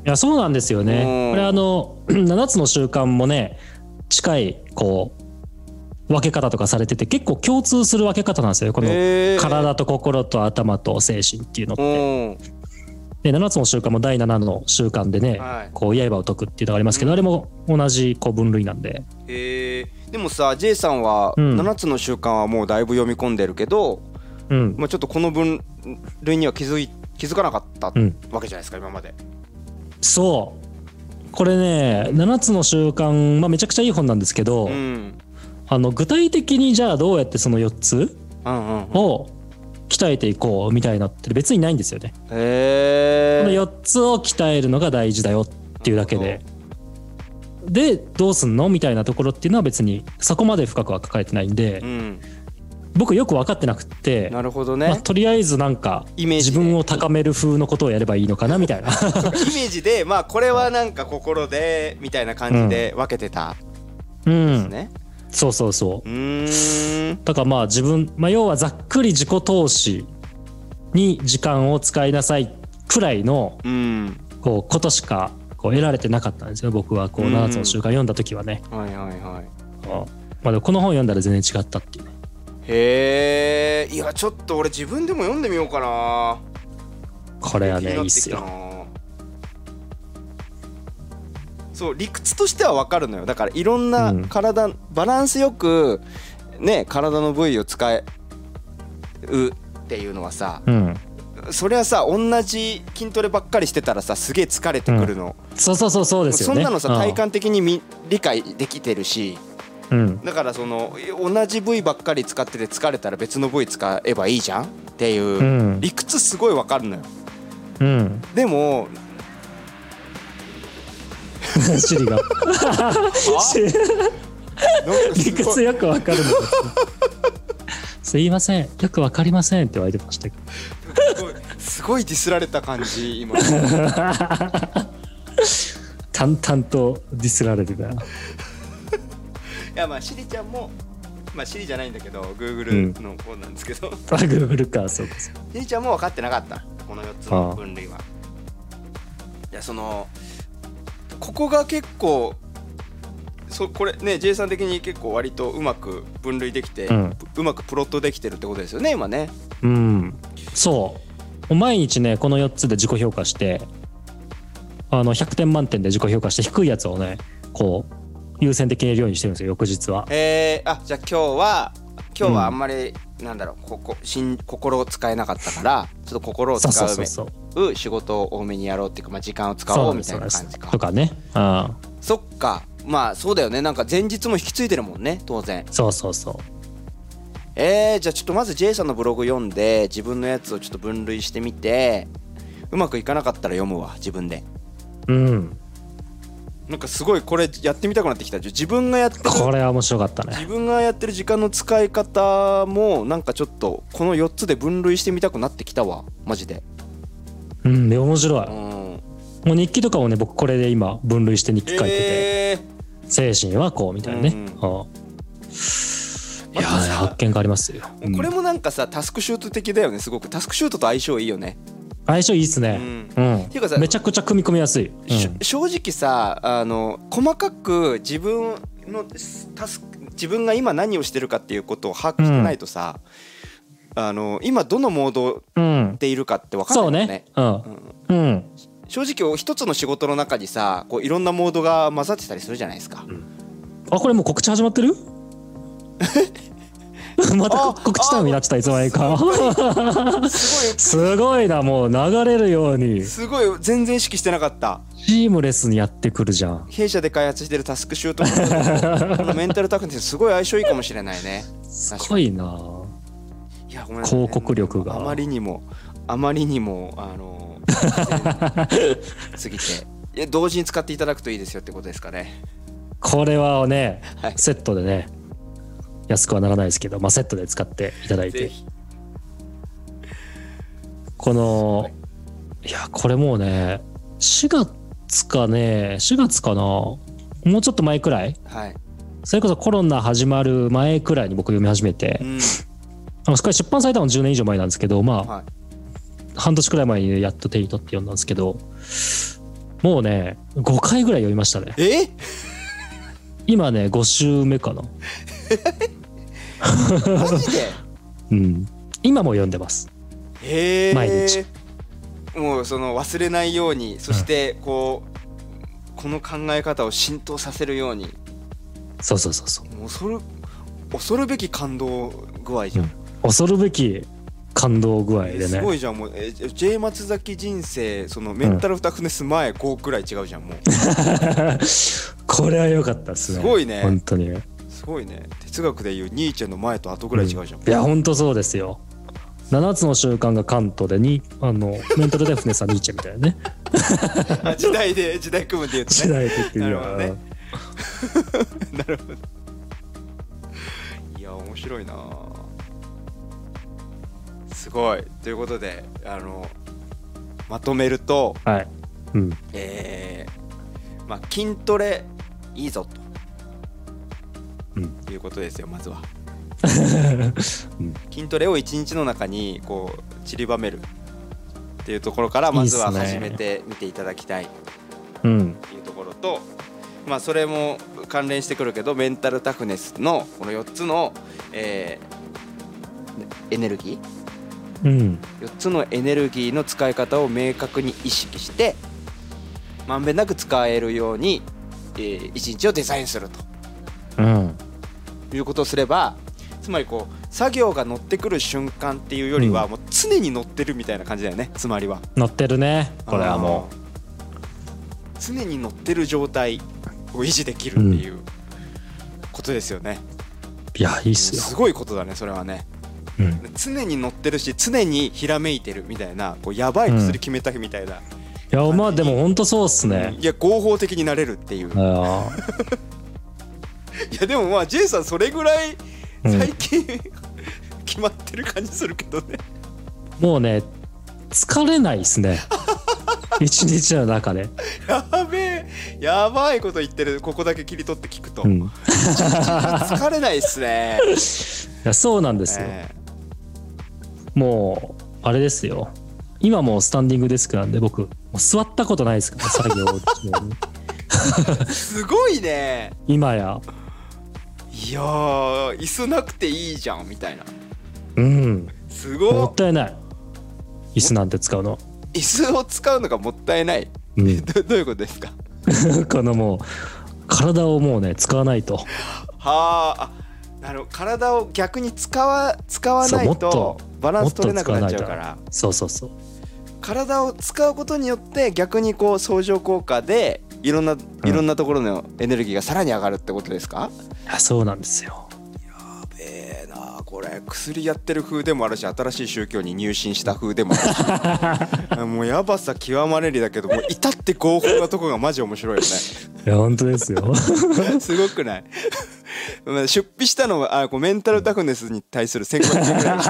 Speaker 1: いやそうなんですよ
Speaker 2: う
Speaker 1: ね
Speaker 2: ん。
Speaker 1: これあの 7つの習慣もね近いこう分け方とかされてて結構共通する分け方なんですよこの
Speaker 2: へー
Speaker 1: 体と心と頭と精神っていうのっ
Speaker 2: う
Speaker 1: て。
Speaker 2: ん
Speaker 1: で7つの習慣も第7の習慣でね
Speaker 2: はい
Speaker 1: こう刃を解くっていうのがありますけ
Speaker 2: う
Speaker 1: ど
Speaker 2: ん
Speaker 1: あれも同じこう分類なんで。
Speaker 2: へえでもさ J さんは
Speaker 1: うん
Speaker 2: 7つの習慣はもうだいぶ読み込んでるけど、
Speaker 1: うん
Speaker 2: まあ、ちょっとこの分類には気づい気づかなかったわ
Speaker 1: うん
Speaker 2: けじゃないですか今まで。
Speaker 1: そうこれね7つの習慣、まあ、めちゃくちゃいい本なんですけど、
Speaker 2: うん
Speaker 1: あの具体的にじゃあどうやってその4つ
Speaker 2: うんうんうん、
Speaker 1: を鍛えていこうみたいなって別にないんですよね。
Speaker 2: へ
Speaker 1: この
Speaker 2: え
Speaker 1: 4つを鍛えるのが大事だよっていうだけで。でどうすんのみたいなところっていうのは別にそこまで深くは書かれてないんで、
Speaker 2: うん、
Speaker 1: 僕よく分かってなくって、
Speaker 2: なるほどね、
Speaker 1: まあ、とりあえずなんか
Speaker 2: イメージ
Speaker 1: 自
Speaker 2: で
Speaker 1: 分を高める風のことをやればいいのかなみたいな
Speaker 2: イメージでまあこれはなんか心でみたいな感じで分けてたん
Speaker 1: う
Speaker 2: です
Speaker 1: ん
Speaker 2: ね。
Speaker 1: そうそうそう
Speaker 2: うーん
Speaker 1: だからまあ自分、まあ、要はざっくり自己投資に時間を使いなさいくらいの
Speaker 2: うん
Speaker 1: こうことしかこう得られてなかったんですよ僕はこう
Speaker 2: うん
Speaker 1: 7つの習慣読んだ時はね、
Speaker 2: はいはいは
Speaker 1: う
Speaker 2: い。
Speaker 1: んまあ、でもこの本読んだら全然違ったっていうね
Speaker 2: へえいやちょっと俺自分でも読んでみようかな。
Speaker 1: これはねいい
Speaker 2: 気
Speaker 1: っ
Speaker 2: になて
Speaker 1: す
Speaker 2: きたな
Speaker 1: よ
Speaker 2: そう理屈としてはわかるのよだからいろんな
Speaker 1: うん
Speaker 2: 体、バランスよくね体の部位を使うっていうのはさ
Speaker 1: うん、
Speaker 2: それはさ同じ筋トレばっかりしてたらさすげえ疲れてくるの、
Speaker 1: そうそうそうそうですよ
Speaker 2: そ
Speaker 1: ね。
Speaker 2: んなのさ
Speaker 1: う
Speaker 2: 体感的にみ理解できてるし
Speaker 1: うん、
Speaker 2: だからその同じ部位ばっかり使ってて疲れたら別の部位使えばいいじゃんっていう、
Speaker 1: うん
Speaker 2: 理屈すごいわかるのよ
Speaker 1: うん、
Speaker 2: でも
Speaker 1: シリがシリ
Speaker 2: なんかす
Speaker 1: 理
Speaker 2: ごい
Speaker 1: 屈よくわ かるの ですすいませんよくわかりませんって言われてましたけど
Speaker 2: すごいすごいディスられた感じ 今
Speaker 1: 淡々とディスられてた
Speaker 2: いやまあシリちゃんもまあシリじゃないんだけど
Speaker 1: う
Speaker 2: Google
Speaker 1: ん
Speaker 2: の方なんですけど、
Speaker 1: あ Google かそうです
Speaker 2: シリちゃんも分かってなかったこの4つの分類は。いやそのここが結構そこれね J さん的に結構割とうまく分類できて、う
Speaker 1: うん
Speaker 2: まくプロットできてるってことですよね今ね。
Speaker 1: うんそう毎日ねこの4つで自己評価してあの100点満点で自己評価して低いやつをねこう優先的に入れるようにしてるんですよ翌日は
Speaker 2: えー、あじゃあ今日は今日はあんまり、なんだろうここ心心を使えなかったからちょっと心を使
Speaker 1: そううそう
Speaker 2: べ
Speaker 1: そうそう
Speaker 2: う仕事を多めにやろうっていうか、まあ、時間を使
Speaker 1: そ
Speaker 2: おう
Speaker 1: うで
Speaker 2: み
Speaker 1: す
Speaker 2: たい
Speaker 1: そう
Speaker 2: な
Speaker 1: で
Speaker 2: 感
Speaker 1: す
Speaker 2: じか
Speaker 1: とかねうん
Speaker 2: そっかまあそうだよねなんか前日も引き継いでるもんね当然
Speaker 1: そうそうそう
Speaker 2: えー、じゃあちょっとまず J さんのブログ読んで自分のやつをちょっと分類してみてうまくいかなかったら読むわ自分で
Speaker 1: うん
Speaker 2: なんかすごいこれやってみたくなってきた自分がやってる
Speaker 1: これは面白かったね
Speaker 2: 自分がやってる時間の使い方もなんかちょっとこの4つで分類してみたくなってきたわマジで
Speaker 1: うんで面白い
Speaker 2: うん
Speaker 1: もう日記とかをね僕これで今分類して日記書いてて、
Speaker 2: え
Speaker 1: 精神はこうみたいなね、
Speaker 2: うん
Speaker 1: はあ、いやー
Speaker 2: またさ
Speaker 1: 発見がありますよ、
Speaker 2: ー、これ
Speaker 1: うん
Speaker 2: もなんかさタスクシュート的だよねすごくタスクシュートと相性いいよね
Speaker 1: 相性いいっす
Speaker 2: う
Speaker 1: ねう
Speaker 2: ん
Speaker 1: ん、
Speaker 2: ていうかさ
Speaker 1: めちゃくちゃ組み込みやすい、うん
Speaker 2: し正直さあの細かく自分のタスク自分が今何をしてるかっていうことを把握してないとさ、あの今どのモード
Speaker 1: うん、
Speaker 2: でいるかって分かんない
Speaker 1: そ
Speaker 2: も
Speaker 1: うん
Speaker 2: ね
Speaker 1: ねうんうん、
Speaker 2: 正直一つの仕事の中にさこういろんなモードが混ざってたりするじゃないですか、
Speaker 1: あこれもう告知始まってるまた
Speaker 2: あ
Speaker 1: 告知タイムになってたいつの間にか
Speaker 2: す
Speaker 1: すごいなもう流れるように
Speaker 2: ごいすごい全然意識してなかった
Speaker 1: シームレスにやってくるじゃん
Speaker 2: 弊社で開発してるタスクシュート のこのメンタルタクティすごい相性いいかもしれないね
Speaker 1: すごいない
Speaker 2: やごめんなさい
Speaker 1: 広告力が
Speaker 2: あまりにもあまりにも あの過ぎていや同時に使っていただくといいですよってことですかね
Speaker 1: これはね、
Speaker 2: はい
Speaker 1: セットでね安くはならないですけど、まあ、セットで使っていただい
Speaker 2: ぜ
Speaker 1: て
Speaker 2: ひ
Speaker 1: このいやこれもうね4月かね4月かなもうちょっと前くらい
Speaker 2: はい、
Speaker 1: それこそコロナ始まる前くらいに僕読み始めて
Speaker 2: うん
Speaker 1: あのそっかり出版されたの10年以上前なんですけどまあ、
Speaker 2: はい、
Speaker 1: 半年くらい前にやっと手に取って読んだんですけどもうね5回ぐらい読みましたね
Speaker 2: え
Speaker 1: 今ね5週目かな
Speaker 2: マジ で
Speaker 1: うん今も読んでます
Speaker 2: へえ
Speaker 1: 毎日
Speaker 2: もうその忘れないようにそしてこう、この考え方を浸透させるように
Speaker 1: そうそうそうそう
Speaker 2: もう恐る恐るべき感動具合じゃん、
Speaker 1: 恐るべき感動具合でね
Speaker 2: すごいじゃんもうえ J 松崎人生そのメンタルタフネス前5くらい違うじゃんもう
Speaker 1: これは良かったですね
Speaker 2: すごいね
Speaker 1: 本当にい
Speaker 2: すごいね哲学でいうニーチェの前と後ぐらい違うじゃん、
Speaker 1: や本当そうですよ7つの習慣がカントでにあのメンタルデフネスはニーチェみた いな ね
Speaker 2: あ 時代で時代組むって言うと
Speaker 1: 時
Speaker 2: ね
Speaker 1: 代的に
Speaker 2: なるほど
Speaker 1: は、
Speaker 2: ねなるほどいや面白いなすごいということであのまとめると
Speaker 1: はい、うん、
Speaker 2: えーまあ筋トレいいぞと、
Speaker 1: うん
Speaker 2: いうことですよまずは
Speaker 1: うん
Speaker 2: 筋トレを一日の中にこう散りばめるっていうところからまずは
Speaker 1: いっ
Speaker 2: い
Speaker 1: す
Speaker 2: 始
Speaker 1: ね
Speaker 2: めてみていただきたい
Speaker 1: うん
Speaker 2: っていうところと、まあ、それも関連してくるけどメンタルタフネスのこの4つの、えーエネルギ
Speaker 1: うん
Speaker 2: ー4つのエネルギーの使い方を明確に意識してまんべんなく使えるように、え1日をデザインすると
Speaker 1: うん
Speaker 2: いうことをすればつまりこう作業が乗ってくる瞬間っていうよりは、もう常に乗ってるみたいな感じだよねつまりは
Speaker 1: 乗ってるねこれはも
Speaker 2: うん常に乗ってる状態を維持できるっていううことですよね、
Speaker 1: ういやいいっすよ
Speaker 2: すごいことだねそれはね
Speaker 1: うん
Speaker 2: 常に乗ってるし常にひらめいてるみたいなこうやばい薬決めたみたいな、
Speaker 1: いやまあでもほんとそうっすね
Speaker 2: いや合法的になれるっていう、
Speaker 1: あ
Speaker 2: い
Speaker 1: あ
Speaker 2: やでもまあ J さんそれぐらい
Speaker 1: うん
Speaker 2: 最近、決まってる感じするけどね
Speaker 1: もうね疲れないっす ね一日の中で、
Speaker 2: やべえやばいこと言ってるここだけ切り取って聞くと、
Speaker 1: うん、い
Speaker 2: 疲れないっすね
Speaker 1: やそうなんですよ、
Speaker 2: え
Speaker 1: もうあれですよ今もうスタンディングデスクなんで僕もう座ったことないですから作業中 に
Speaker 2: えすごいね
Speaker 1: 今や
Speaker 2: いやー椅子なくていいじゃんみたいな
Speaker 1: うん
Speaker 2: す
Speaker 1: もっ
Speaker 2: ご
Speaker 1: たいない椅子なんて使うの、
Speaker 2: い椅子を使うのがもったいない
Speaker 1: うん、
Speaker 2: どどういうことですか
Speaker 1: このもう体をもうね使わないと
Speaker 2: はああなるほど体を逆に使わ使わない
Speaker 1: そうも
Speaker 2: と
Speaker 1: っと
Speaker 2: バランス取れなくなっちゃう
Speaker 1: もっと使わないと
Speaker 2: から
Speaker 1: そうそうそう
Speaker 2: 体を使うことによって逆にこう相乗効果でいろんな、いろんなところのエネルギーがさらに上がるってことですか
Speaker 1: いやそうなんですよ
Speaker 2: やべえなこれ薬やってる風でもあるし新しい宗教に入信した風でもあるし もうやばさ極まれりだけどもう至って合法なとこがマジ面白いよね
Speaker 1: いや本当ですよ
Speaker 2: すごくない まあ出費したのはあこうメンタルタフネスに対する1500円ぐらいでし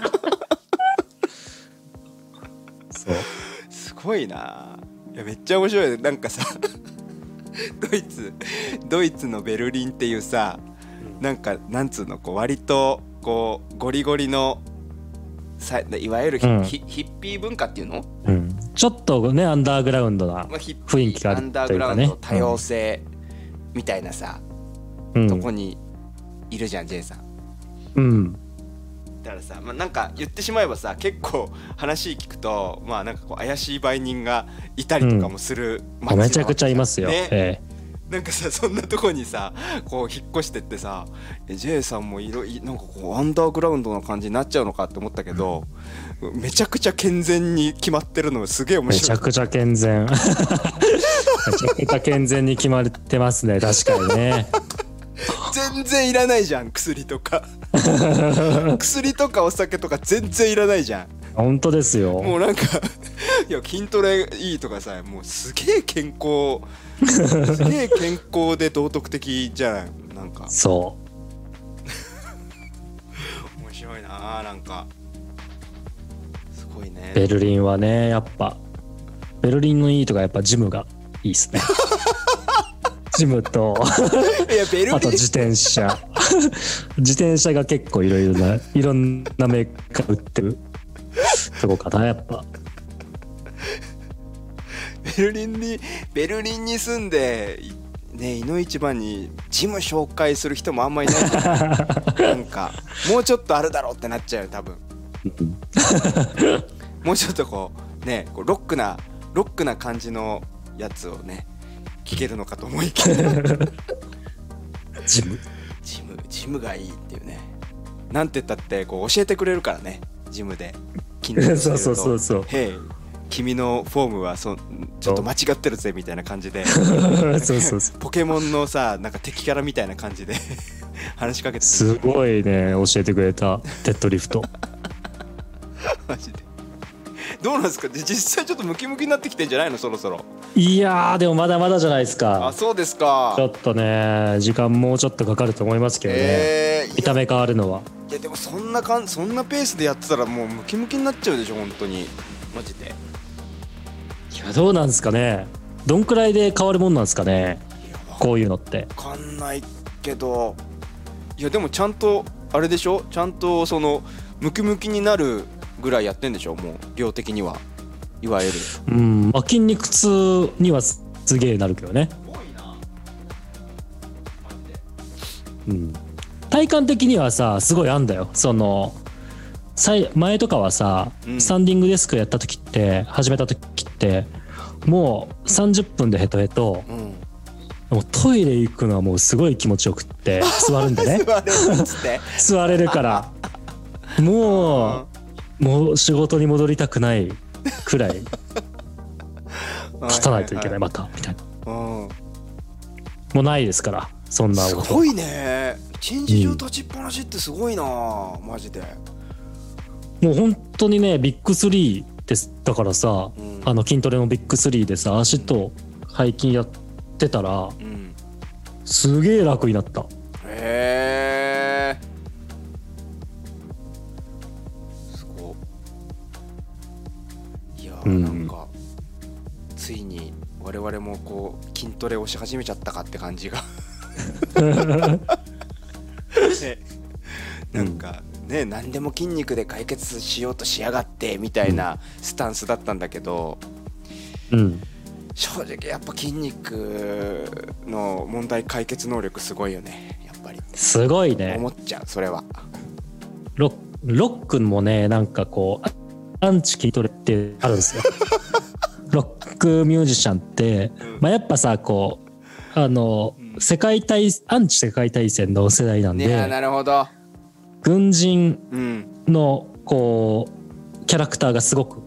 Speaker 1: そう
Speaker 2: たすごいないやめっちゃ面白いねなんかさ ドイツドイツのベルリンっていうさなんかなんつうのこう割とこうゴリゴリのさいわゆるヒ,、
Speaker 1: うん
Speaker 2: ヒヒッピー文化っていうの、
Speaker 1: うん、ちょっとねアンダーグラウンドな
Speaker 2: まあ、ヒッピ
Speaker 1: 雰囲気
Speaker 2: ー
Speaker 1: があ
Speaker 2: ア
Speaker 1: る
Speaker 2: ンダー
Speaker 1: とい
Speaker 2: グ
Speaker 1: う
Speaker 2: ラウ
Speaker 1: か
Speaker 2: ン
Speaker 1: ね
Speaker 2: ド多様性みたいなさ、
Speaker 1: うん
Speaker 2: とこにいるじゃん J さん。
Speaker 1: うん
Speaker 2: だからさ、まあ、なんか言ってしまえばさ結構話聞くとまあなんかこう怪しい売人がいたりとかもする、街なわけ
Speaker 1: め
Speaker 2: じ
Speaker 1: ち
Speaker 2: ゃ
Speaker 1: ゃ
Speaker 2: ん
Speaker 1: くちゃいますよ、
Speaker 2: ね
Speaker 1: え
Speaker 2: なんかさそんなとこにさこう引っ越してってさえ J さんもいろいなんかこうアンダーグラウンドな感じになっちゃうのかって思ったけど、めちゃくちゃ健全に決まってるのがすげえ
Speaker 1: え
Speaker 2: 面
Speaker 1: めち
Speaker 2: 白
Speaker 1: ゃ
Speaker 2: い
Speaker 1: くちゃ健全めちゃくちゃ健全に決まってますね確かにね
Speaker 2: 全然いらないじゃん薬と か薬とかお酒とか全然いらないじゃん
Speaker 1: 本当ですよ
Speaker 2: もうなんかいや筋トレいいとかさもうすげえ健康すげえ健康で道徳的じゃないなんか
Speaker 1: そ
Speaker 2: 面白いなあなんかすごいうね
Speaker 1: ベルリンはねやっぱベルリンのいいとかやっぱジムがいいですねジムと
Speaker 2: いやベルリン
Speaker 1: あと自転 車自転車が結構いろいろないろんなメーカー売ってるとこかなやっぱ
Speaker 2: ベルリンにベルリンに住んでいねいの一番にジム紹介する人もあんまりいないじ ゃんなんかもうちょっとあるだろうってなっちゃうよ多分
Speaker 1: うん
Speaker 2: もうちょっとこうねこうロックなロックな感じのやつをね聞けるのかと思いきや
Speaker 1: ジム
Speaker 2: ジムジムがいいっていうねなんて言ったってこう教えてくれるからねジム で筋トレして
Speaker 1: そ
Speaker 2: る
Speaker 1: う
Speaker 2: と
Speaker 1: そうそうそう
Speaker 2: 「へい君のフォームはそちょっと間違ってるぜ」みたいな感 じで
Speaker 1: そうそうそう
Speaker 2: ポケモンのさなんか敵キャラみたいな感じで 話しかけて
Speaker 1: すごいね教えてくれたデッドリフト
Speaker 2: マジでどうなんですかで実際ちょっとムキムキになってきてんじゃないのそろそろ
Speaker 1: いやーでもまだまだじゃないです
Speaker 2: あ
Speaker 1: か
Speaker 2: そうですか
Speaker 1: ちょっとね時間もうちょっとかかると思いますけどね、
Speaker 2: えー、
Speaker 1: 見た目変わるのはい
Speaker 2: やでもそんなかんそんなペースでやってたらもうムキムキになっちゃうでしょ本当にマジで
Speaker 1: いやどうなんですかねどんくらいで変わるもんなんですかね
Speaker 2: いやわ
Speaker 1: こういうのって
Speaker 2: わかんないけどいやでもちゃんとあれでしょちゃんとそのムキムキになるぐらいやってんでしょもう量的にはいわゆる
Speaker 1: うん、まあ、筋肉痛にはすすげえなるけどね、うん、体感的にはさすごいあんだよそのさい前とかはさ、
Speaker 2: うん
Speaker 1: スタンディングデスクやった時って始めた時ってもう30分でヘトヘト
Speaker 2: うん
Speaker 1: もうトイレ行くのはもうすごい気持ちよくって座るんで ね
Speaker 2: 座れるっつって
Speaker 1: 座れるからもうもう仕事に戻りたくないくらい立たないといけない
Speaker 2: は
Speaker 1: またみたいな
Speaker 2: はは
Speaker 1: もうないですからそん
Speaker 2: うん
Speaker 1: な
Speaker 2: す
Speaker 1: こと
Speaker 2: ごいね一日中立ちっぱなしってすごいなマジで、
Speaker 1: もう本当にねビッグスリーですだからさ
Speaker 2: うん、
Speaker 1: あの筋トレのビッグスリーでさ足と背筋やってたら
Speaker 2: うん
Speaker 1: すげえ楽になった
Speaker 2: へえすごいいやー
Speaker 1: うん
Speaker 2: なんか、ついに我々もこう筋トレをし始めちゃったかって感じが ねなんかね何でも筋肉で解決しようとしやがってみたいなスタンスだったんだけど、
Speaker 1: うん
Speaker 2: 正直やっぱ筋肉の問題解決能力すごいよねやっぱり
Speaker 1: すごいね
Speaker 2: 思っちゃうそれは。
Speaker 1: ロッロックンもねなんかこうアンチ筋トレってあるんですよロックミュージシャンって、まあ、やっぱさこうあの
Speaker 2: うん
Speaker 1: 世界大アンチ世界大戦の世代なん
Speaker 2: ねえ
Speaker 1: で
Speaker 2: なるほど。
Speaker 1: 軍人
Speaker 2: うん、
Speaker 1: のこうキャラクターがすごく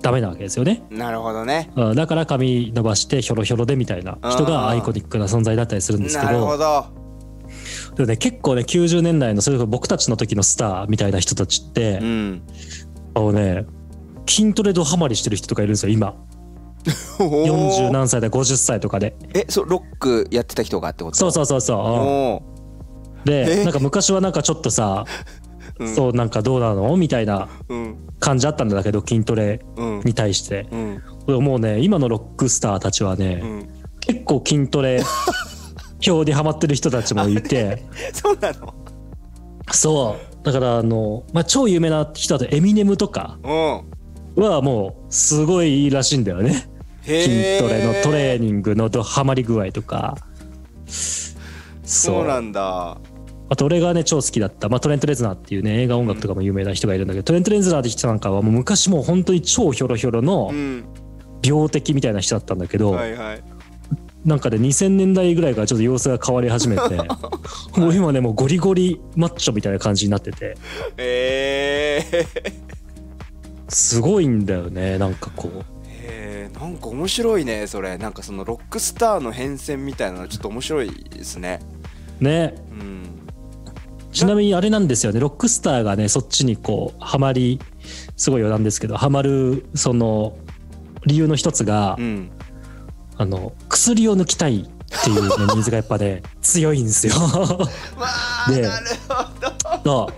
Speaker 1: ダメなわけですよね
Speaker 2: なるほどね。
Speaker 1: うんだから髪伸ばしてひょろひょろでみたいな人がアイコニックな存在だったりするんですけ
Speaker 2: なるほ
Speaker 1: ど
Speaker 2: ど。
Speaker 1: でもね結構ね90年代のそれこそ僕たちの時のスターみたいな人たちって、
Speaker 2: うん。
Speaker 1: あのね筋トレドハマりしてる人とかいるんですよ今40何歳だ50歳とかで
Speaker 2: え、そうロックやってた人がってこと。
Speaker 1: そうそうそう
Speaker 2: お
Speaker 1: そう、
Speaker 2: お
Speaker 1: うんで
Speaker 2: え
Speaker 1: なんか昔はなんかちょっとさ、
Speaker 2: ー。
Speaker 1: そうなんかどうなのみたいな
Speaker 2: うん。
Speaker 1: 感じあったんだけど筋トレ
Speaker 2: うん。
Speaker 1: に対して
Speaker 2: うん。
Speaker 1: もうね今のロックスターたちはね、
Speaker 2: うん。
Speaker 1: 結構筋ト レ表にハマってる人たちもいて
Speaker 2: そうなの。
Speaker 1: そうだからあの、まあ、超有名な人だとエミネムとか
Speaker 2: うん。
Speaker 1: はもうすごいいいらしいんだよね筋トレのトレー
Speaker 2: グ。
Speaker 1: ニングのどハマり具合とか
Speaker 2: そうなんだ。
Speaker 1: あと俺がね超好きだった、まあ、トレント・レズナーっていうね映画音楽とかも有名な人がいるんだけど、トレント・レズナーって人なんかはもう昔もう本当に超ひょろひょろの
Speaker 2: うん。
Speaker 1: 病的みたいな人だったんだけど、
Speaker 2: はいはい。
Speaker 1: なんかで2000年代ぐらいからちょっと様子が変わり始めてもう今ねもうゴリゴリマッチョみたいな感じになってて
Speaker 2: えー
Speaker 1: すごいんだよねなんかこう
Speaker 2: えー。なんか面白いねそれなんかそのロックスターの変遷みたいなのちょっと面白いですね
Speaker 1: ね
Speaker 2: うん
Speaker 1: ちなみにあれなんですよねロックスターがねそっちにこうハマりすごい余談ですけどハマるその理由の一つが、
Speaker 2: うん
Speaker 1: あの薬を抜きたいっていう、ね、ニーズがやっぱ ね強いんですよ。
Speaker 2: わあ
Speaker 1: で
Speaker 2: なる
Speaker 1: そ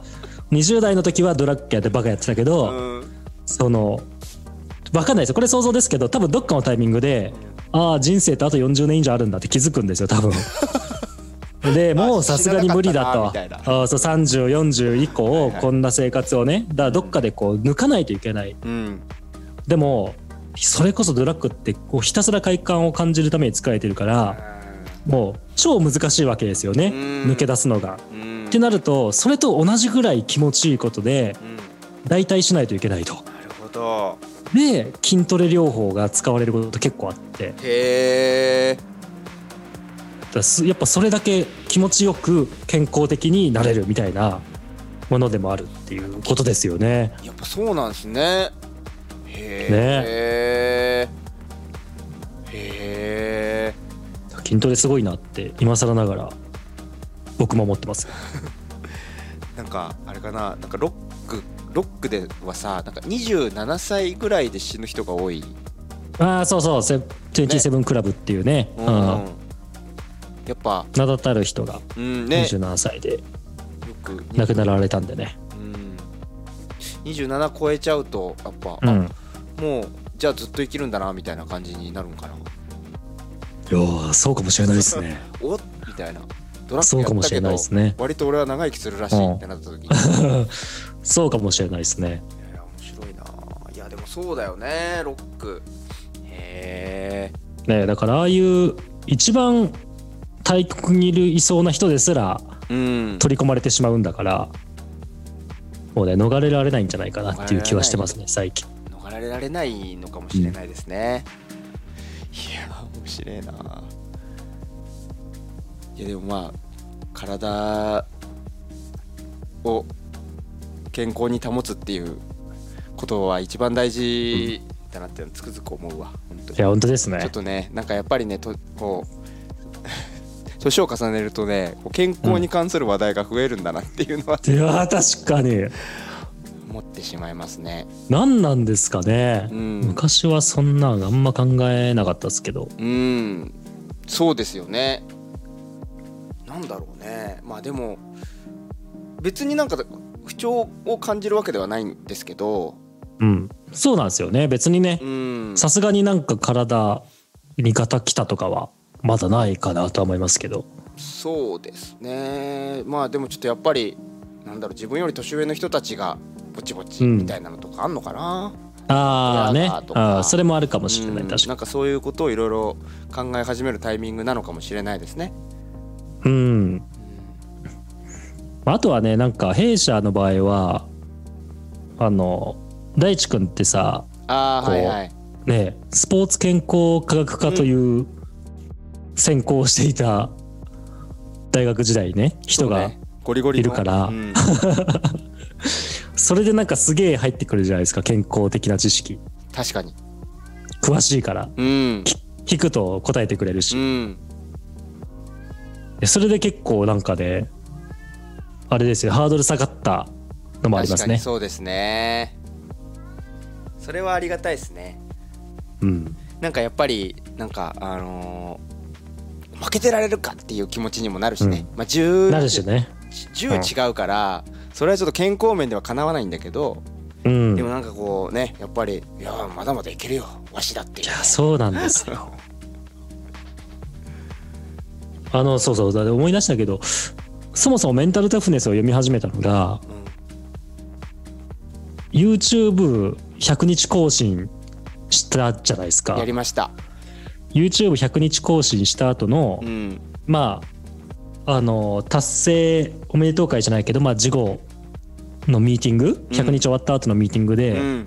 Speaker 1: う20代の時はドラッグやってバカやってたけど、
Speaker 2: うん
Speaker 1: そのわかんないですよこれ想像ですけど多分どっかのタイミングでああ人生ってあと40年以上あるんだって気づくんですよ 多分。でもうさすがに無理だと
Speaker 2: 死ななかったなみた
Speaker 1: ああそう3040以
Speaker 2: はい
Speaker 1: 降
Speaker 2: はい
Speaker 1: こんな生活をねだからどっかでこう抜かないといけない
Speaker 2: うん
Speaker 1: でもそれこそドラッグってこうひたすら快感を感じるために使えてるからもう超難しいわけですよね
Speaker 2: うん
Speaker 1: 抜け出すのが。
Speaker 2: うん
Speaker 1: ってなるとそれと同じぐらい気持ちいいことで
Speaker 2: うん
Speaker 1: 代替しないといけないと。
Speaker 2: なるほど
Speaker 1: で筋トレ療法が使われること結構あって
Speaker 2: へえ
Speaker 1: だからすやっぱそれだけ気持ちよく健康的になれるみたいなものでもあるっていうことですよね。
Speaker 2: やっぱそうなんですねへえへえ
Speaker 1: 筋トレすごいなって今更ながら僕も思ってます。
Speaker 2: なんかあれかななんかロックロックではさなんか27歳ぐらいで死ぬ人が多い、
Speaker 1: ああそうそうセ27クラブっていうね
Speaker 2: う
Speaker 1: うんん
Speaker 2: やっぱ
Speaker 1: 名だたる人が
Speaker 2: うんねよ
Speaker 1: 27歳で
Speaker 2: く
Speaker 1: 亡くなられたんでね。
Speaker 2: うん27超えちゃうとやっぱ、
Speaker 1: うん、い
Speaker 2: あもうじゃあずっと生きるんだなみたいな感じになるんかな
Speaker 1: やーそうかもしれないですね。
Speaker 2: おっみたいなドラッ
Speaker 1: そう
Speaker 2: グ
Speaker 1: か
Speaker 2: や
Speaker 1: も
Speaker 2: った
Speaker 1: し
Speaker 2: け
Speaker 1: れ
Speaker 2: ど
Speaker 1: ないですね。
Speaker 2: 割と俺は長生きするらし
Speaker 1: う
Speaker 2: い
Speaker 1: ん
Speaker 2: ってなった時にい
Speaker 1: そうかもしれないですね。
Speaker 2: や面白いないやでもそうだよねロックへえ
Speaker 1: ねだからああいう一番大国にいるいそうな人ですら
Speaker 2: うん
Speaker 1: 取り込まれてしまうんだからもうね逃れられないんじゃないかなっていう気はしてますね最近
Speaker 2: 逃れられないのかもしれないですね、いや面白いないやでもまあ体を健康に保つっていうことは一番大事だなっていうのつくづく思うわ本当に
Speaker 1: いや本当ですね
Speaker 2: ちょっとねなんかやっぱりねとこう年を重ねるとねこう健康に関する話題が増えるんだなっていうのは、
Speaker 1: いや確かに
Speaker 2: 思ってしまいますね。
Speaker 1: 何なんですかね、
Speaker 2: うん
Speaker 1: 昔はそんなんあんま考えなかったですけど
Speaker 2: うんそうですよねなんだろうねまあでも別になんか不調を感じるわけではないんですけど
Speaker 1: うんそうなんですよね別にね
Speaker 2: うん
Speaker 1: さすがになんか体味方来たとかはまだないかなとは思いますけど
Speaker 2: そうですねまあでもちょっとやっぱりなんだろう自分より年上の人たちがぼちぼち
Speaker 1: うん
Speaker 2: みたいなのとかあんのかな、
Speaker 1: ああね
Speaker 2: いやーとか
Speaker 1: あーそれもあるかもしれ
Speaker 2: う
Speaker 1: ない
Speaker 2: ん、
Speaker 1: 確か
Speaker 2: なんかそういうことをいろいろ考え始めるタイミングなのかもしれないですね。
Speaker 1: にうんまああとはねなんか弊社の場合はあの大地君ってさ
Speaker 2: ああ
Speaker 1: こう
Speaker 2: はいはい。
Speaker 1: ねスポーツ健康科学科という専攻をしていた大学時代ね人
Speaker 2: そ
Speaker 1: が
Speaker 2: うねゴリゴリの
Speaker 1: いるから
Speaker 2: うん
Speaker 1: それでなんかすげえ入ってくるじゃないですか健康的な知識
Speaker 2: 確かに。
Speaker 1: 詳しいから
Speaker 2: うん。
Speaker 1: 聞くと答えてくれるし
Speaker 2: う、ん。
Speaker 1: でそれで結構なんかねあれですよハードル下がったのもあります
Speaker 2: 確かに
Speaker 1: ね
Speaker 2: そうですねそれはありがたいですね
Speaker 1: うん
Speaker 2: なんかやっぱりなんかあのー負けてられるかっていう気持ちにもなるしね、まあ10
Speaker 1: なるしね
Speaker 2: 10違うから、それはちょっと健康面ではかなわないんだけど、
Speaker 1: う
Speaker 2: で
Speaker 1: ん
Speaker 2: もなんかこうねやっぱりいやーまだまだいけるよわしだっていう
Speaker 1: いやそうなんですよあのそうそうだって思い出したけどそもそもメンタルタフネスを読み始めたのが YouTube100 日更新したじゃないです
Speaker 2: うん、
Speaker 1: か
Speaker 2: やりました
Speaker 1: YouTube100 日更新した後の、
Speaker 2: うん
Speaker 1: まああの達成おめでとう会じゃないけどまあ事後のミーティング100日終わった後のミーティング
Speaker 2: う
Speaker 1: で、
Speaker 2: ん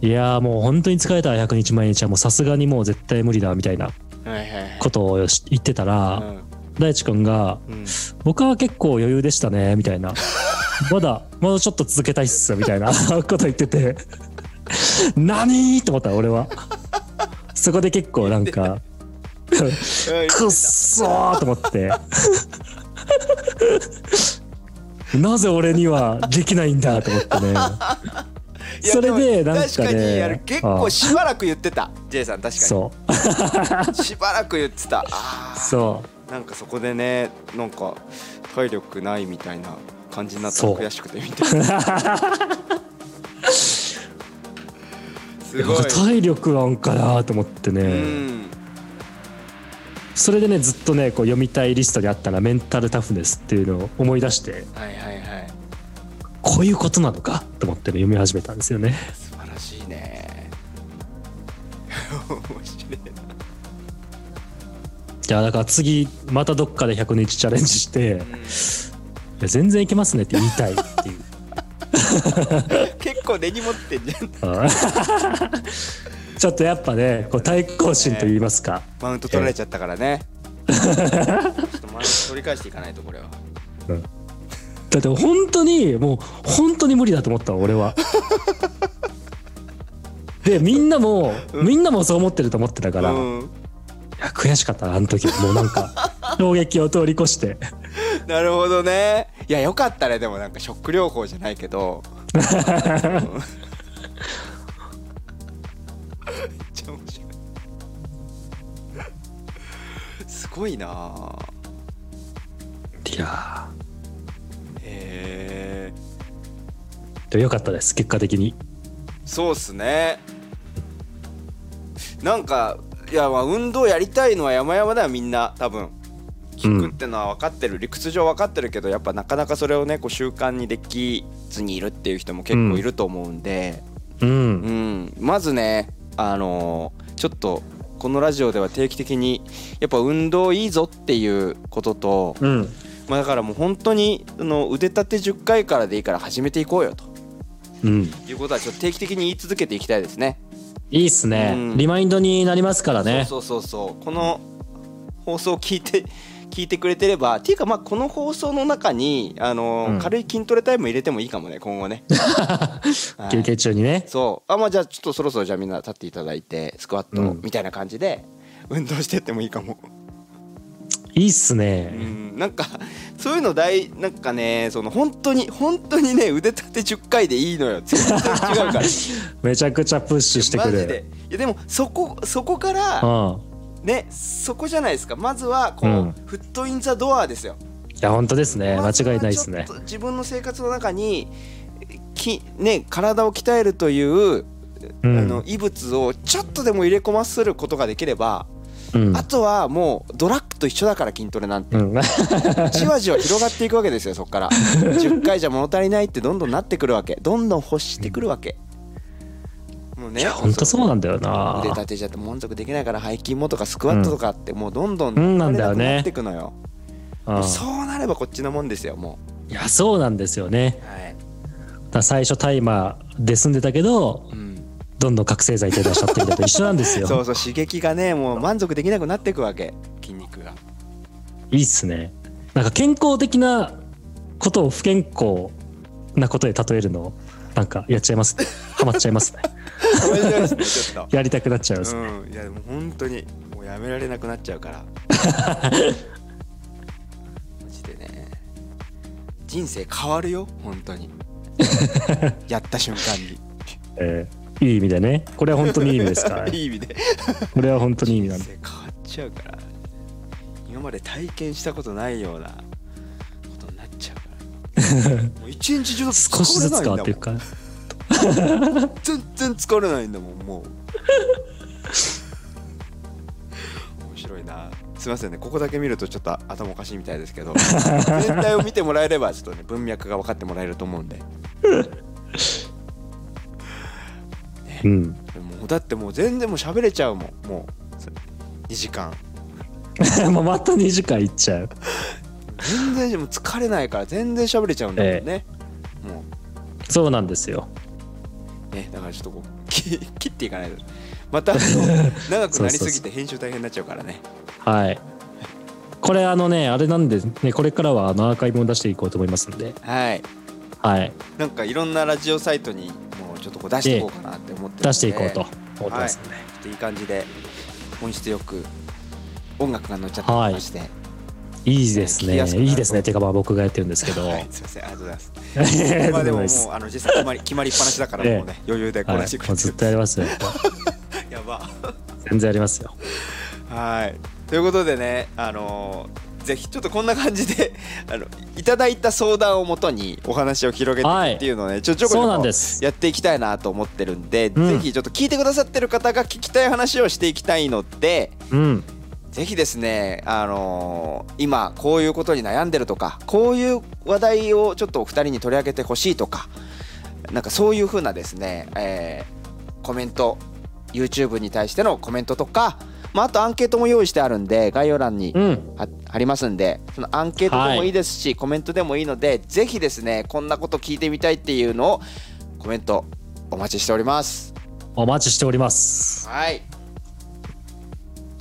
Speaker 1: いやーもう本当に疲れた100日毎日はもうさすがにもう絶対無理だみたいな
Speaker 2: はいはいはい
Speaker 1: ことをし言ってたら、大地君が
Speaker 2: うんうん
Speaker 1: 「僕は結構余裕でしたね」みたい な「まだまだちょっと続けたいっす」みたいな こと言って て「何?」と思った俺は。そこで結構なん かくっそーと思 って。なぜ俺にはできないんだと思ってね。
Speaker 2: いや
Speaker 1: それで
Speaker 2: も
Speaker 1: なん
Speaker 2: 確
Speaker 1: か
Speaker 2: かにあれ
Speaker 1: ね。
Speaker 2: 結
Speaker 1: あ
Speaker 2: 構しばらく言ってた J さん確か
Speaker 1: そ
Speaker 2: にしばらく言ってたあ
Speaker 1: う。
Speaker 2: ー
Speaker 1: そ
Speaker 2: なんかそこでねなんか体力ないみたいな感じになった
Speaker 1: そう
Speaker 2: 悔しくてみた いな
Speaker 1: う。
Speaker 2: すごい
Speaker 1: 体力なんかなと思ってね。
Speaker 2: うん
Speaker 1: それでねずっとねこう読みたいリストにあったらメンタルタフネスっていうのを思い出して
Speaker 2: はいはいはい
Speaker 1: こういうことなのかと思って、ね、読み始めたんですよね。
Speaker 2: 素晴らしいね 面白い
Speaker 1: じゃあだから次またどっかで100日チャレンジして
Speaker 2: な、うん
Speaker 1: いや全然いけますねって言いたいっていう。
Speaker 2: 結構根に持ってんじゃん
Speaker 1: あーちょっとやっぱねこう対抗心と言いますか、
Speaker 2: マウント取られちゃったか らねちょっとマウント取り返していかないとこれは
Speaker 1: だって本当にもう本当に無理だと思ったの俺は。でみんなもみんなもそう思ってると思ってたから、い
Speaker 2: うん
Speaker 1: や悔しかったなあの時もうなんか衝撃を通り越して
Speaker 2: なるほどねいやよかったねでもなんかショック療法じゃないけどうんめっちゃ面白いすごいなあ
Speaker 1: いや
Speaker 2: へえ
Speaker 1: ーでもよかったです結果的に
Speaker 2: そうっすねなんかいやまあ運動やりたいのは山々だよみんな多分聞くってのは分かってる、理屈上分かってるけどやっぱなかなかそれをねこう習慣にできずにいるっていう人も結構いると思うんで、
Speaker 1: う
Speaker 2: うんん、まずねあのーちょっとこのラジオでは定期的にやっぱ運動いいぞっていうことと、
Speaker 1: うん
Speaker 2: まあ、だからもう本当にその腕立て10回からでいいから始めていこうよと
Speaker 1: うん
Speaker 2: いうことはちょっと定期的に言い続けていきたいですね。
Speaker 1: いいっすね、
Speaker 2: うん
Speaker 1: リマインドになりますからね
Speaker 2: そうそうそうそうこの放送を聞いて 聞いてくれてればっていうかまあこの放送の中にあの、
Speaker 1: うん
Speaker 2: 軽い筋トレタイム入れてもいいかもね今 後ね、はい
Speaker 1: 休憩中にね。
Speaker 2: そうあまあじゃあちょっとそろそろじゃあみんな立っていただいてスクワット
Speaker 1: うん
Speaker 2: みたいな感じで運動してってもいいかも、
Speaker 1: いいっす
Speaker 2: う
Speaker 1: ね。
Speaker 2: ん、なんかそういうの大なんかねその本当に本当にね腕立て10回でいいのよ全然違 うから
Speaker 1: めちゃくちゃプッシュしてく
Speaker 2: マ
Speaker 1: る。
Speaker 2: ジでいやでもそこそこか
Speaker 1: う
Speaker 2: ら
Speaker 1: ん。
Speaker 2: ねそこじゃないですかまずはこ
Speaker 1: うん
Speaker 2: のフットインザドアですよ
Speaker 1: いや、本当ですね。間
Speaker 2: まずは
Speaker 1: 違いないですね
Speaker 2: ちょ。っと自分の生活の中にき、ね、体を鍛えるという、
Speaker 1: う
Speaker 2: あ
Speaker 1: ん。
Speaker 2: の異物をちょっとでも入れ込ませることができれば、
Speaker 1: うん
Speaker 2: あとはもうドラッグと一緒だから筋トレなん て
Speaker 1: うん
Speaker 2: じわじわ広がっていくわけですよそこから10回じゃ物足りないってどんどんなってくるわけどんどん欲してくるわけ、もうね
Speaker 1: 本当そうなんだよな
Speaker 2: 腕。立てちゃって満足できないから背筋もとかスクワットとかってもうどんどん
Speaker 1: うんなんだよね
Speaker 2: 慣れなくなってくのよ、
Speaker 1: うん
Speaker 2: そうなればこっちのもんですよも
Speaker 1: いや、そうなんですよね。
Speaker 2: うはい、
Speaker 1: だから最初タイマーで済んでたけど、
Speaker 2: うん
Speaker 1: どんどん覚醒剤手出しちゃってみたいと一緒なん です
Speaker 2: そ
Speaker 1: よ。
Speaker 2: うそう刺激がねもう満足できなくなっていくわけ筋肉 が
Speaker 1: いいっすね。なんか健康的なことを不健康なことで例えるの、なんかやっちゃいます。ハマっちゃい ますね。
Speaker 2: 面白いですねちょっ
Speaker 1: やりたくなっちゃいます
Speaker 2: と。うんいやでも本当にもうやめられなくなっちゃうから マジでね人生変わるよ本当 にやった瞬間に
Speaker 1: えーいい意味でね。これは本当にいい意味ですから、
Speaker 2: いい意味で
Speaker 1: これは本当にいい意味な
Speaker 2: 人
Speaker 1: ん
Speaker 2: 生
Speaker 1: で。
Speaker 2: 変わっちゃうから今まで体験したことないようなことになっちゃう からもう一日中
Speaker 1: 少しずつ変わっていくか
Speaker 2: か
Speaker 1: ら。
Speaker 2: 全然疲れないんだもんもう面白いなすいませんねここだけ見るとちょっと頭おかしいみたいですけど全体を見てもらえればちょっとね文脈が分かってもらえると思うんで
Speaker 1: うん。
Speaker 2: もうだってもう全然もう喋れちゃうもんもう2時間
Speaker 1: もうまた2時間いっちゃう。
Speaker 2: 全然もう疲れないから全然喋れちゃうんだもんね、も
Speaker 1: そうなんですよ。
Speaker 2: うねだからちょっとこうき切っていかないとまたあの長くなりすぎて編集大変になっちゃうからね
Speaker 1: はい。これあのね、あれなんで、ね、これからはあのアーカイブも出していこうと思いますんで、
Speaker 2: はい
Speaker 1: はい。
Speaker 2: なんかいろんなラジオサイトにもうちょっとこう出していこうかなって思ってるので
Speaker 1: 出していこうと思ってますんで。
Speaker 2: いい感じで音質よく音楽が乗っちゃってまして、はい、
Speaker 1: い、いです
Speaker 2: 聞き
Speaker 1: ね
Speaker 2: やすくなる
Speaker 1: いいですね。っていうかまあ僕がやってるんですけど。
Speaker 2: すいませんありがとうございます。
Speaker 1: え
Speaker 2: まあでももう
Speaker 1: す。
Speaker 2: あの実際決まり 決まりっぱなしだから
Speaker 1: ええ
Speaker 2: もうね余裕でこ
Speaker 1: はい、も
Speaker 2: なしてくれ
Speaker 1: う
Speaker 2: て
Speaker 1: ずっ
Speaker 2: る。
Speaker 1: とやりますよ。やっぱ
Speaker 2: やば。
Speaker 1: 全然やりますよ。
Speaker 2: はい。ということでねあのーぜひちょっとこんな感じで あのいただいた相談をもとにお話を広げて
Speaker 1: はい
Speaker 2: いくっていうのをね、ちょちょこちょ
Speaker 1: そうなん
Speaker 2: こ
Speaker 1: です。
Speaker 2: やっていきたいなと思ってるんで、
Speaker 1: うん
Speaker 2: ぜひちょっと聞いてくださってる方が聞きたい話をしていきたいので。
Speaker 1: うん。
Speaker 2: ぜひですね、あのー今こういうことに悩んでるとかこういう話題をちょっとお二人に取り上げてほしいとかなんかそういう風なですね、えーコメント YouTube に対してのコメントとか、まあ、あとアンケートも用意してあるんで概要欄に
Speaker 1: うん。
Speaker 2: はありますんでそのアンケートで
Speaker 1: は
Speaker 2: も
Speaker 1: い
Speaker 2: いいですし、コメントでもいいのでぜひですねこんなこと聞いてみたいっていうのをコメントお待ちしております。
Speaker 1: お待ちしております。
Speaker 2: はい。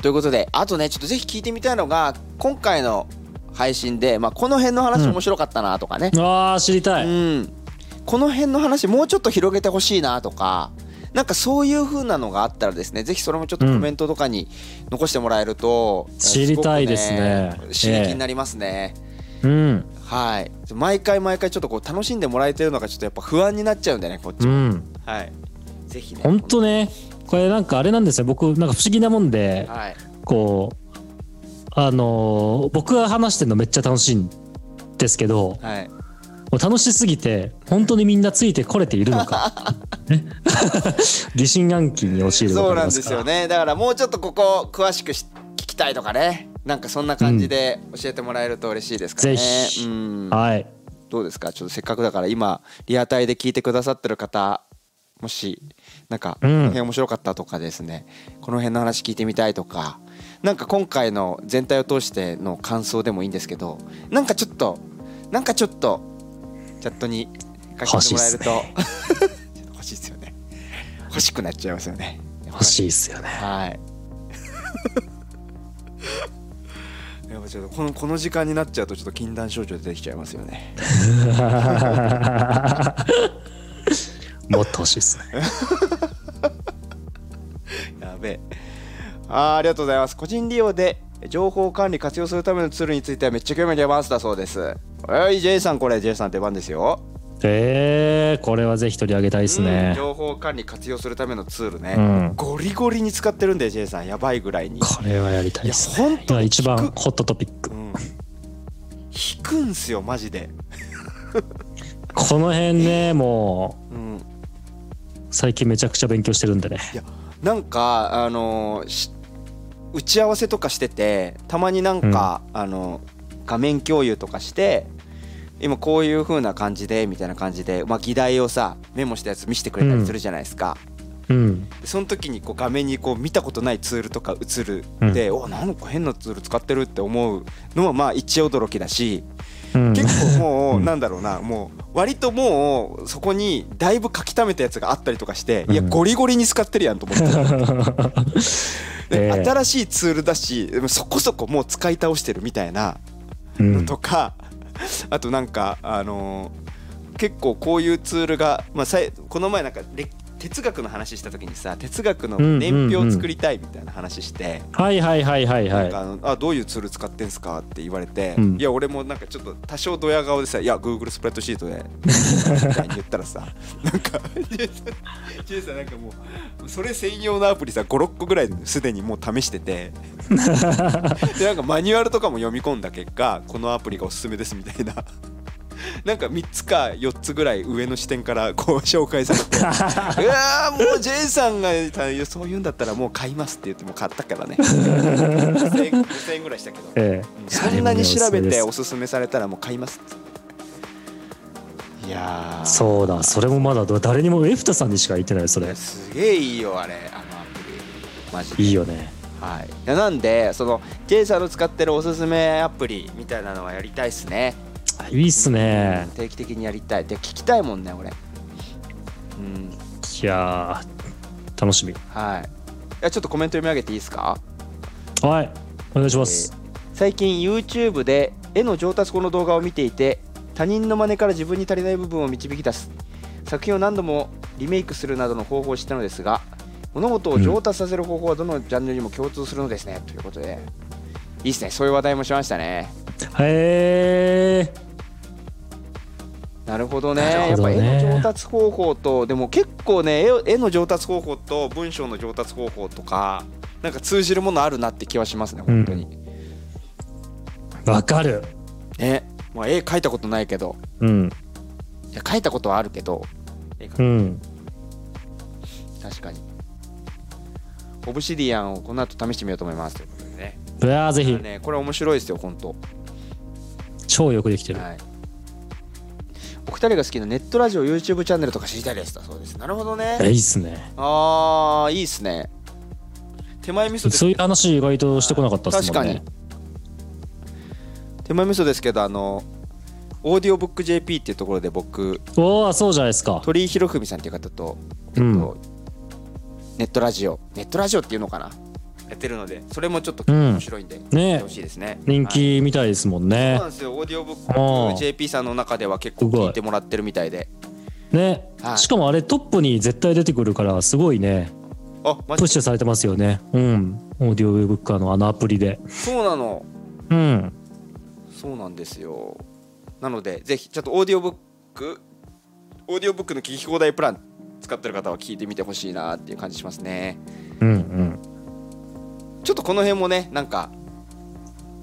Speaker 2: ということで、あとね、ちょっとぜひ聞いてみたいのが、今回の配信で、まあ、この辺の話面白かったなとかね、
Speaker 1: ああ、知り
Speaker 2: う
Speaker 1: た
Speaker 2: ん
Speaker 1: い。
Speaker 2: この辺の話もうちょっと広げてほしいなとか、なんかそういう風なのがあったらですね、ぜひそれもちょっとコメントとかに残してもらえると、
Speaker 1: 知りたいですね
Speaker 2: ごく刺激になりますね。
Speaker 1: うん。
Speaker 2: はい、毎回毎回ちょっとこう楽しんでもらえてるのがちょっとやっぱ不安になっちゃうんだよねこっち
Speaker 1: う
Speaker 2: も、
Speaker 1: ん。
Speaker 2: はいぜひね
Speaker 1: 本当ねこれなんかあれなんですよ僕なんか不思議なもんで
Speaker 2: はい
Speaker 1: こうあのー僕が話してるのめっちゃ楽しいんですけど
Speaker 2: はい
Speaker 1: もう楽しすぎて本当にみんなついてこれているのか、 ね 疑心暗鬼に陥るとこ
Speaker 2: そう
Speaker 1: ろ
Speaker 2: な
Speaker 1: がありま
Speaker 2: んです
Speaker 1: か
Speaker 2: す
Speaker 1: ら
Speaker 2: よねだからもうちょっとここ詳しくし聞きたいとかねなんかそんな感じで教えてもらえると嬉しいですからね
Speaker 1: ぜひ
Speaker 2: うん
Speaker 1: はい
Speaker 2: どうですかちょっとせっかくだから今リアタイで聞いてくださってる方もしなんか
Speaker 1: う
Speaker 2: こ
Speaker 1: ん
Speaker 2: の辺面白かったとかですね、この辺の話聞いてみたいとかなんか今回の全体を通しての感想でもいいんですけどなんかちょっとなんかちょっとチャットに書き込んでもらえるとちょっと 欲しいですよね欲しくなっちゃいますよね
Speaker 1: 欲しいっすよね
Speaker 2: はい。 やっぱちょっとこのこの時間になっちゃうとちょっと禁断症状出てきちゃいますよね
Speaker 1: もっと欲しいですね。
Speaker 2: やべえあーありがとうございます個人利用で情報管理活用するためのツールについてはめっちゃ興味ありますだそうですはい J さんこれ J さん出番ですよ
Speaker 1: えー、これはぜひ取り上げたいです
Speaker 2: うん
Speaker 1: ね。
Speaker 2: 情報管理活用するためのツールね、
Speaker 1: うん
Speaker 2: ゴリゴリに使ってるんで J さんやばいぐらいに
Speaker 1: これはやりたい
Speaker 2: い
Speaker 1: で
Speaker 2: や
Speaker 1: すね。
Speaker 2: 本当
Speaker 1: 今
Speaker 2: に
Speaker 1: 一番
Speaker 2: 引く
Speaker 1: ホットトピック
Speaker 2: う。ん引くんすよマジで
Speaker 1: この辺ね、もう
Speaker 2: うん
Speaker 1: 最近めちゃくちゃ勉強してるんでね。
Speaker 2: なんかあのーし打ち合わせとかしててたまになんか、あの画面共有とかして今こういう風な感じでみたいな感じで、まあ、議題をさメモしたやつ見せてくれたりするじゃないですか、
Speaker 1: うん。
Speaker 2: でその時にこう画面にこう見たことないツールとか映るで、おなんか変なツール使ってるって思うのはまあ一驚きだし、
Speaker 1: うん。
Speaker 2: 結構もう、
Speaker 1: うん
Speaker 2: なんだろうなもう割ともうそこにだいぶ書き溜めたやつがあったりとかして、いや
Speaker 1: うん
Speaker 2: ゴリゴリに使ってるやんと思って。で
Speaker 1: ええ
Speaker 2: 新しいツールだしでもそこそこもう使い倒してるみたいな
Speaker 1: うん
Speaker 2: のとか、 あとなんかあのー結構こういうツールが、まあ、さいこの前なんかれ哲学の話した時にさ哲学の年表を作りたいみたいな話して、
Speaker 1: はいはいはいはい
Speaker 2: なんか
Speaker 1: は
Speaker 2: あのあどういうツール使ってんすかって言われて、
Speaker 1: うん
Speaker 2: いや俺もなんかちょっと多少ドヤ顔でさ「いや Google スプレッドシートで」みたいに言った らさなんかジェイさんジェイさんなんかもうそれ専用のアプリさ56個ぐらいすでにもう試しててでなんかマニュアルとかも読み込んだ結果このアプリがおすすめですみたいな。 なんか3つか4つぐらい上の視点からこう紹介され てうわーもうジェイさんがそういうんだったらもう買いますって言ってもう買ったか らね5000円5000円ぐらいしたけど
Speaker 1: い。ええ
Speaker 2: そんなに調べてお
Speaker 1: いやでもねおすすめです
Speaker 2: すすめされたらもう買いますいやー
Speaker 1: そうだ、それもまだ誰にもエフタさんにしか言ってない、それ。
Speaker 2: すげえいいよあれあのアプリマジで
Speaker 1: いいよね。
Speaker 2: はいいやなんでその J さんの使ってるおすすめアプリみたいなのはやりたいっすね
Speaker 1: いいっすね
Speaker 2: うん。定期的にやりたいで聞きたいもんね俺うん
Speaker 1: いやー、楽しみ。
Speaker 2: はいいやちょっとコメント読み上げていいですか
Speaker 1: はい、お願いします。
Speaker 2: 最近 YouTube で絵の上達後の動画を見ていて他人の真似から自分に足りない部分を導き出す作品を何度もリメイクするなどの方法を知ったのですが物事を上達させる方法はどのジャンルにも共通するのですね、ということでいいですねそういう話題もしましたね
Speaker 1: へえ
Speaker 2: なるほどね
Speaker 1: なる
Speaker 2: やっ
Speaker 1: ほど
Speaker 2: ぱ
Speaker 1: ね
Speaker 2: 絵の上達方法とでも結構ね絵を絵の上達方法と文章の上達方法とかなんか通じるものあるなって気はしますね本当に、
Speaker 1: ー、わかる。
Speaker 2: ねまあ絵描いたことないけど
Speaker 1: うん、
Speaker 2: いや描いたことはあるけど絵描く
Speaker 1: うん。
Speaker 2: 確かにオブシディアンをこの後試してみようと思いますということでね
Speaker 1: いやー、ぜひ、
Speaker 2: ねこれ面白いですよ本当は
Speaker 1: 超よくできてる。
Speaker 2: いお二人が好きなネットラジオ YouTube チャンネルとか知りたいですだそうですなるほど
Speaker 1: え
Speaker 2: ね
Speaker 1: いいっすね。
Speaker 2: あーいいっすね手前味噌です
Speaker 1: そういう話意外としてこなかったっす
Speaker 2: 確
Speaker 1: も
Speaker 2: か
Speaker 1: ん
Speaker 2: に
Speaker 1: ね。
Speaker 2: 手前味噌ですけどあのオーディオブック JP っていうところで僕
Speaker 1: おお、そうじゃないですか。
Speaker 2: 鳥居博文さんっていう方と、えっ
Speaker 1: う
Speaker 2: と
Speaker 1: ん
Speaker 2: ネットラジオネットラジオっていうのかなやってるのでそれもちょっと
Speaker 1: うん
Speaker 2: 面白いんで、
Speaker 1: ね
Speaker 2: 見てほしいですね
Speaker 1: 人
Speaker 2: はい
Speaker 1: 気みたいですもん
Speaker 2: そう
Speaker 1: ね
Speaker 2: なん。ですよオーディオブ
Speaker 1: あ
Speaker 2: ッ
Speaker 1: ー
Speaker 2: ク JP さんの中では結構聞いてもらってるみたいで
Speaker 1: ね
Speaker 2: は。い
Speaker 1: しかもあれトップに絶対出てくるからすごいね
Speaker 2: あマ
Speaker 1: プッ
Speaker 2: ジ
Speaker 1: シュされてますよねうんオーディオウェブッカーのあのアプリで
Speaker 2: そうなの
Speaker 1: うん
Speaker 2: そうなんですよなのでぜひちょっとオーディオブックオーディオブックの聞き放題プラン使ってる方は聞いてみてほしいなっていう感じしますね
Speaker 1: うんうん
Speaker 2: ちょっとこの辺もねなんか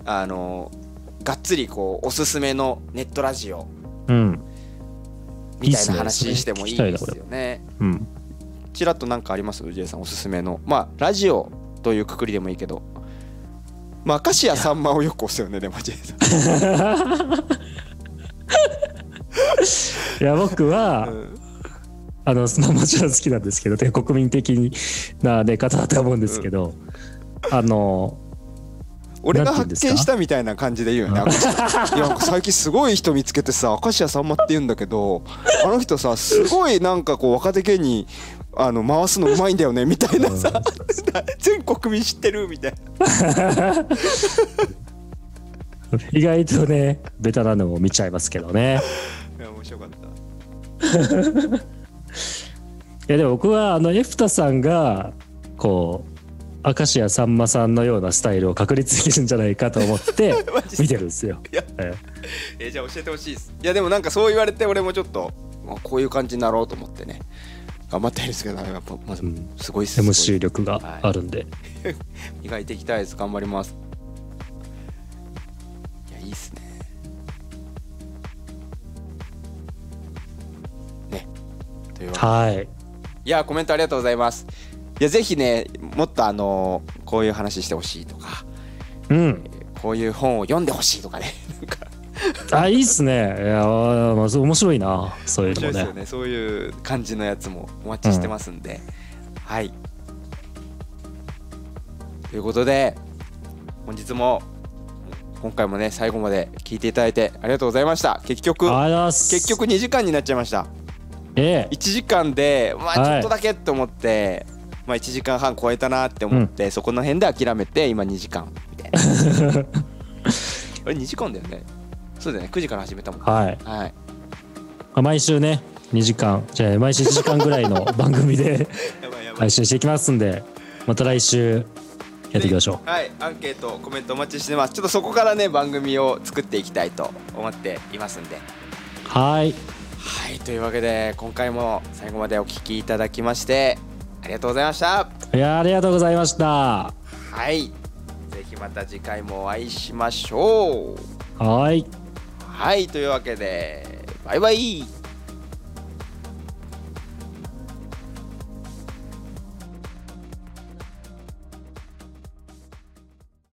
Speaker 2: あのがっつりこうおすすめのネットラジオ
Speaker 1: うん
Speaker 2: みたいない
Speaker 1: いっすね
Speaker 2: 話してもいいですよね
Speaker 1: うん
Speaker 2: ちらっとなんかあります ?J さんおすすめの。まあ、ラジオというくくりでもいいけど。まあ、明石家さんまをよく押すよね、でも J さん。
Speaker 1: いや僕は、
Speaker 2: うん
Speaker 1: あのまあもちろん好きなんですけどてか国民的な出方だと思うんですけど、あの
Speaker 2: 俺が
Speaker 1: なんて言うん
Speaker 2: 発
Speaker 1: ですか
Speaker 2: 見したみたいな感じで言うよね。明石家いや、なんか最近すごい人見つけてさ、明石家さんまって言うんだけど、あの人さ、すごいなんかこう、若手芸人、あの回すのうまいんだよねみたいなさ全国民知ってるみたいな
Speaker 1: 意外とねベタなのも見ちゃいますけどね
Speaker 2: いや面白かった
Speaker 1: いやでも僕はあのエフタさんがこう明石家さんまさんのようなスタイルを確立できるんじゃないかと思って
Speaker 2: マジっす
Speaker 1: 見てるんですよ
Speaker 2: いや
Speaker 1: え
Speaker 2: えーじゃあ教えてほしいですいやでもなんかそう言われて俺もちょっと、まあ、こういう感じになろうと思ってね頑張ってるんですけどやっぱ、まあ、
Speaker 1: うん
Speaker 2: すごいっす
Speaker 1: MC 力があるんで、
Speaker 2: 磨いていきたいです頑張りますいやいいっすねねというわけで
Speaker 1: はい、
Speaker 2: いやコメントありがとうございますいやぜひねもっとあのーこういう話してほしいとか
Speaker 1: うん
Speaker 2: こういう本を読んでほしいとかねなんか
Speaker 1: あいいっすねいやーまあそう面白いなそういうのも
Speaker 2: 面白いです
Speaker 1: ね
Speaker 2: よねそういう感じのやつもお待ちしてますんで、はいということで本日も今回もね最後まで聞いていただいてありがとうございました結局
Speaker 1: ありがとうございます
Speaker 2: 結局2時間になっちゃいました
Speaker 1: ええ
Speaker 2: 1時間でま
Speaker 1: はい
Speaker 2: あちょっとだけと思って、まあ1時間半超えたなって思って、そこの辺で諦めて今2時間 みたいなあれ2時間だよねそうだよね9時から始めたもん
Speaker 1: はい
Speaker 2: はい
Speaker 1: まあ毎週ね2時間じゃあ毎週1時間ぐらい の番組で
Speaker 2: やばいやばい
Speaker 1: 配信していきますんでまた来週やっていきましょう
Speaker 2: はい、アンケート、コメントお待ちしてます。ちょっとそこからね、番組を作っていきたいと思っていますんで。
Speaker 1: はい
Speaker 2: はい、というわけで、今回も最後までお聞きいただきまして、ありがとうございました。
Speaker 1: いやーありがとうございました
Speaker 2: はい、ぜひまた次回もお会いしましょう。
Speaker 1: はい
Speaker 2: はい、というわけで、バイバイ。